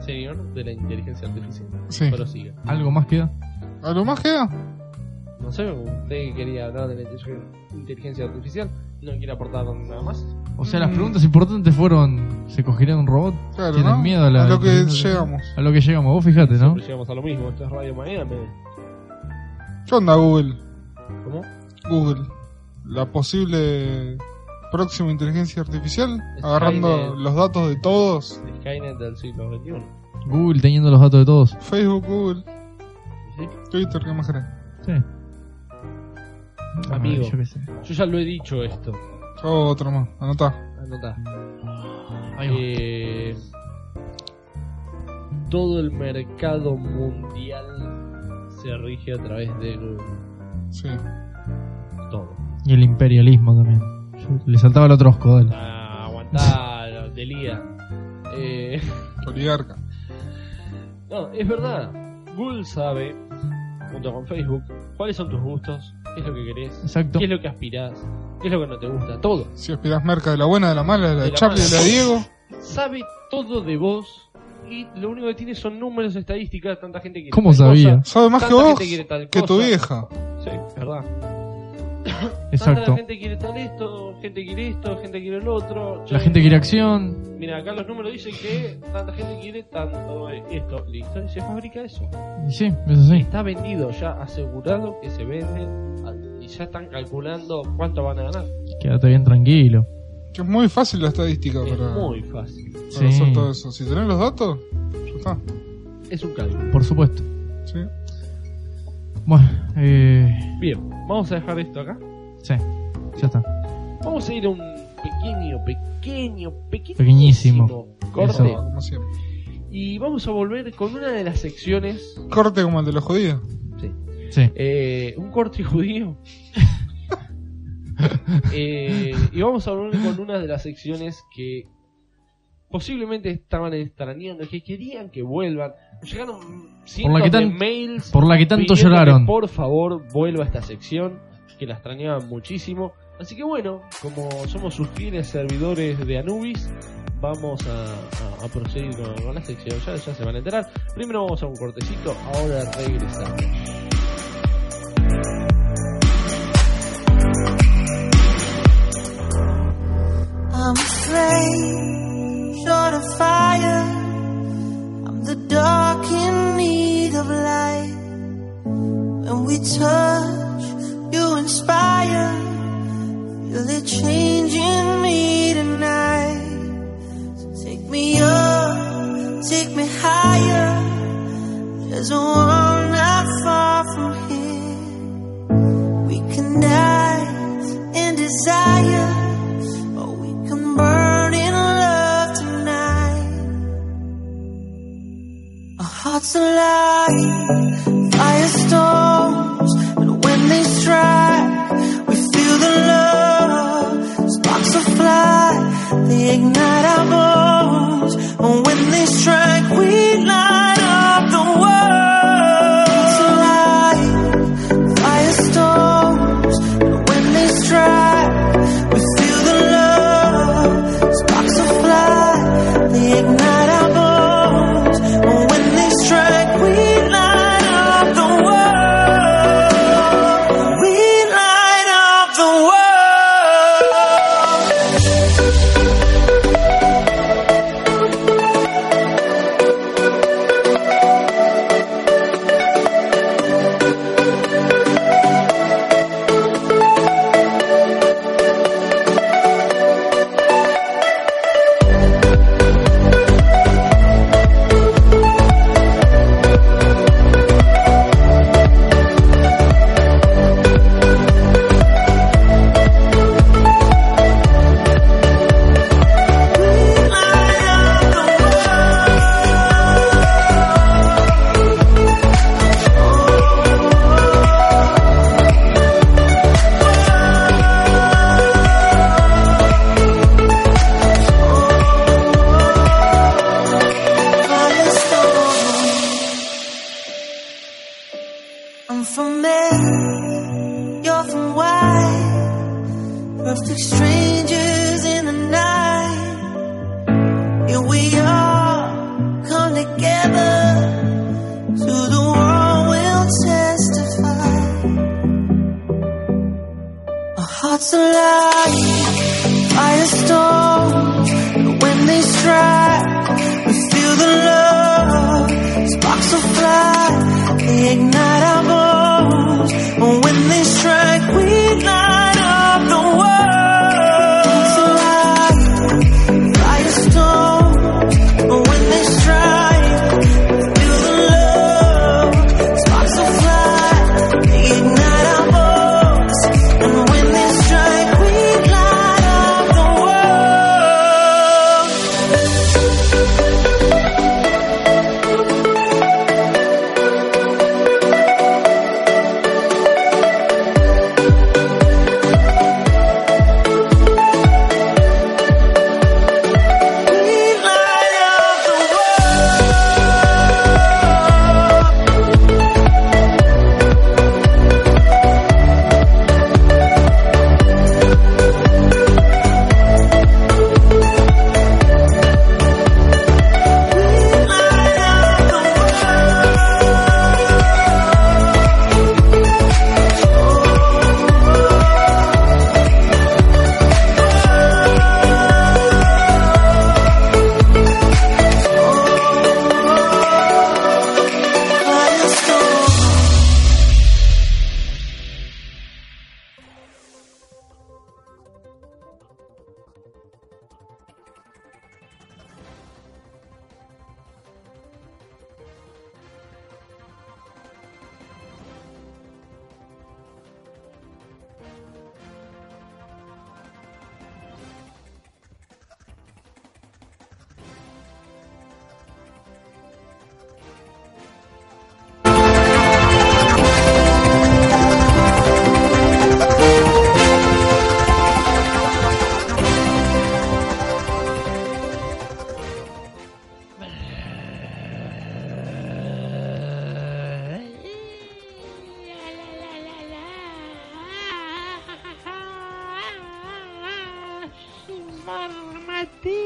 señor de la inteligencia artificial.
Sí.
Prosiga.
¿Algo más queda?
¿Algo más queda?
No sé, usted quería hablar de la intel- inteligencia artificial. No quiere aportar nada más.
O sea,
Mm.
las preguntas importantes fueron... ¿Se cogerían un robot?
Claro,
¿Tienen
¿no?
miedo a la...
A lo que
inteligencia artificial?
llegamos.
A lo que llegamos, vos fijate, ¿no?
Siempre llegamos a lo mismo. Esto es Radio Miami.
¿Qué onda Google?
¿Cómo?
Google. La posible próxima inteligencia artificial,
Es
agarrando
Skynet.
los datos de todos.
Skynet del siglo XXI.
Google teniendo los datos de todos.
Facebook, Google,
¿Sí?
Twitter, ¿qué más querés?
Sí.
Amigo.
Yo qué sé.
Yo ya lo he dicho esto.
Oh, otro más, anotá.
Anotá.
Ahí va.
Eh, todo el mercado mundial se rige a través de Google.
Sí.
Todo.
Y el imperialismo también. Yo- Le saltaba el otro osco, dale.
Ah, aguantá, Delía. Eh,
Oligarca.
no, es verdad. Google sabe, junto con Facebook, cuáles son tus gustos, qué es lo que querés,
Exacto.
qué es lo que aspirás, qué es lo que no te gusta, todo.
Si aspirás merca de la buena, de la mala, de la
De
de,
la
Charlie,
mala.
de la Diego.
Sabe todo de vos y lo único que tiene son números, estadísticas, tanta gente que
¿Cómo sabía?
Sabe más que
Tanta
vos,
gente quiere tal
que tu
cosa.
vieja.
Sí, verdad. Tanta
Exacto.
la gente quiere tal esto, gente quiere esto, gente quiere el otro.
La gente quiere acción.
Mira, acá los números dicen que tanta gente quiere tanto de esto. Listo, y se fabrica eso.
Y sí, es así.
Está vendido ya, asegurado que se vende. al- Y ya están calculando cuánto van a ganar.
Quédate bien tranquilo.
Que es muy fácil la estadística
Es
para,
muy fácil.
para
Sí.
hacer todo eso. Si tenés los datos, ya está.
Es un cálculo.
Por supuesto.
Sí.
Bueno, eh,
Bien. Vamos a dejar esto acá.
Sí, ya está.
Vamos a ir a un pequeño, pequeño, pequeño.
Pequeñísimo.
Corte.
Eso.
Como siempre.
Y vamos a volver con una de las secciones.
Corte como el de los judíos.
Sí.
eh, un corte judío. Eh, y vamos a volver con una de las secciones que posiblemente estaban extrañando, que querían que vuelvan. Llegaron cientos
que
de
tan-
mails
Por la que
pidiendo
tanto
que
lloraron.
por favor vuelva a esta sección, que la extrañaban muchísimo. Así que bueno, como somos sus fieles servidores de Anubis, vamos a, a- a proseguir con, con la sección. Ya, ya se van a enterar. Primero vamos a un cortecito, ahora regresamos.
I'm afraid, short of fire. I'm the dark in need of light. When we touch, you inspire. Feel it changing me tonight. So take me up, take me higher. There's a world not far from here. We can die in desire. Or we can burn in love tonight. Our hearts alive, firestorms, and when they strike, we feel the love. Sparks will fly, they ignite our bones, and when they strike, we light up the world. It's alive, firestorms, and when they strike. We feel the love, sparks will fly, they ignite our bones. And when they strike, we light up the world. We light up the world. I'm from there, you're from why? Perfect strangers in the night. Here we are, come together. To the world we'll testify. Our hearts alive, firestorms. and When they strike, we feel the love. Sparks will fly, they ignite our bones. And when they strike, we light up the world. It's alive, firestorm. And when they strike, feel the love. Sparks will fly, they ignite our bones. And when they strike, we light up the world.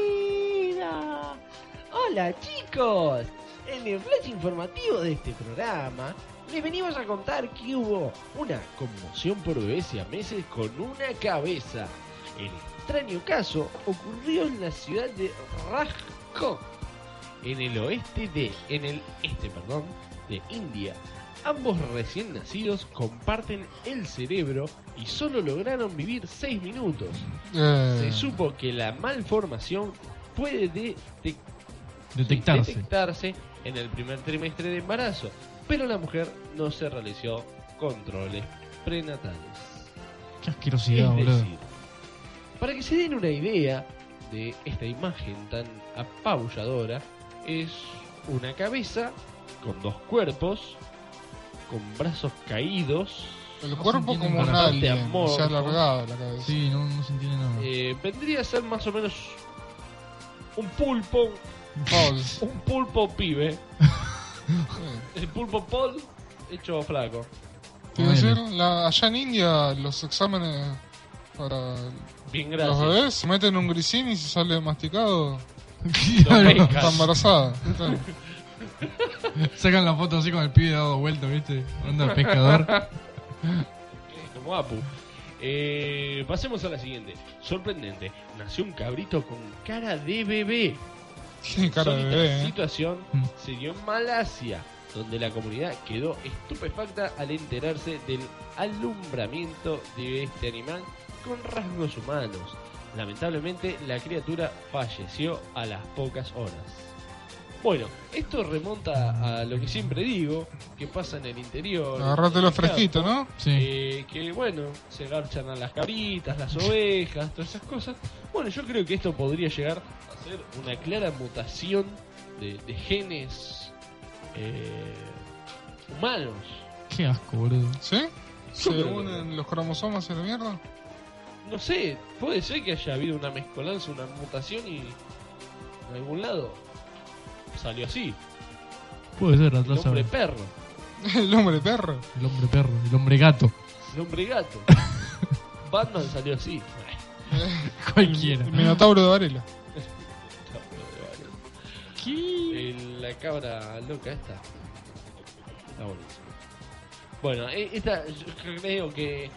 informativa. Hola chicos, en el flash informativo de este programa les venimos a contar que hubo
Una conmoción por bebés y a meses con una cabeza. El extraño caso ocurrió en la ciudad de Rajkot, en el oeste de, en el este, perdón, de India. Ambos recién nacidos comparten el cerebro y solo lograron vivir 6 minutos. Se
Eh,
supo que la malformación puede detectarse
Detectarse.
detectarse en el primer trimestre de embarazo, pero la mujer no se realizó controles prenatales.
Qué asquerosidad,
es
boludo.
decir, para que se den una idea de esta imagen tan apabulladora, es una cabeza con dos cuerpos, con brazos caídos.
el cuerpo
No se entiende
como
con
un
la
parte
alien,
amor,
se ha alargado la cabeza.
Sí, no, no se entiende nada.
eh, vendría a ser más o menos un pulpo,
Paul.
un pulpo pibe,
eh.
el pulpo Paul hecho flaco.
Te iba a
Ponele.
decir, la- allá en India los exámenes para
Bien,
los
gracias.
bebés se meten un grisín y si sale masticado
Claro.
está embarazada. Está-
Sacan la foto así con el pibe dado vuelta, ¿viste? Onda de pescador.
Como Apu. Eh, pasemos a la siguiente. Sorprendente. Nació un cabrito con cara de bebé.
Tiene cara de
Insólita
bebé, ¿eh?
situación
Mm.
se dio en Malasia, donde la comunidad quedó estupefacta al enterarse del alumbramiento de este animal con rasgos humanos. Lamentablemente, la criatura falleció a las pocas horas. Bueno, esto remonta a lo que siempre digo, que pasa en el interior. en
Agarrátelo
el campo.
fresquito, ¿no?
Sí.
Eh, que bueno, se garchan a las cabritas, las ovejas, todas esas cosas. Bueno, yo creo que esto podría llegar a ser una clara mutación de, de genes eh, humanos.
Qué asco, boludo.
¿Sí? ¿Se
creo que-
unen los cromosomas y la mierda?
No sé, puede ser que haya habido una mezcolanza, una mutación y en algún lado salió así.
Puede ser,
El
atrás
hombre
el,
perro,
El hombre perro.
el hombre perro, el hombre gato.
el hombre gato. Batman salió así.
Cualquiera.
El minotauro de Varela.
¿Qué?
El- la cabra loca esta. Está buenísimo. Bueno, e- esta yo creo que.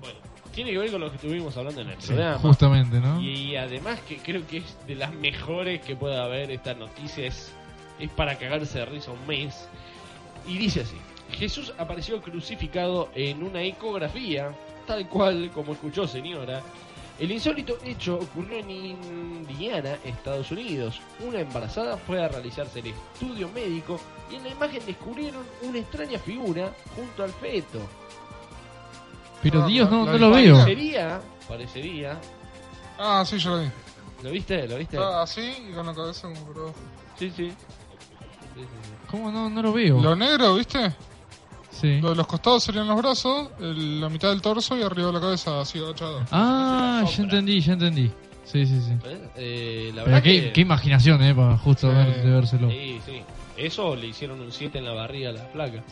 Bueno, tiene que ver con lo que estuvimos hablando en el
Sí,
programa.
justamente, ¿no?
Y además que creo que es de las mejores que pueda haber esta noticia. Es, es para cagarse de risa un mes. Y dice así. Jesús apareció crucificado en una ecografía, tal cual como escuchó señora. El insólito hecho ocurrió en Indiana, Estados Unidos. Una embarazada fue a realizarse el estudio médico y en la imagen descubrieron una extraña figura junto al feto.
Pero
Ah,
Dios, no,
la
no lo veo.
distancia.
Parecería, parecería,
Ah, sí, yo lo vi.
¿lo viste? ¿Lo viste?
Está así y con la cabeza como por abajo.
Sí, sí. Sí, sí,
¿Cómo no, no lo veo?
Lo negro, ¿viste?
Sí.
Lo de los costados serían los brazos, el- la mitad del torso y arriba de la cabeza así agachado.
Ah,
la
ya
sombra.
entendí, ya entendí. Sí, sí, sí.
sí. ¿Ves? Eh, la
Pero
verdad
qué,
que...
qué imaginación, eh, para justo
Sí.
ver- de vérselo.
Sí, sí. Eso le hicieron un 7 en la barriga a la placa.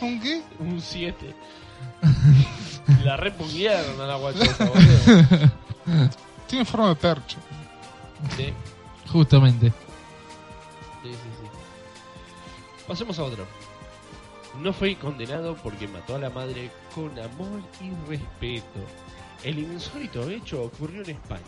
¿Un qué?
Un 7. la repugnguearon a la guachosa, boludo.
Tiene forma de percho.
Sí.
Justamente.
Sí, sí, sí. Pasemos a otro. No fue condenado porque mató a la madre con amor y respeto. El insólito hecho ocurrió en España.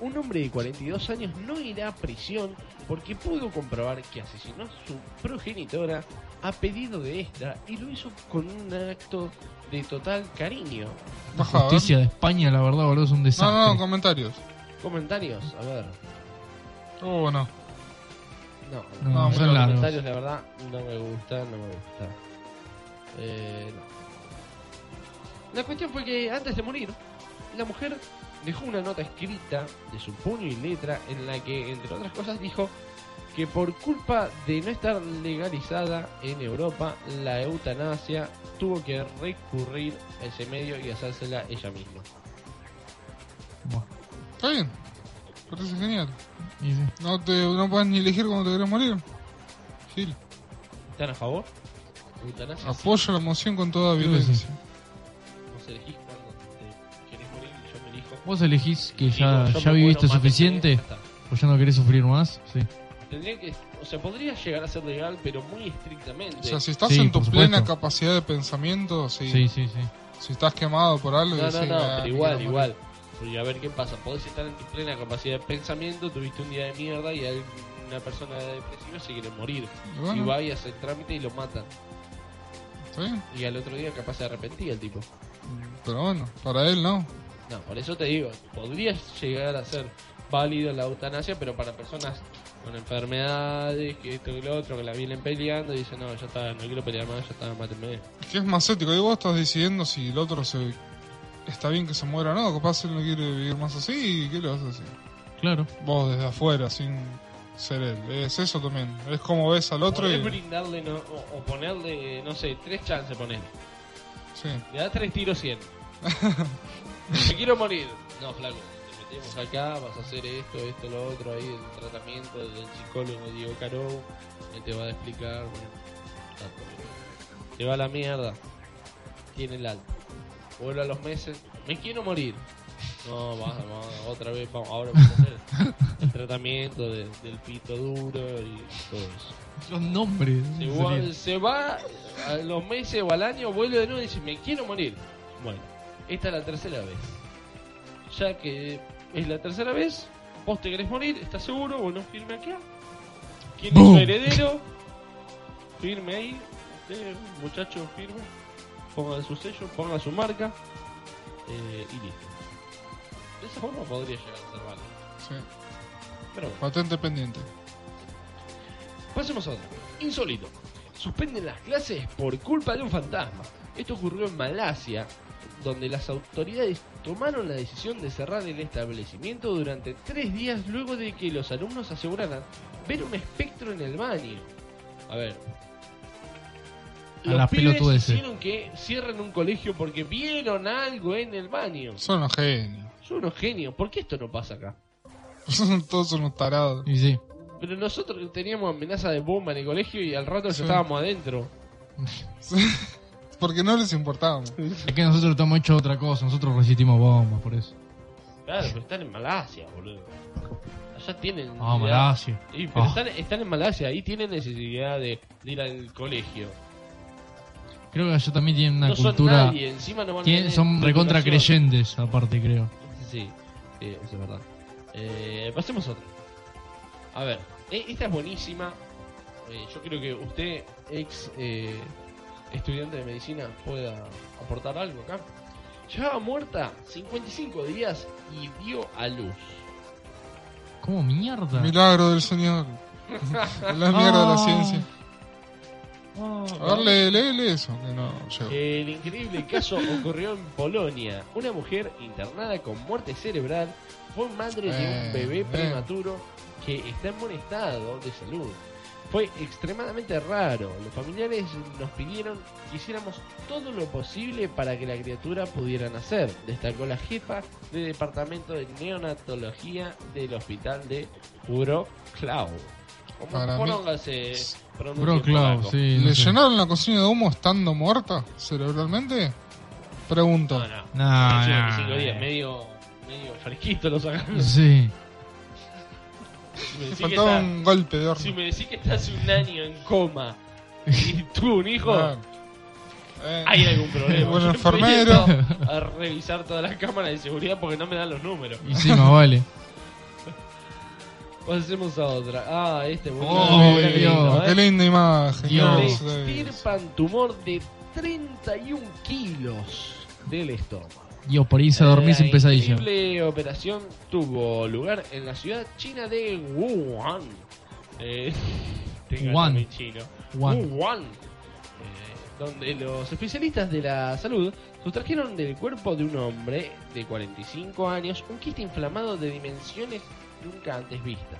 Un hombre de 42 años no irá a prisión porque pudo comprobar que asesinó a su progenitora a pedido de esta y lo hizo con un acto de total cariño.
La
Baja, a ver.
justicia de España, la verdad, boludo, es un
¿eh? No,
desastre.
no, no, comentarios.
Comentarios, a ver.
Oh, no.
No,
No,
no,
son
los
largos.
comentarios la verdad no me gusta, no me gusta. Eh, no. La cuestión fue que antes de morir, la mujer dejó una nota escrita de su puño y letra en la que, entre otras cosas, dijo que por culpa de no estar legalizada en Europa, la eutanasia tuvo que recurrir a ese medio y hacérsela ella misma.
Buah,
Está bien. Parece genial.
y sí.
No te no puedes ni elegir cuando te querés morir. Gil.
¿Están a favor? ¿Eutanasia?
Apoyo la moción con toda
Creo que sí.
violencia.
Vos elegís cuando te querés morir y yo me elijo.
Vos elegís que
Digo,
ya,
yo
ya
me muero
viviste
más de
suficiente,
frío, ya está.
o ya no querés sufrir más. Sí.
Tendría que, o sea, podría llegar a ser legal, pero muy estrictamente.
O sea, si estás
Sí,
en tu
por
plena
supuesto.
capacidad de pensamiento, sí.
Sí, sí, sí.
Si estás quemado por algo,
no, no,
decís,
no,
"Ah,
pero
me
igual,
quiero
igual. Porque a ver qué pasa. Podés estar en tu plena capacidad de pensamiento, tuviste un día de mierda y hay una persona depresiva se quiere morir.
Y bueno.
Y va y hace el trámite y lo mata.
morir". Está bien,
Y al otro día capaz se arrepentía el tipo.
Pero bueno, para él no.
No, por eso te digo, podría llegar a ser válido la eutanasia, pero para personas con enfermedades, que esto y lo otro, que la vienen peleando y dicen, no, ya está, no quiero pelear más, ya está, mátenme.
Es que es más ético. Y vos estás decidiendo si el otro se... está bien que se muera o no. Capaz él no quiere vivir más así. ¿y ¿Qué le vas a decir?
Claro.
Vos desde afuera, sin ser él. Es eso también. Es como ves al otro
Podés
y.
brindarle no, o, o ponerle, no sé, tres chances poner.
Sí.
Le das tres tiros cien. Me quiero morir. No, flaco, te metemos acá, vas a hacer esto, esto, lo otro, ahí el tratamiento del psicólogo Diego Caro, él te va a explicar, bueno, tanto. Te va a la mierda. Tiene el alto. Vuelve a los meses. Me quiero morir. No, vamos, otra vez, vamos, ahora vamos a hacer el tratamiento de- del pito duro y todo eso.
Los nombres.
Se
en
va,
serio.
se va a los meses o al año, vuelve de nuevo y dice, me quiero morir. Bueno, esta es la tercera vez. Ya que es la tercera vez, vos te querés morir, ¿estás seguro? Bueno, firme acá. ¿Quién es su
Boom.
heredero? Firme ahí. Usted, muchacho, firme. Ponga su sello, ponga su marca. eh, y listo. De esa forma podría llegar a ser válido.
sí.
Pero bueno.
Patente pendiente.
Pasemos a otra. Insólito. Suspenden las clases por culpa de un fantasma. Esto ocurrió en Malasia, donde las autoridades tomaron la decisión de cerrar el establecimiento durante tres días luego de que los alumnos aseguraran ver un espectro en el baño. A ver.
A
los
la
pibes
pelotudeces.
hicieron que cierren un colegio porque vieron algo en el baño.
Son unos genios.
Son unos genios. ¿Por qué esto no pasa acá?
Todos son unos tarados.
Y sí.
Pero nosotros teníamos amenaza de bomba en el colegio y al rato
Sí.
ya estábamos adentro.
Porque no les importaba.
Es que nosotros estamos hecho otra cosa, nosotros resistimos bombas, por eso.
Claro, pero están en Malasia, boludo. Allá tienen.
Ah,
necesidad-
Malasia.
Sí, pero
Ah.
están, están en Malasia, ahí tienen necesidad de, de ir al colegio.
Creo que allá también tienen una
no son
cultura.
nadie, encima no van a
tienen-
tener
son recontra
educación.
creyentes, aparte, creo.
Sí, sí, eso es verdad. Eh, pasemos a otra. A ver, e- esta es buenísima. Eh, yo creo que usted, ex eh, estudiante de medicina, pueda aportar algo acá. Llevaba muerta 55 días y dio a luz.
¿Cómo mierda?
Milagro del Señor. la mierda de la ciencia. A ver, lee, lee, lee eso. Que no llego.
El increíble caso ocurrió en Polonia. Una mujer internada con muerte cerebral fue madre de
Eh,
un bebé
eh.
prematuro que está en buen estado de salud. Fue extremadamente raro. Los familiares nos pidieron que hiciéramos todo lo posible para que la criatura pudiera nacer, destacó la jefa del departamento de neonatología del hospital de Wrocław. ¿Cómo
Para mí-
poronga se pronuncia en
Bro, claro,
polaco?
sí.
¿Le
no sé.
llenaron la cocina de humo estando muerta cerebralmente? Pregunto.
No, no.
No,
Sí,
no.
25 días, medio, medio fresquito lo sacaron. Si
Sí.
me
Le
decís que
faltaba
está,
un golpe de horno.
si me decís que está hace un año en coma y tuvo un hijo,
Claro. Eh,
hay algún problema.
Bueno,
Yo
enfermero.
empiezo A revisar todas las cámaras de seguridad porque no me dan los números.
Y sí, más vale.
Pasemos Pues a otra. Ah, este es
Oh,
Mira qué
Dios,
lindo, ¿eh?
Qué linda imagen. eh.
Dios.
qué lindo.
Extirpan tumor de 31 kilos del estómago.
Dios, por irse a dormir sin
La
pesadilla.
Eh, increíble operación tuvo lugar en la ciudad china de Wuhan. Eh, tenga
Wuhan.
nombre chino.
Juan.
Wuhan. Eh, donde los especialistas de la salud sustrajeron del cuerpo de un hombre de 45 años un quiste inflamado de dimensiones nunca antes vistas.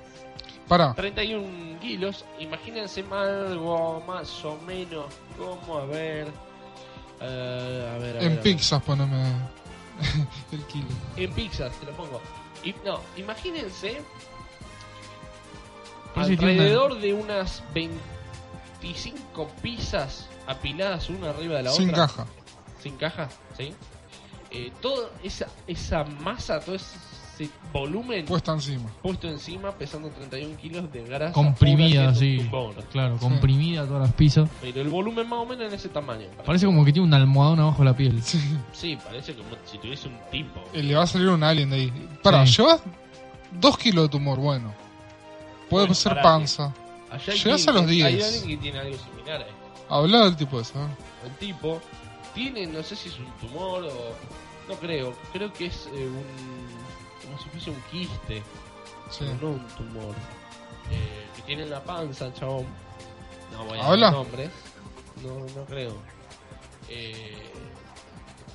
Pará.
31 kilos, imagínense algo más o menos como, a ver... eh, a ver, a ver, a
En
ver.
pizzas poneme el kilo.
En Pixar, te lo pongo. Y, no, imagínense
Pero si tiene una-
alrededor de unas 25 pizzas apiladas una arriba de la
Sin
otra.
caja.
Sin caja, ¿sí? eh, toda esa, esa masa, todo ese volumen
puesta encima.
puesto encima, pesando 31 kilos de grasa. pura,
Comprimida,
que es
así.
un tumbón.
Claro, comprimida todas las pisos.
Pero el volumen más o menos en ese tamaño.
Parece como que tiene un almohadón abajo de la piel.
Sí, parece como si tuviese un tipo.
Eh, Le va a salir un alien de ahí. Pará,
Sí.
llevas dos kilos de tumor, bueno. Puede
Bueno,
ser
pará,
panza.
Allá hay
Llegás
gente-
a los
Hay
10.
alguien que tiene algo similar a esto.
Hablaba del tipo ese. ¿eh?
El tipo tiene, no sé si es un tumor o. No creo, creo que es eh, un. como si fuese un quiste,
Sí.
no un tumor. Eh, que tiene en la panza, chabón. No voy a
¿Habla?
dar nombre. No, no creo. Eh,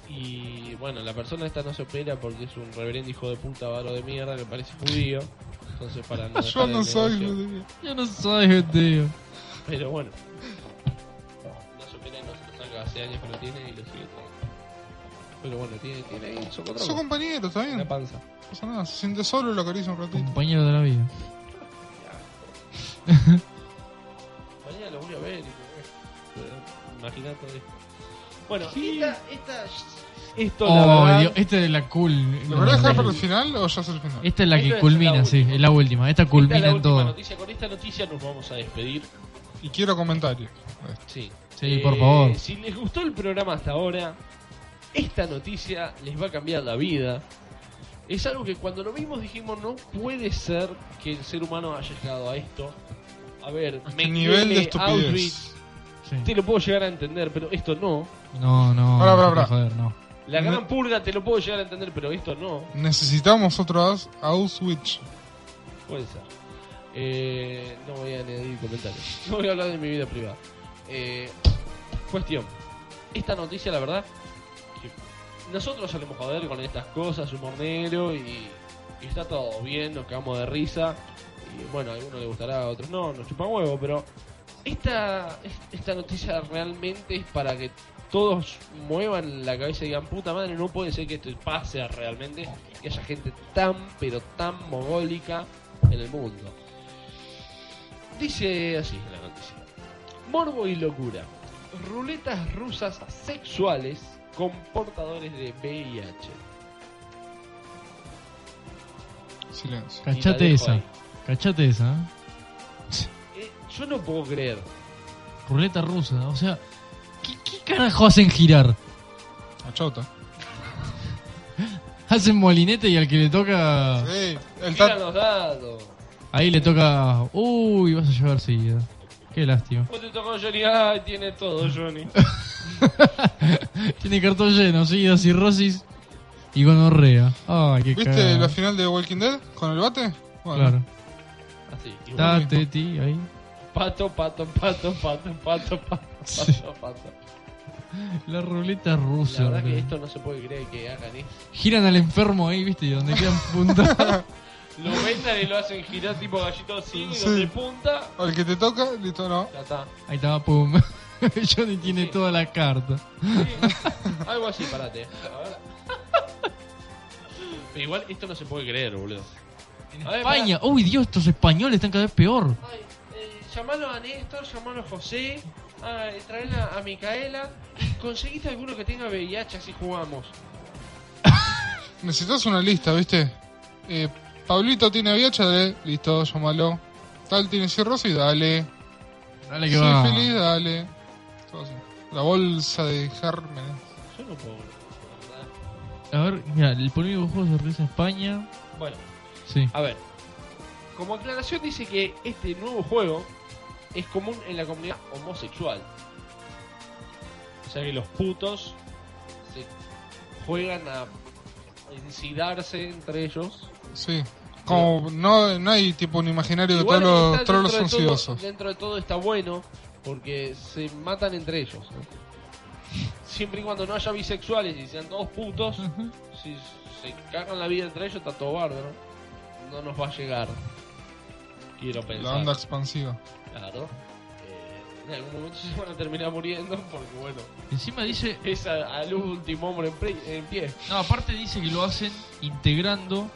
y bueno, la persona esta no se opera porque es un reverendo hijo de puta varo de mierda que parece judío. Entonces, para no.
Ah, Yo
dejar
no
el
soy.
negocio-
judío.
Yo no soy judío.
pero bueno. No se opera y no se lo saca hace años que lo tiene y lo sigue teniendo. Pero bueno, tiene, tiene ahí un
Su
socotroco
compañero, está
en
bien.
la panza.
No pasa nada. Se siente solo y lo acaricia un ratito.
Compañero de la vida.
Mañana lo voy a ver y lo voy a- Imagínate. Bueno, esta, esta, esto la
Oh,
verdad,
Dios, esta es la cool.
¿Lo querés dejar para el final o ya es el final?
Esta es la
Esta
que
es
culmina,
la
sí,
última.
es la última.
esta
Esta
es
culmina
la
en
última
todo.
noticia. Con esta noticia nos vamos a despedir.
Y quiero comentarios.
Sí. Eh,
Sí, por favor.
Si les gustó el programa hasta ahora, esta noticia les va a cambiar la vida. Es algo que cuando lo vimos dijimos, no puede ser que el ser humano haya llegado a esto. A ver,
Este nivel de
Mengele,
estupidez.
Auschwitz,
Sí.
te lo puedo llegar a entender, pero esto no.
No, no,
Pará, pará,
no,
pará.
joder, no.
La
Me-
gran purga te lo puedo llegar a entender, pero esto no.
Necesitamos otro Aus- Auschwitz.
Puede ser. Eh, no voy a añadir comentarios. No voy a hablar de mi vida privada. Eh, cuestión. Esta noticia, la verdad, que nosotros solemos joder con estas cosas, humor negro, y, y está todo bien, nos cagamos de risa. Y bueno, a algunos le gustará, a otros no, nos chupan huevo, pero esta, es- esta noticia realmente es para que todos muevan la cabeza y digan, puta madre, no puede ser que esto pase realmente, que haya gente tan, pero tan mogólica en el mundo. Dice así la noticia. Morbo y locura. Ruletas rusas sexuales con portadores de VIH.
Silencio.
Y la
Cachate
dejo
esa,
ahí.
cachate esa. ¿eh?
Eh, yo no puedo creer.
Ruleta rusa, o sea, ¿qué, qué carajo hacen girar?
Achota.
Hacen molinete y al que le toca.
Sí, el
Tiran
tat.
los dados.
Ahí le toca. Uy, vas a llevar seguida. Qué lástima.
Vos te tocó Johnny. Ay, tiene todo, Johnny.
Tiene cartón lleno, sida, cirrosis y gonorrea. Ay, qué
¿Viste
cagada.
la final de Walking Dead con el bate? Bueno,
Claro.
Así. y
Está Teti ahí.
Pato, pato, pato, pato, pato, pato, pato, pato.
La ruleta
La
rusa.
verdad que
boludo.
esto no se puede creer que hagan ¿eh? esto.
Giran al enfermo ahí, viste, y donde quedan punta.
Lo vendan y lo hacen girar tipo gallito así,
Sí.
donde punta.
al que te toca, listo, no.
Ya está.
ahí estaba, pum. Johnny tiene toda la carta.
Algo así, parate. A ver. Pero igual esto no se puede creer, boludo. A ver,
España, uy Dios, estos españoles están cada vez peor.
pará. Ay, eh, llamalo a Néstor, llamalo a José, a, traen a, a Micaela. ¿Conseguiste alguno que tenga VIH? Así jugamos.
Necesitas una lista, ¿viste? Eh, Pablito tiene VIH, dale. Listo, llámalo. Tal tiene cirrosis, dale.
Dale que
Soy
va.
feliz, dale. Todo así. La bolsa de gérmenes.
Yo no puedo. la verdad.
A ver, mira, el polémico juego de risa España.
Bueno,
Sí.
a ver. Como aclaración dice que este nuevo juego es común en la comunidad homosexual. O sea que los putos se juegan a incidarse entre ellos.
Sí. Como no, no hay tipo un imaginario de
Igual
todos
está
los, todos los
dentro de todo-
ansiosos.
dentro de todo está bueno porque se matan entre ellos. Siempre y cuando no haya bisexuales y sean todos putos, si se cagan la vida entre ellos está todo bárbaro. No nos va a llegar. Quiero
La
pensar.
onda expansiva.
Claro. Eh, en algún momento se van a terminar muriendo porque bueno,
Encima dice,
es a- al último hombre en, pre- en pie.
no, aparte dice que lo hacen integrando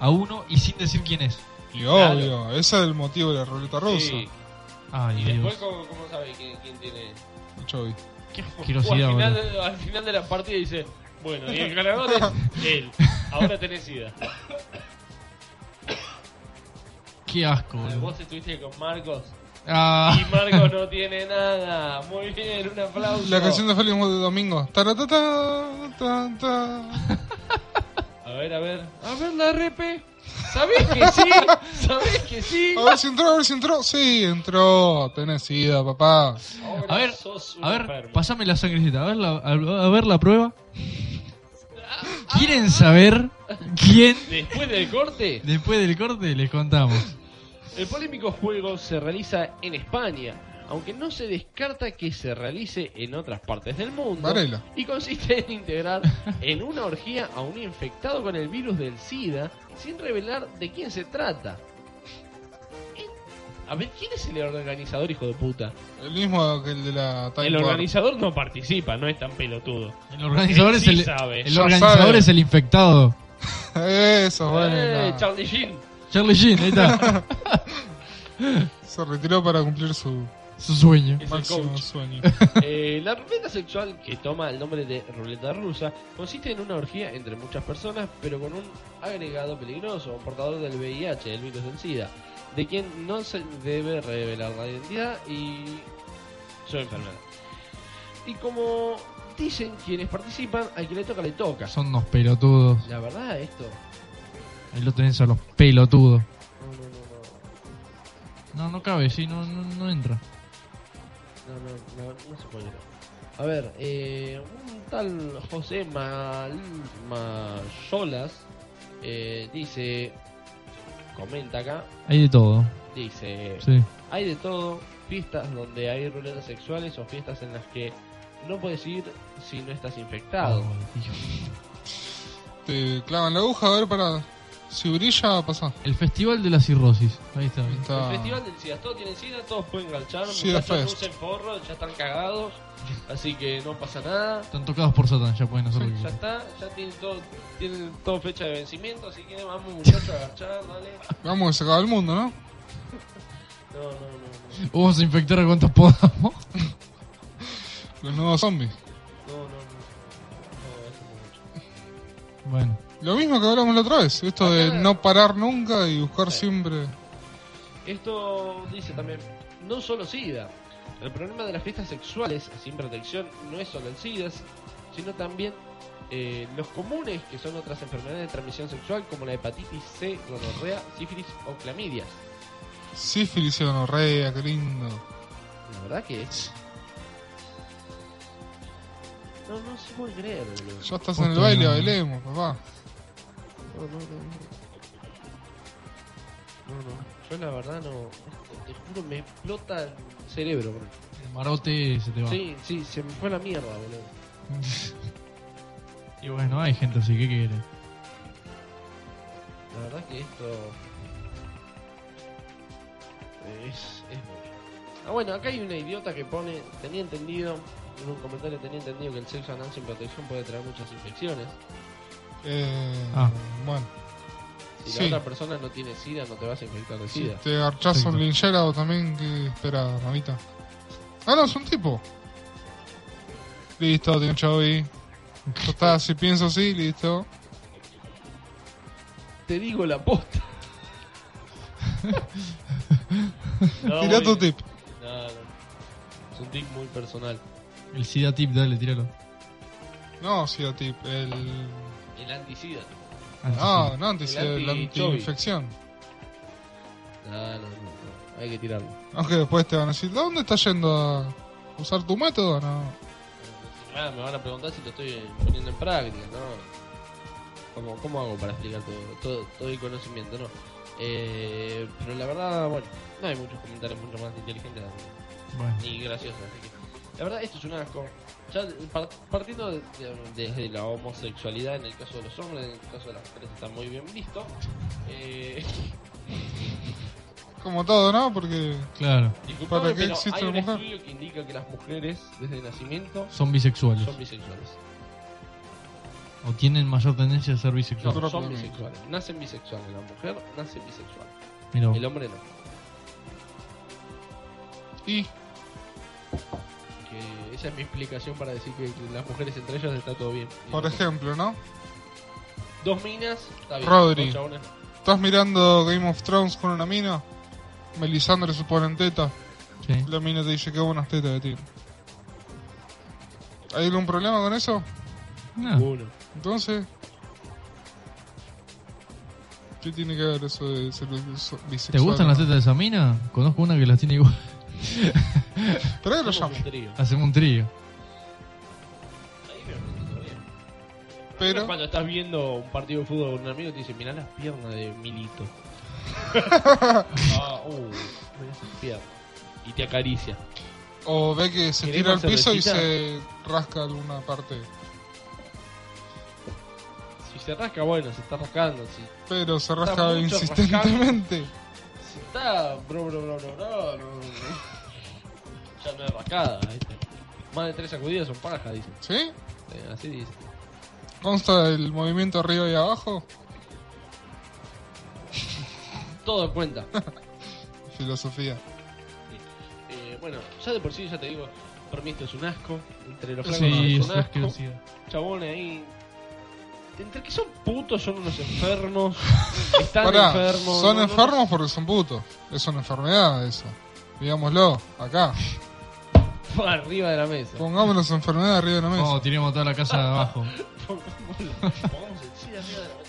a uno y sin decir quién es.
Y
Claro.
obvio, ese es el motivo de la ruleta rusa.
Sí.
Ay,
Y
Dios.
después, ¿cómo, cómo sabe quién, quién tiene?
Chovi.
Qué
O
asquerosidad,
al, final,
boludo.
al final de la partida dice, Bueno, y el ganador es él. Ahora tenés ida.
Ah, Qué asco, boludo.
Vos estuviste con Marcos
Ah.
y Marcos no tiene nada. Muy bien, un aplauso.
La canción de Félix de Domingo. Taratata, ta, ta.
A ver, a ver. A ver la repe. ¿Sabés que sí? ¿Sabés que sí?
A ver si entró, a ver si entró. Sí, entró. Tenés ida, papá.
Ahora
A ver,
sos un
a ver,
enfermo.
pasame la sangrecita, a ver la, a, a ver la prueba. ¿Quieren saber quién?
Después del corte,
Después del corte les contamos.
el polémico juego se realiza en España, aunque no se descarta que se realice en otras partes del mundo.
Varela.
Y consiste en integrar en una orgía a un infectado con el virus del SIDA sin revelar de quién se trata. ¿Eh? A ver, ¿quién es el organizador, hijo de puta?
El mismo que el de la Time
El
Warp.
organizador no participa, no es tan pelotudo.
El organizador,
Él
es,
sí
el,
sabe.
el
Ya
organizador
sabe.
es el infectado.
Eso,
Eh,
bueno.
Charlie Sheen.
Charlie Sheen, ahí está.
Se retiró para cumplir su
Su sueño.
Es el
máximo
coach.
sueño.
Eh, la ruleta sexual, que toma el nombre de ruleta rusa, consiste en una orgía entre muchas personas, pero con un agregado peligroso, un portador del VIH, el virus del SIDA, de quien no se debe revelar la identidad y su enfermedad. Y como dicen quienes participan, al que le toca, le toca.
Son unos pelotudos.
La verdad, esto...
Ahí lo tenés a los pelotudos.
No, no, no,
No, no cabe, sí, no, no, no entra.
no, no, no, no, no se puede. A ver, eh, un tal José Mal Mayolas eh, dice, comenta acá,
Hay de todo,
dice,
sí.
hay de todo, fiestas donde hay ruletas sexuales o fiestas en las que no puedes ir si no estás infectado.
Oh, Dios.
Te clavan la aguja, a ver, para. Si brilla, pasa.
El festival de la cirrosis. Ahí está.
Ahí está.
El festival del SIDA, todos tienen SIDA, todos pueden enganchar,
SIDA
muchachos no
Fest.
usen porro, ya están cagados, así que no pasa nada.
Están tocados por Satan, ya pueden hacer lo que
Ya
quieran.
está, ya tienen todo, tienen todo fecha de vencimiento, así que vamos muchachos a agachar, dale.
Vamos que se acaba el mundo, ¿no?
No, no, no, no,
Vamos a infectar a cuantos podamos.
Los nuevos zombies.
no, no, no, no, eso es mucho.
Bueno,
Lo mismo que hablamos la otra vez. Esto de no parar nunca y buscar siempre.
Esto dice también, no solo SIDA, el problema de las fiestas sexuales sin protección no es solo el SIDA, sino también eh, los comunes, que son otras enfermedades de transmisión sexual como la hepatitis C, gonorrea, sífilis o clamidias.
Sífilis y gonorrea, qué lindo.
La verdad que es... No, no se puede creer, boludo.
Ya estás en el baile, bailemos, papá.
No, no, no. No, no. Yo la verdad no. Te juro, me explota el cerebro, boludo.
el marote se te va.
Sí, sí, se me fue la mierda, boludo.
Y bueno, hay gente así, ¿qué quiere?
La verdad que esto. Es, es mucho. Ah, bueno, acá hay una idiota que pone. Tenía entendido. En un comentario tenía entendido que el sexo anal sin protección puede traer muchas infecciones.
Eh,
Ah.
Bueno,
Si
Sí.
la otra persona no tiene sida, no te vas a infectar de
si
sida.
te garchás un
Perfecto.
Este, linchera o también, ¿qué espera, mamita? Ah, no, es un tipo. Listo, tiene un chovi. Ya está, si pienso así, listo.
Te digo la posta. no,
Tirá
muy-
tu tip.
no, no. Es un tip muy personal.
El SIDA tip, dale, tíralo.
No, sí, el tip. El...
El anticida.
Ah,
No, no, antes
El
el la
anti-chovi.
antiinfección.
Ah, No, no, no, no. Hay que tirarlo.
Aunque después te van a decir, ¿de dónde estás yendo a usar tu método? No.
Ah, me van a preguntar si lo estoy poniendo en práctica, ¿no? ¿Cómo, cómo hago para explicar todo, todo, todo el conocimiento, no? Eh, pero la verdad, bueno, no hay muchos comentarios mucho más inteligentes
sí. Bueno.
ni graciosos, así que... La verdad, esto es un asco. Ya par- partiendo de- de- desde la homosexualidad en el caso de los hombres, en el caso de las mujeres está muy bien visto. Eh,
Como todo, ¿no? Porque
Claro,
disculpame,
¿Para qué
pero
existe
hay un
la mujer?
estudio que indica que las mujeres desde nacimiento
son bisexuales.
son bisexuales.
O tienen mayor tendencia a ser
No,
bisexuales.
Otro
son
problema.
bisexuales. Nacen bisexuales. La mujer nace bisexual.
Mirá vos.
El hombre no.
Y
Que esa es mi explicación para decir que las mujeres entre ellas está todo bien.
Por ejemplo, ¿no?
Dos minas, está bien.
Rodri.
Dos chabones.
¿Estás mirando Game of Thrones con una mina? Melisandre se pone en teta.
Sí.
La mina te dice que buenas tetas de ti. ¿Hay algún problema con eso?
No.
Ah.
Uno.
Entonces. ¿Qué tiene que ver eso de ser biso- bisexual?
¿Te gustan las tetas de esa mina? Conozco una que las tiene igual.
¿Pero que lo
Somos
llamo? Ah.
un trío.
Hacemos un trío.
Pero.
Cuando estás viendo un partido de fútbol con un amigo, te dice: Mirá las piernas de Milito. ah, uh, mirá esas piernas. Y te acaricia.
O ve que se
¿Querés
tira al
más
piso y se
cervecita?
rasca alguna parte.
Si se rasca, bueno, se está rascando. Si
Pero se rasca
mucho
insistentemente.
Si está, bro, bro, bro, bro, bro, bro. Ya no es rascada, ¿viste? Más de tres sacudidas son paja, dice.
¿Sí?
Eh, así dice.
¿Consta el movimiento arriba y abajo?
Todo cuenta.
Filosofía.
Eh, bueno, ya de por sí, ya te digo, Permiso es un asco. Entre los flacos
Sí,
es
eso
un
es
asco.
curiosidad.
Chabones ahí. Entre que son putos, son unos enfermos. Están
Pará,
enfermos.
son
no, no, no.
enfermos porque son putos. Es una enfermedad eso. Digámoslo, acá.
Arriba de la mesa.
Pongamos las enfermedades arriba de la mesa.
Vamos, tiremos toda la casa de abajo.
Pongamos el sí arriba de la mesa.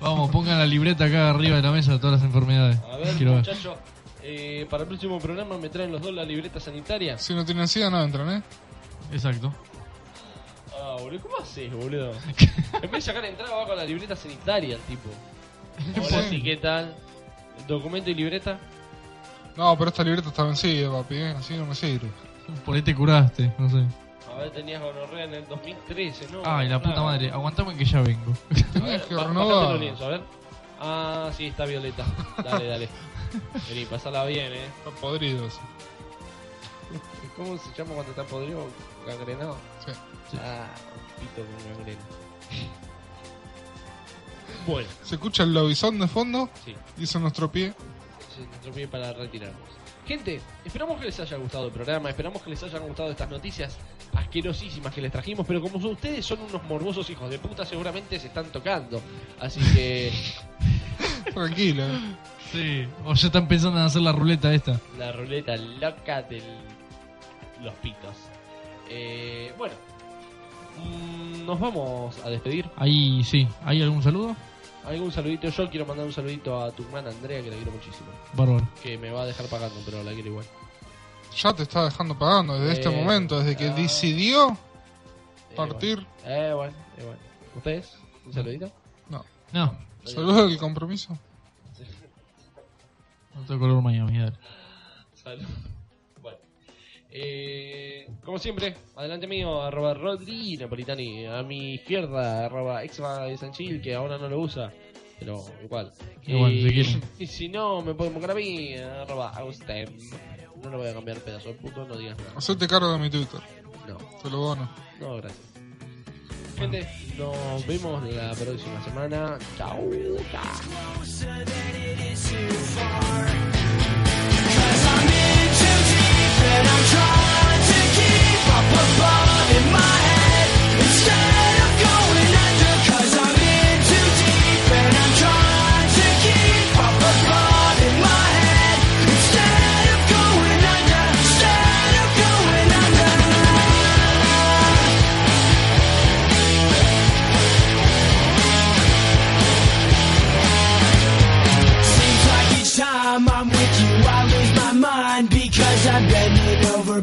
Vamos, pongan la libreta acá arriba de la mesa de todas las enfermedades.
A ver,
Quiero ver.
muchachos, eh, para el próximo programa me traen los dos la libreta sanitaria.
Si no tienen sida, no entran, ¿eh?
Exacto.
Ah, boludo, ¿cómo haces, boludo? en vez de sacar entrada, va con la libreta sanitaria el tipo. Hola, sí, ¿qué tal? Documento y libreta.
No, pero esta libreta está vencida, papi, ¿eh? Así no me sirve.
Por ahí te curaste, no sé.
A ver, tenías gonorrea en el 2013, ¿no?
Ay, la puta
Ah, Claro.
madre. Aguantame que ya vengo.
Tenías que
Ba- bajate los
renovar.
lienzos, a ver. Ah, sí, está Violeta. Dale, dale. Vení, pasala bien, eh.
Está podrido eso.
¿Cómo se llama cuando está podrido? ¿Gangrenado?
Sí.
Ah, un pito con gangrena. Bueno,
Se escucha el lobizón de fondo
sí.
y eso es nuestro pie.
se nuestro pie para retirarnos. Gente, esperamos que les haya gustado el programa, esperamos que les hayan gustado estas noticias asquerosísimas que les trajimos, pero como son- ustedes son unos morbosos hijos de puta, seguramente se están tocando. Así que
Tranquilo. ¿eh?
Sí. O ya están pensando en hacer la ruleta esta.
la ruleta loca de los pitos. Eh, bueno, mm, nos vamos a despedir.
Ahí, sí. ¿Hay algún saludo?
¿Algún saludito? Yo quiero mandar un saludito a tu hermana Andrea, que la quiero muchísimo.
Bárbaro.
Que me va a dejar pagando, pero la quiero igual.
Ya te está dejando pagando desde este
Eh,
momento, desde que
ah.
decidió
Eh,
partir.
bueno. Eh, bueno, eh, bueno. ¿Ustedes? ¿Un saludito?
No.
No.
Saludos del compromiso.
Otro color Miami, dale.
Salud. Bueno. Eh, como siempre, adelante mío, arroba Rodri Napolitani. A mi izquierda, arroba Exma de Sanchil, que ahora no lo usa. Pero igual.
Igual,
y,
si quieren.
y si no, me pueden buscar a mí, arroba Agustem. No lo voy a cambiar pedazo de puto, no digas nada.
Hacete cargo de mi Twitter.
No,
Te lo bono.
no, gracias. Gente, nos vemos la próxima semana. Chao.
Seems like each time I'm with you, I lose my mind because I'm bending over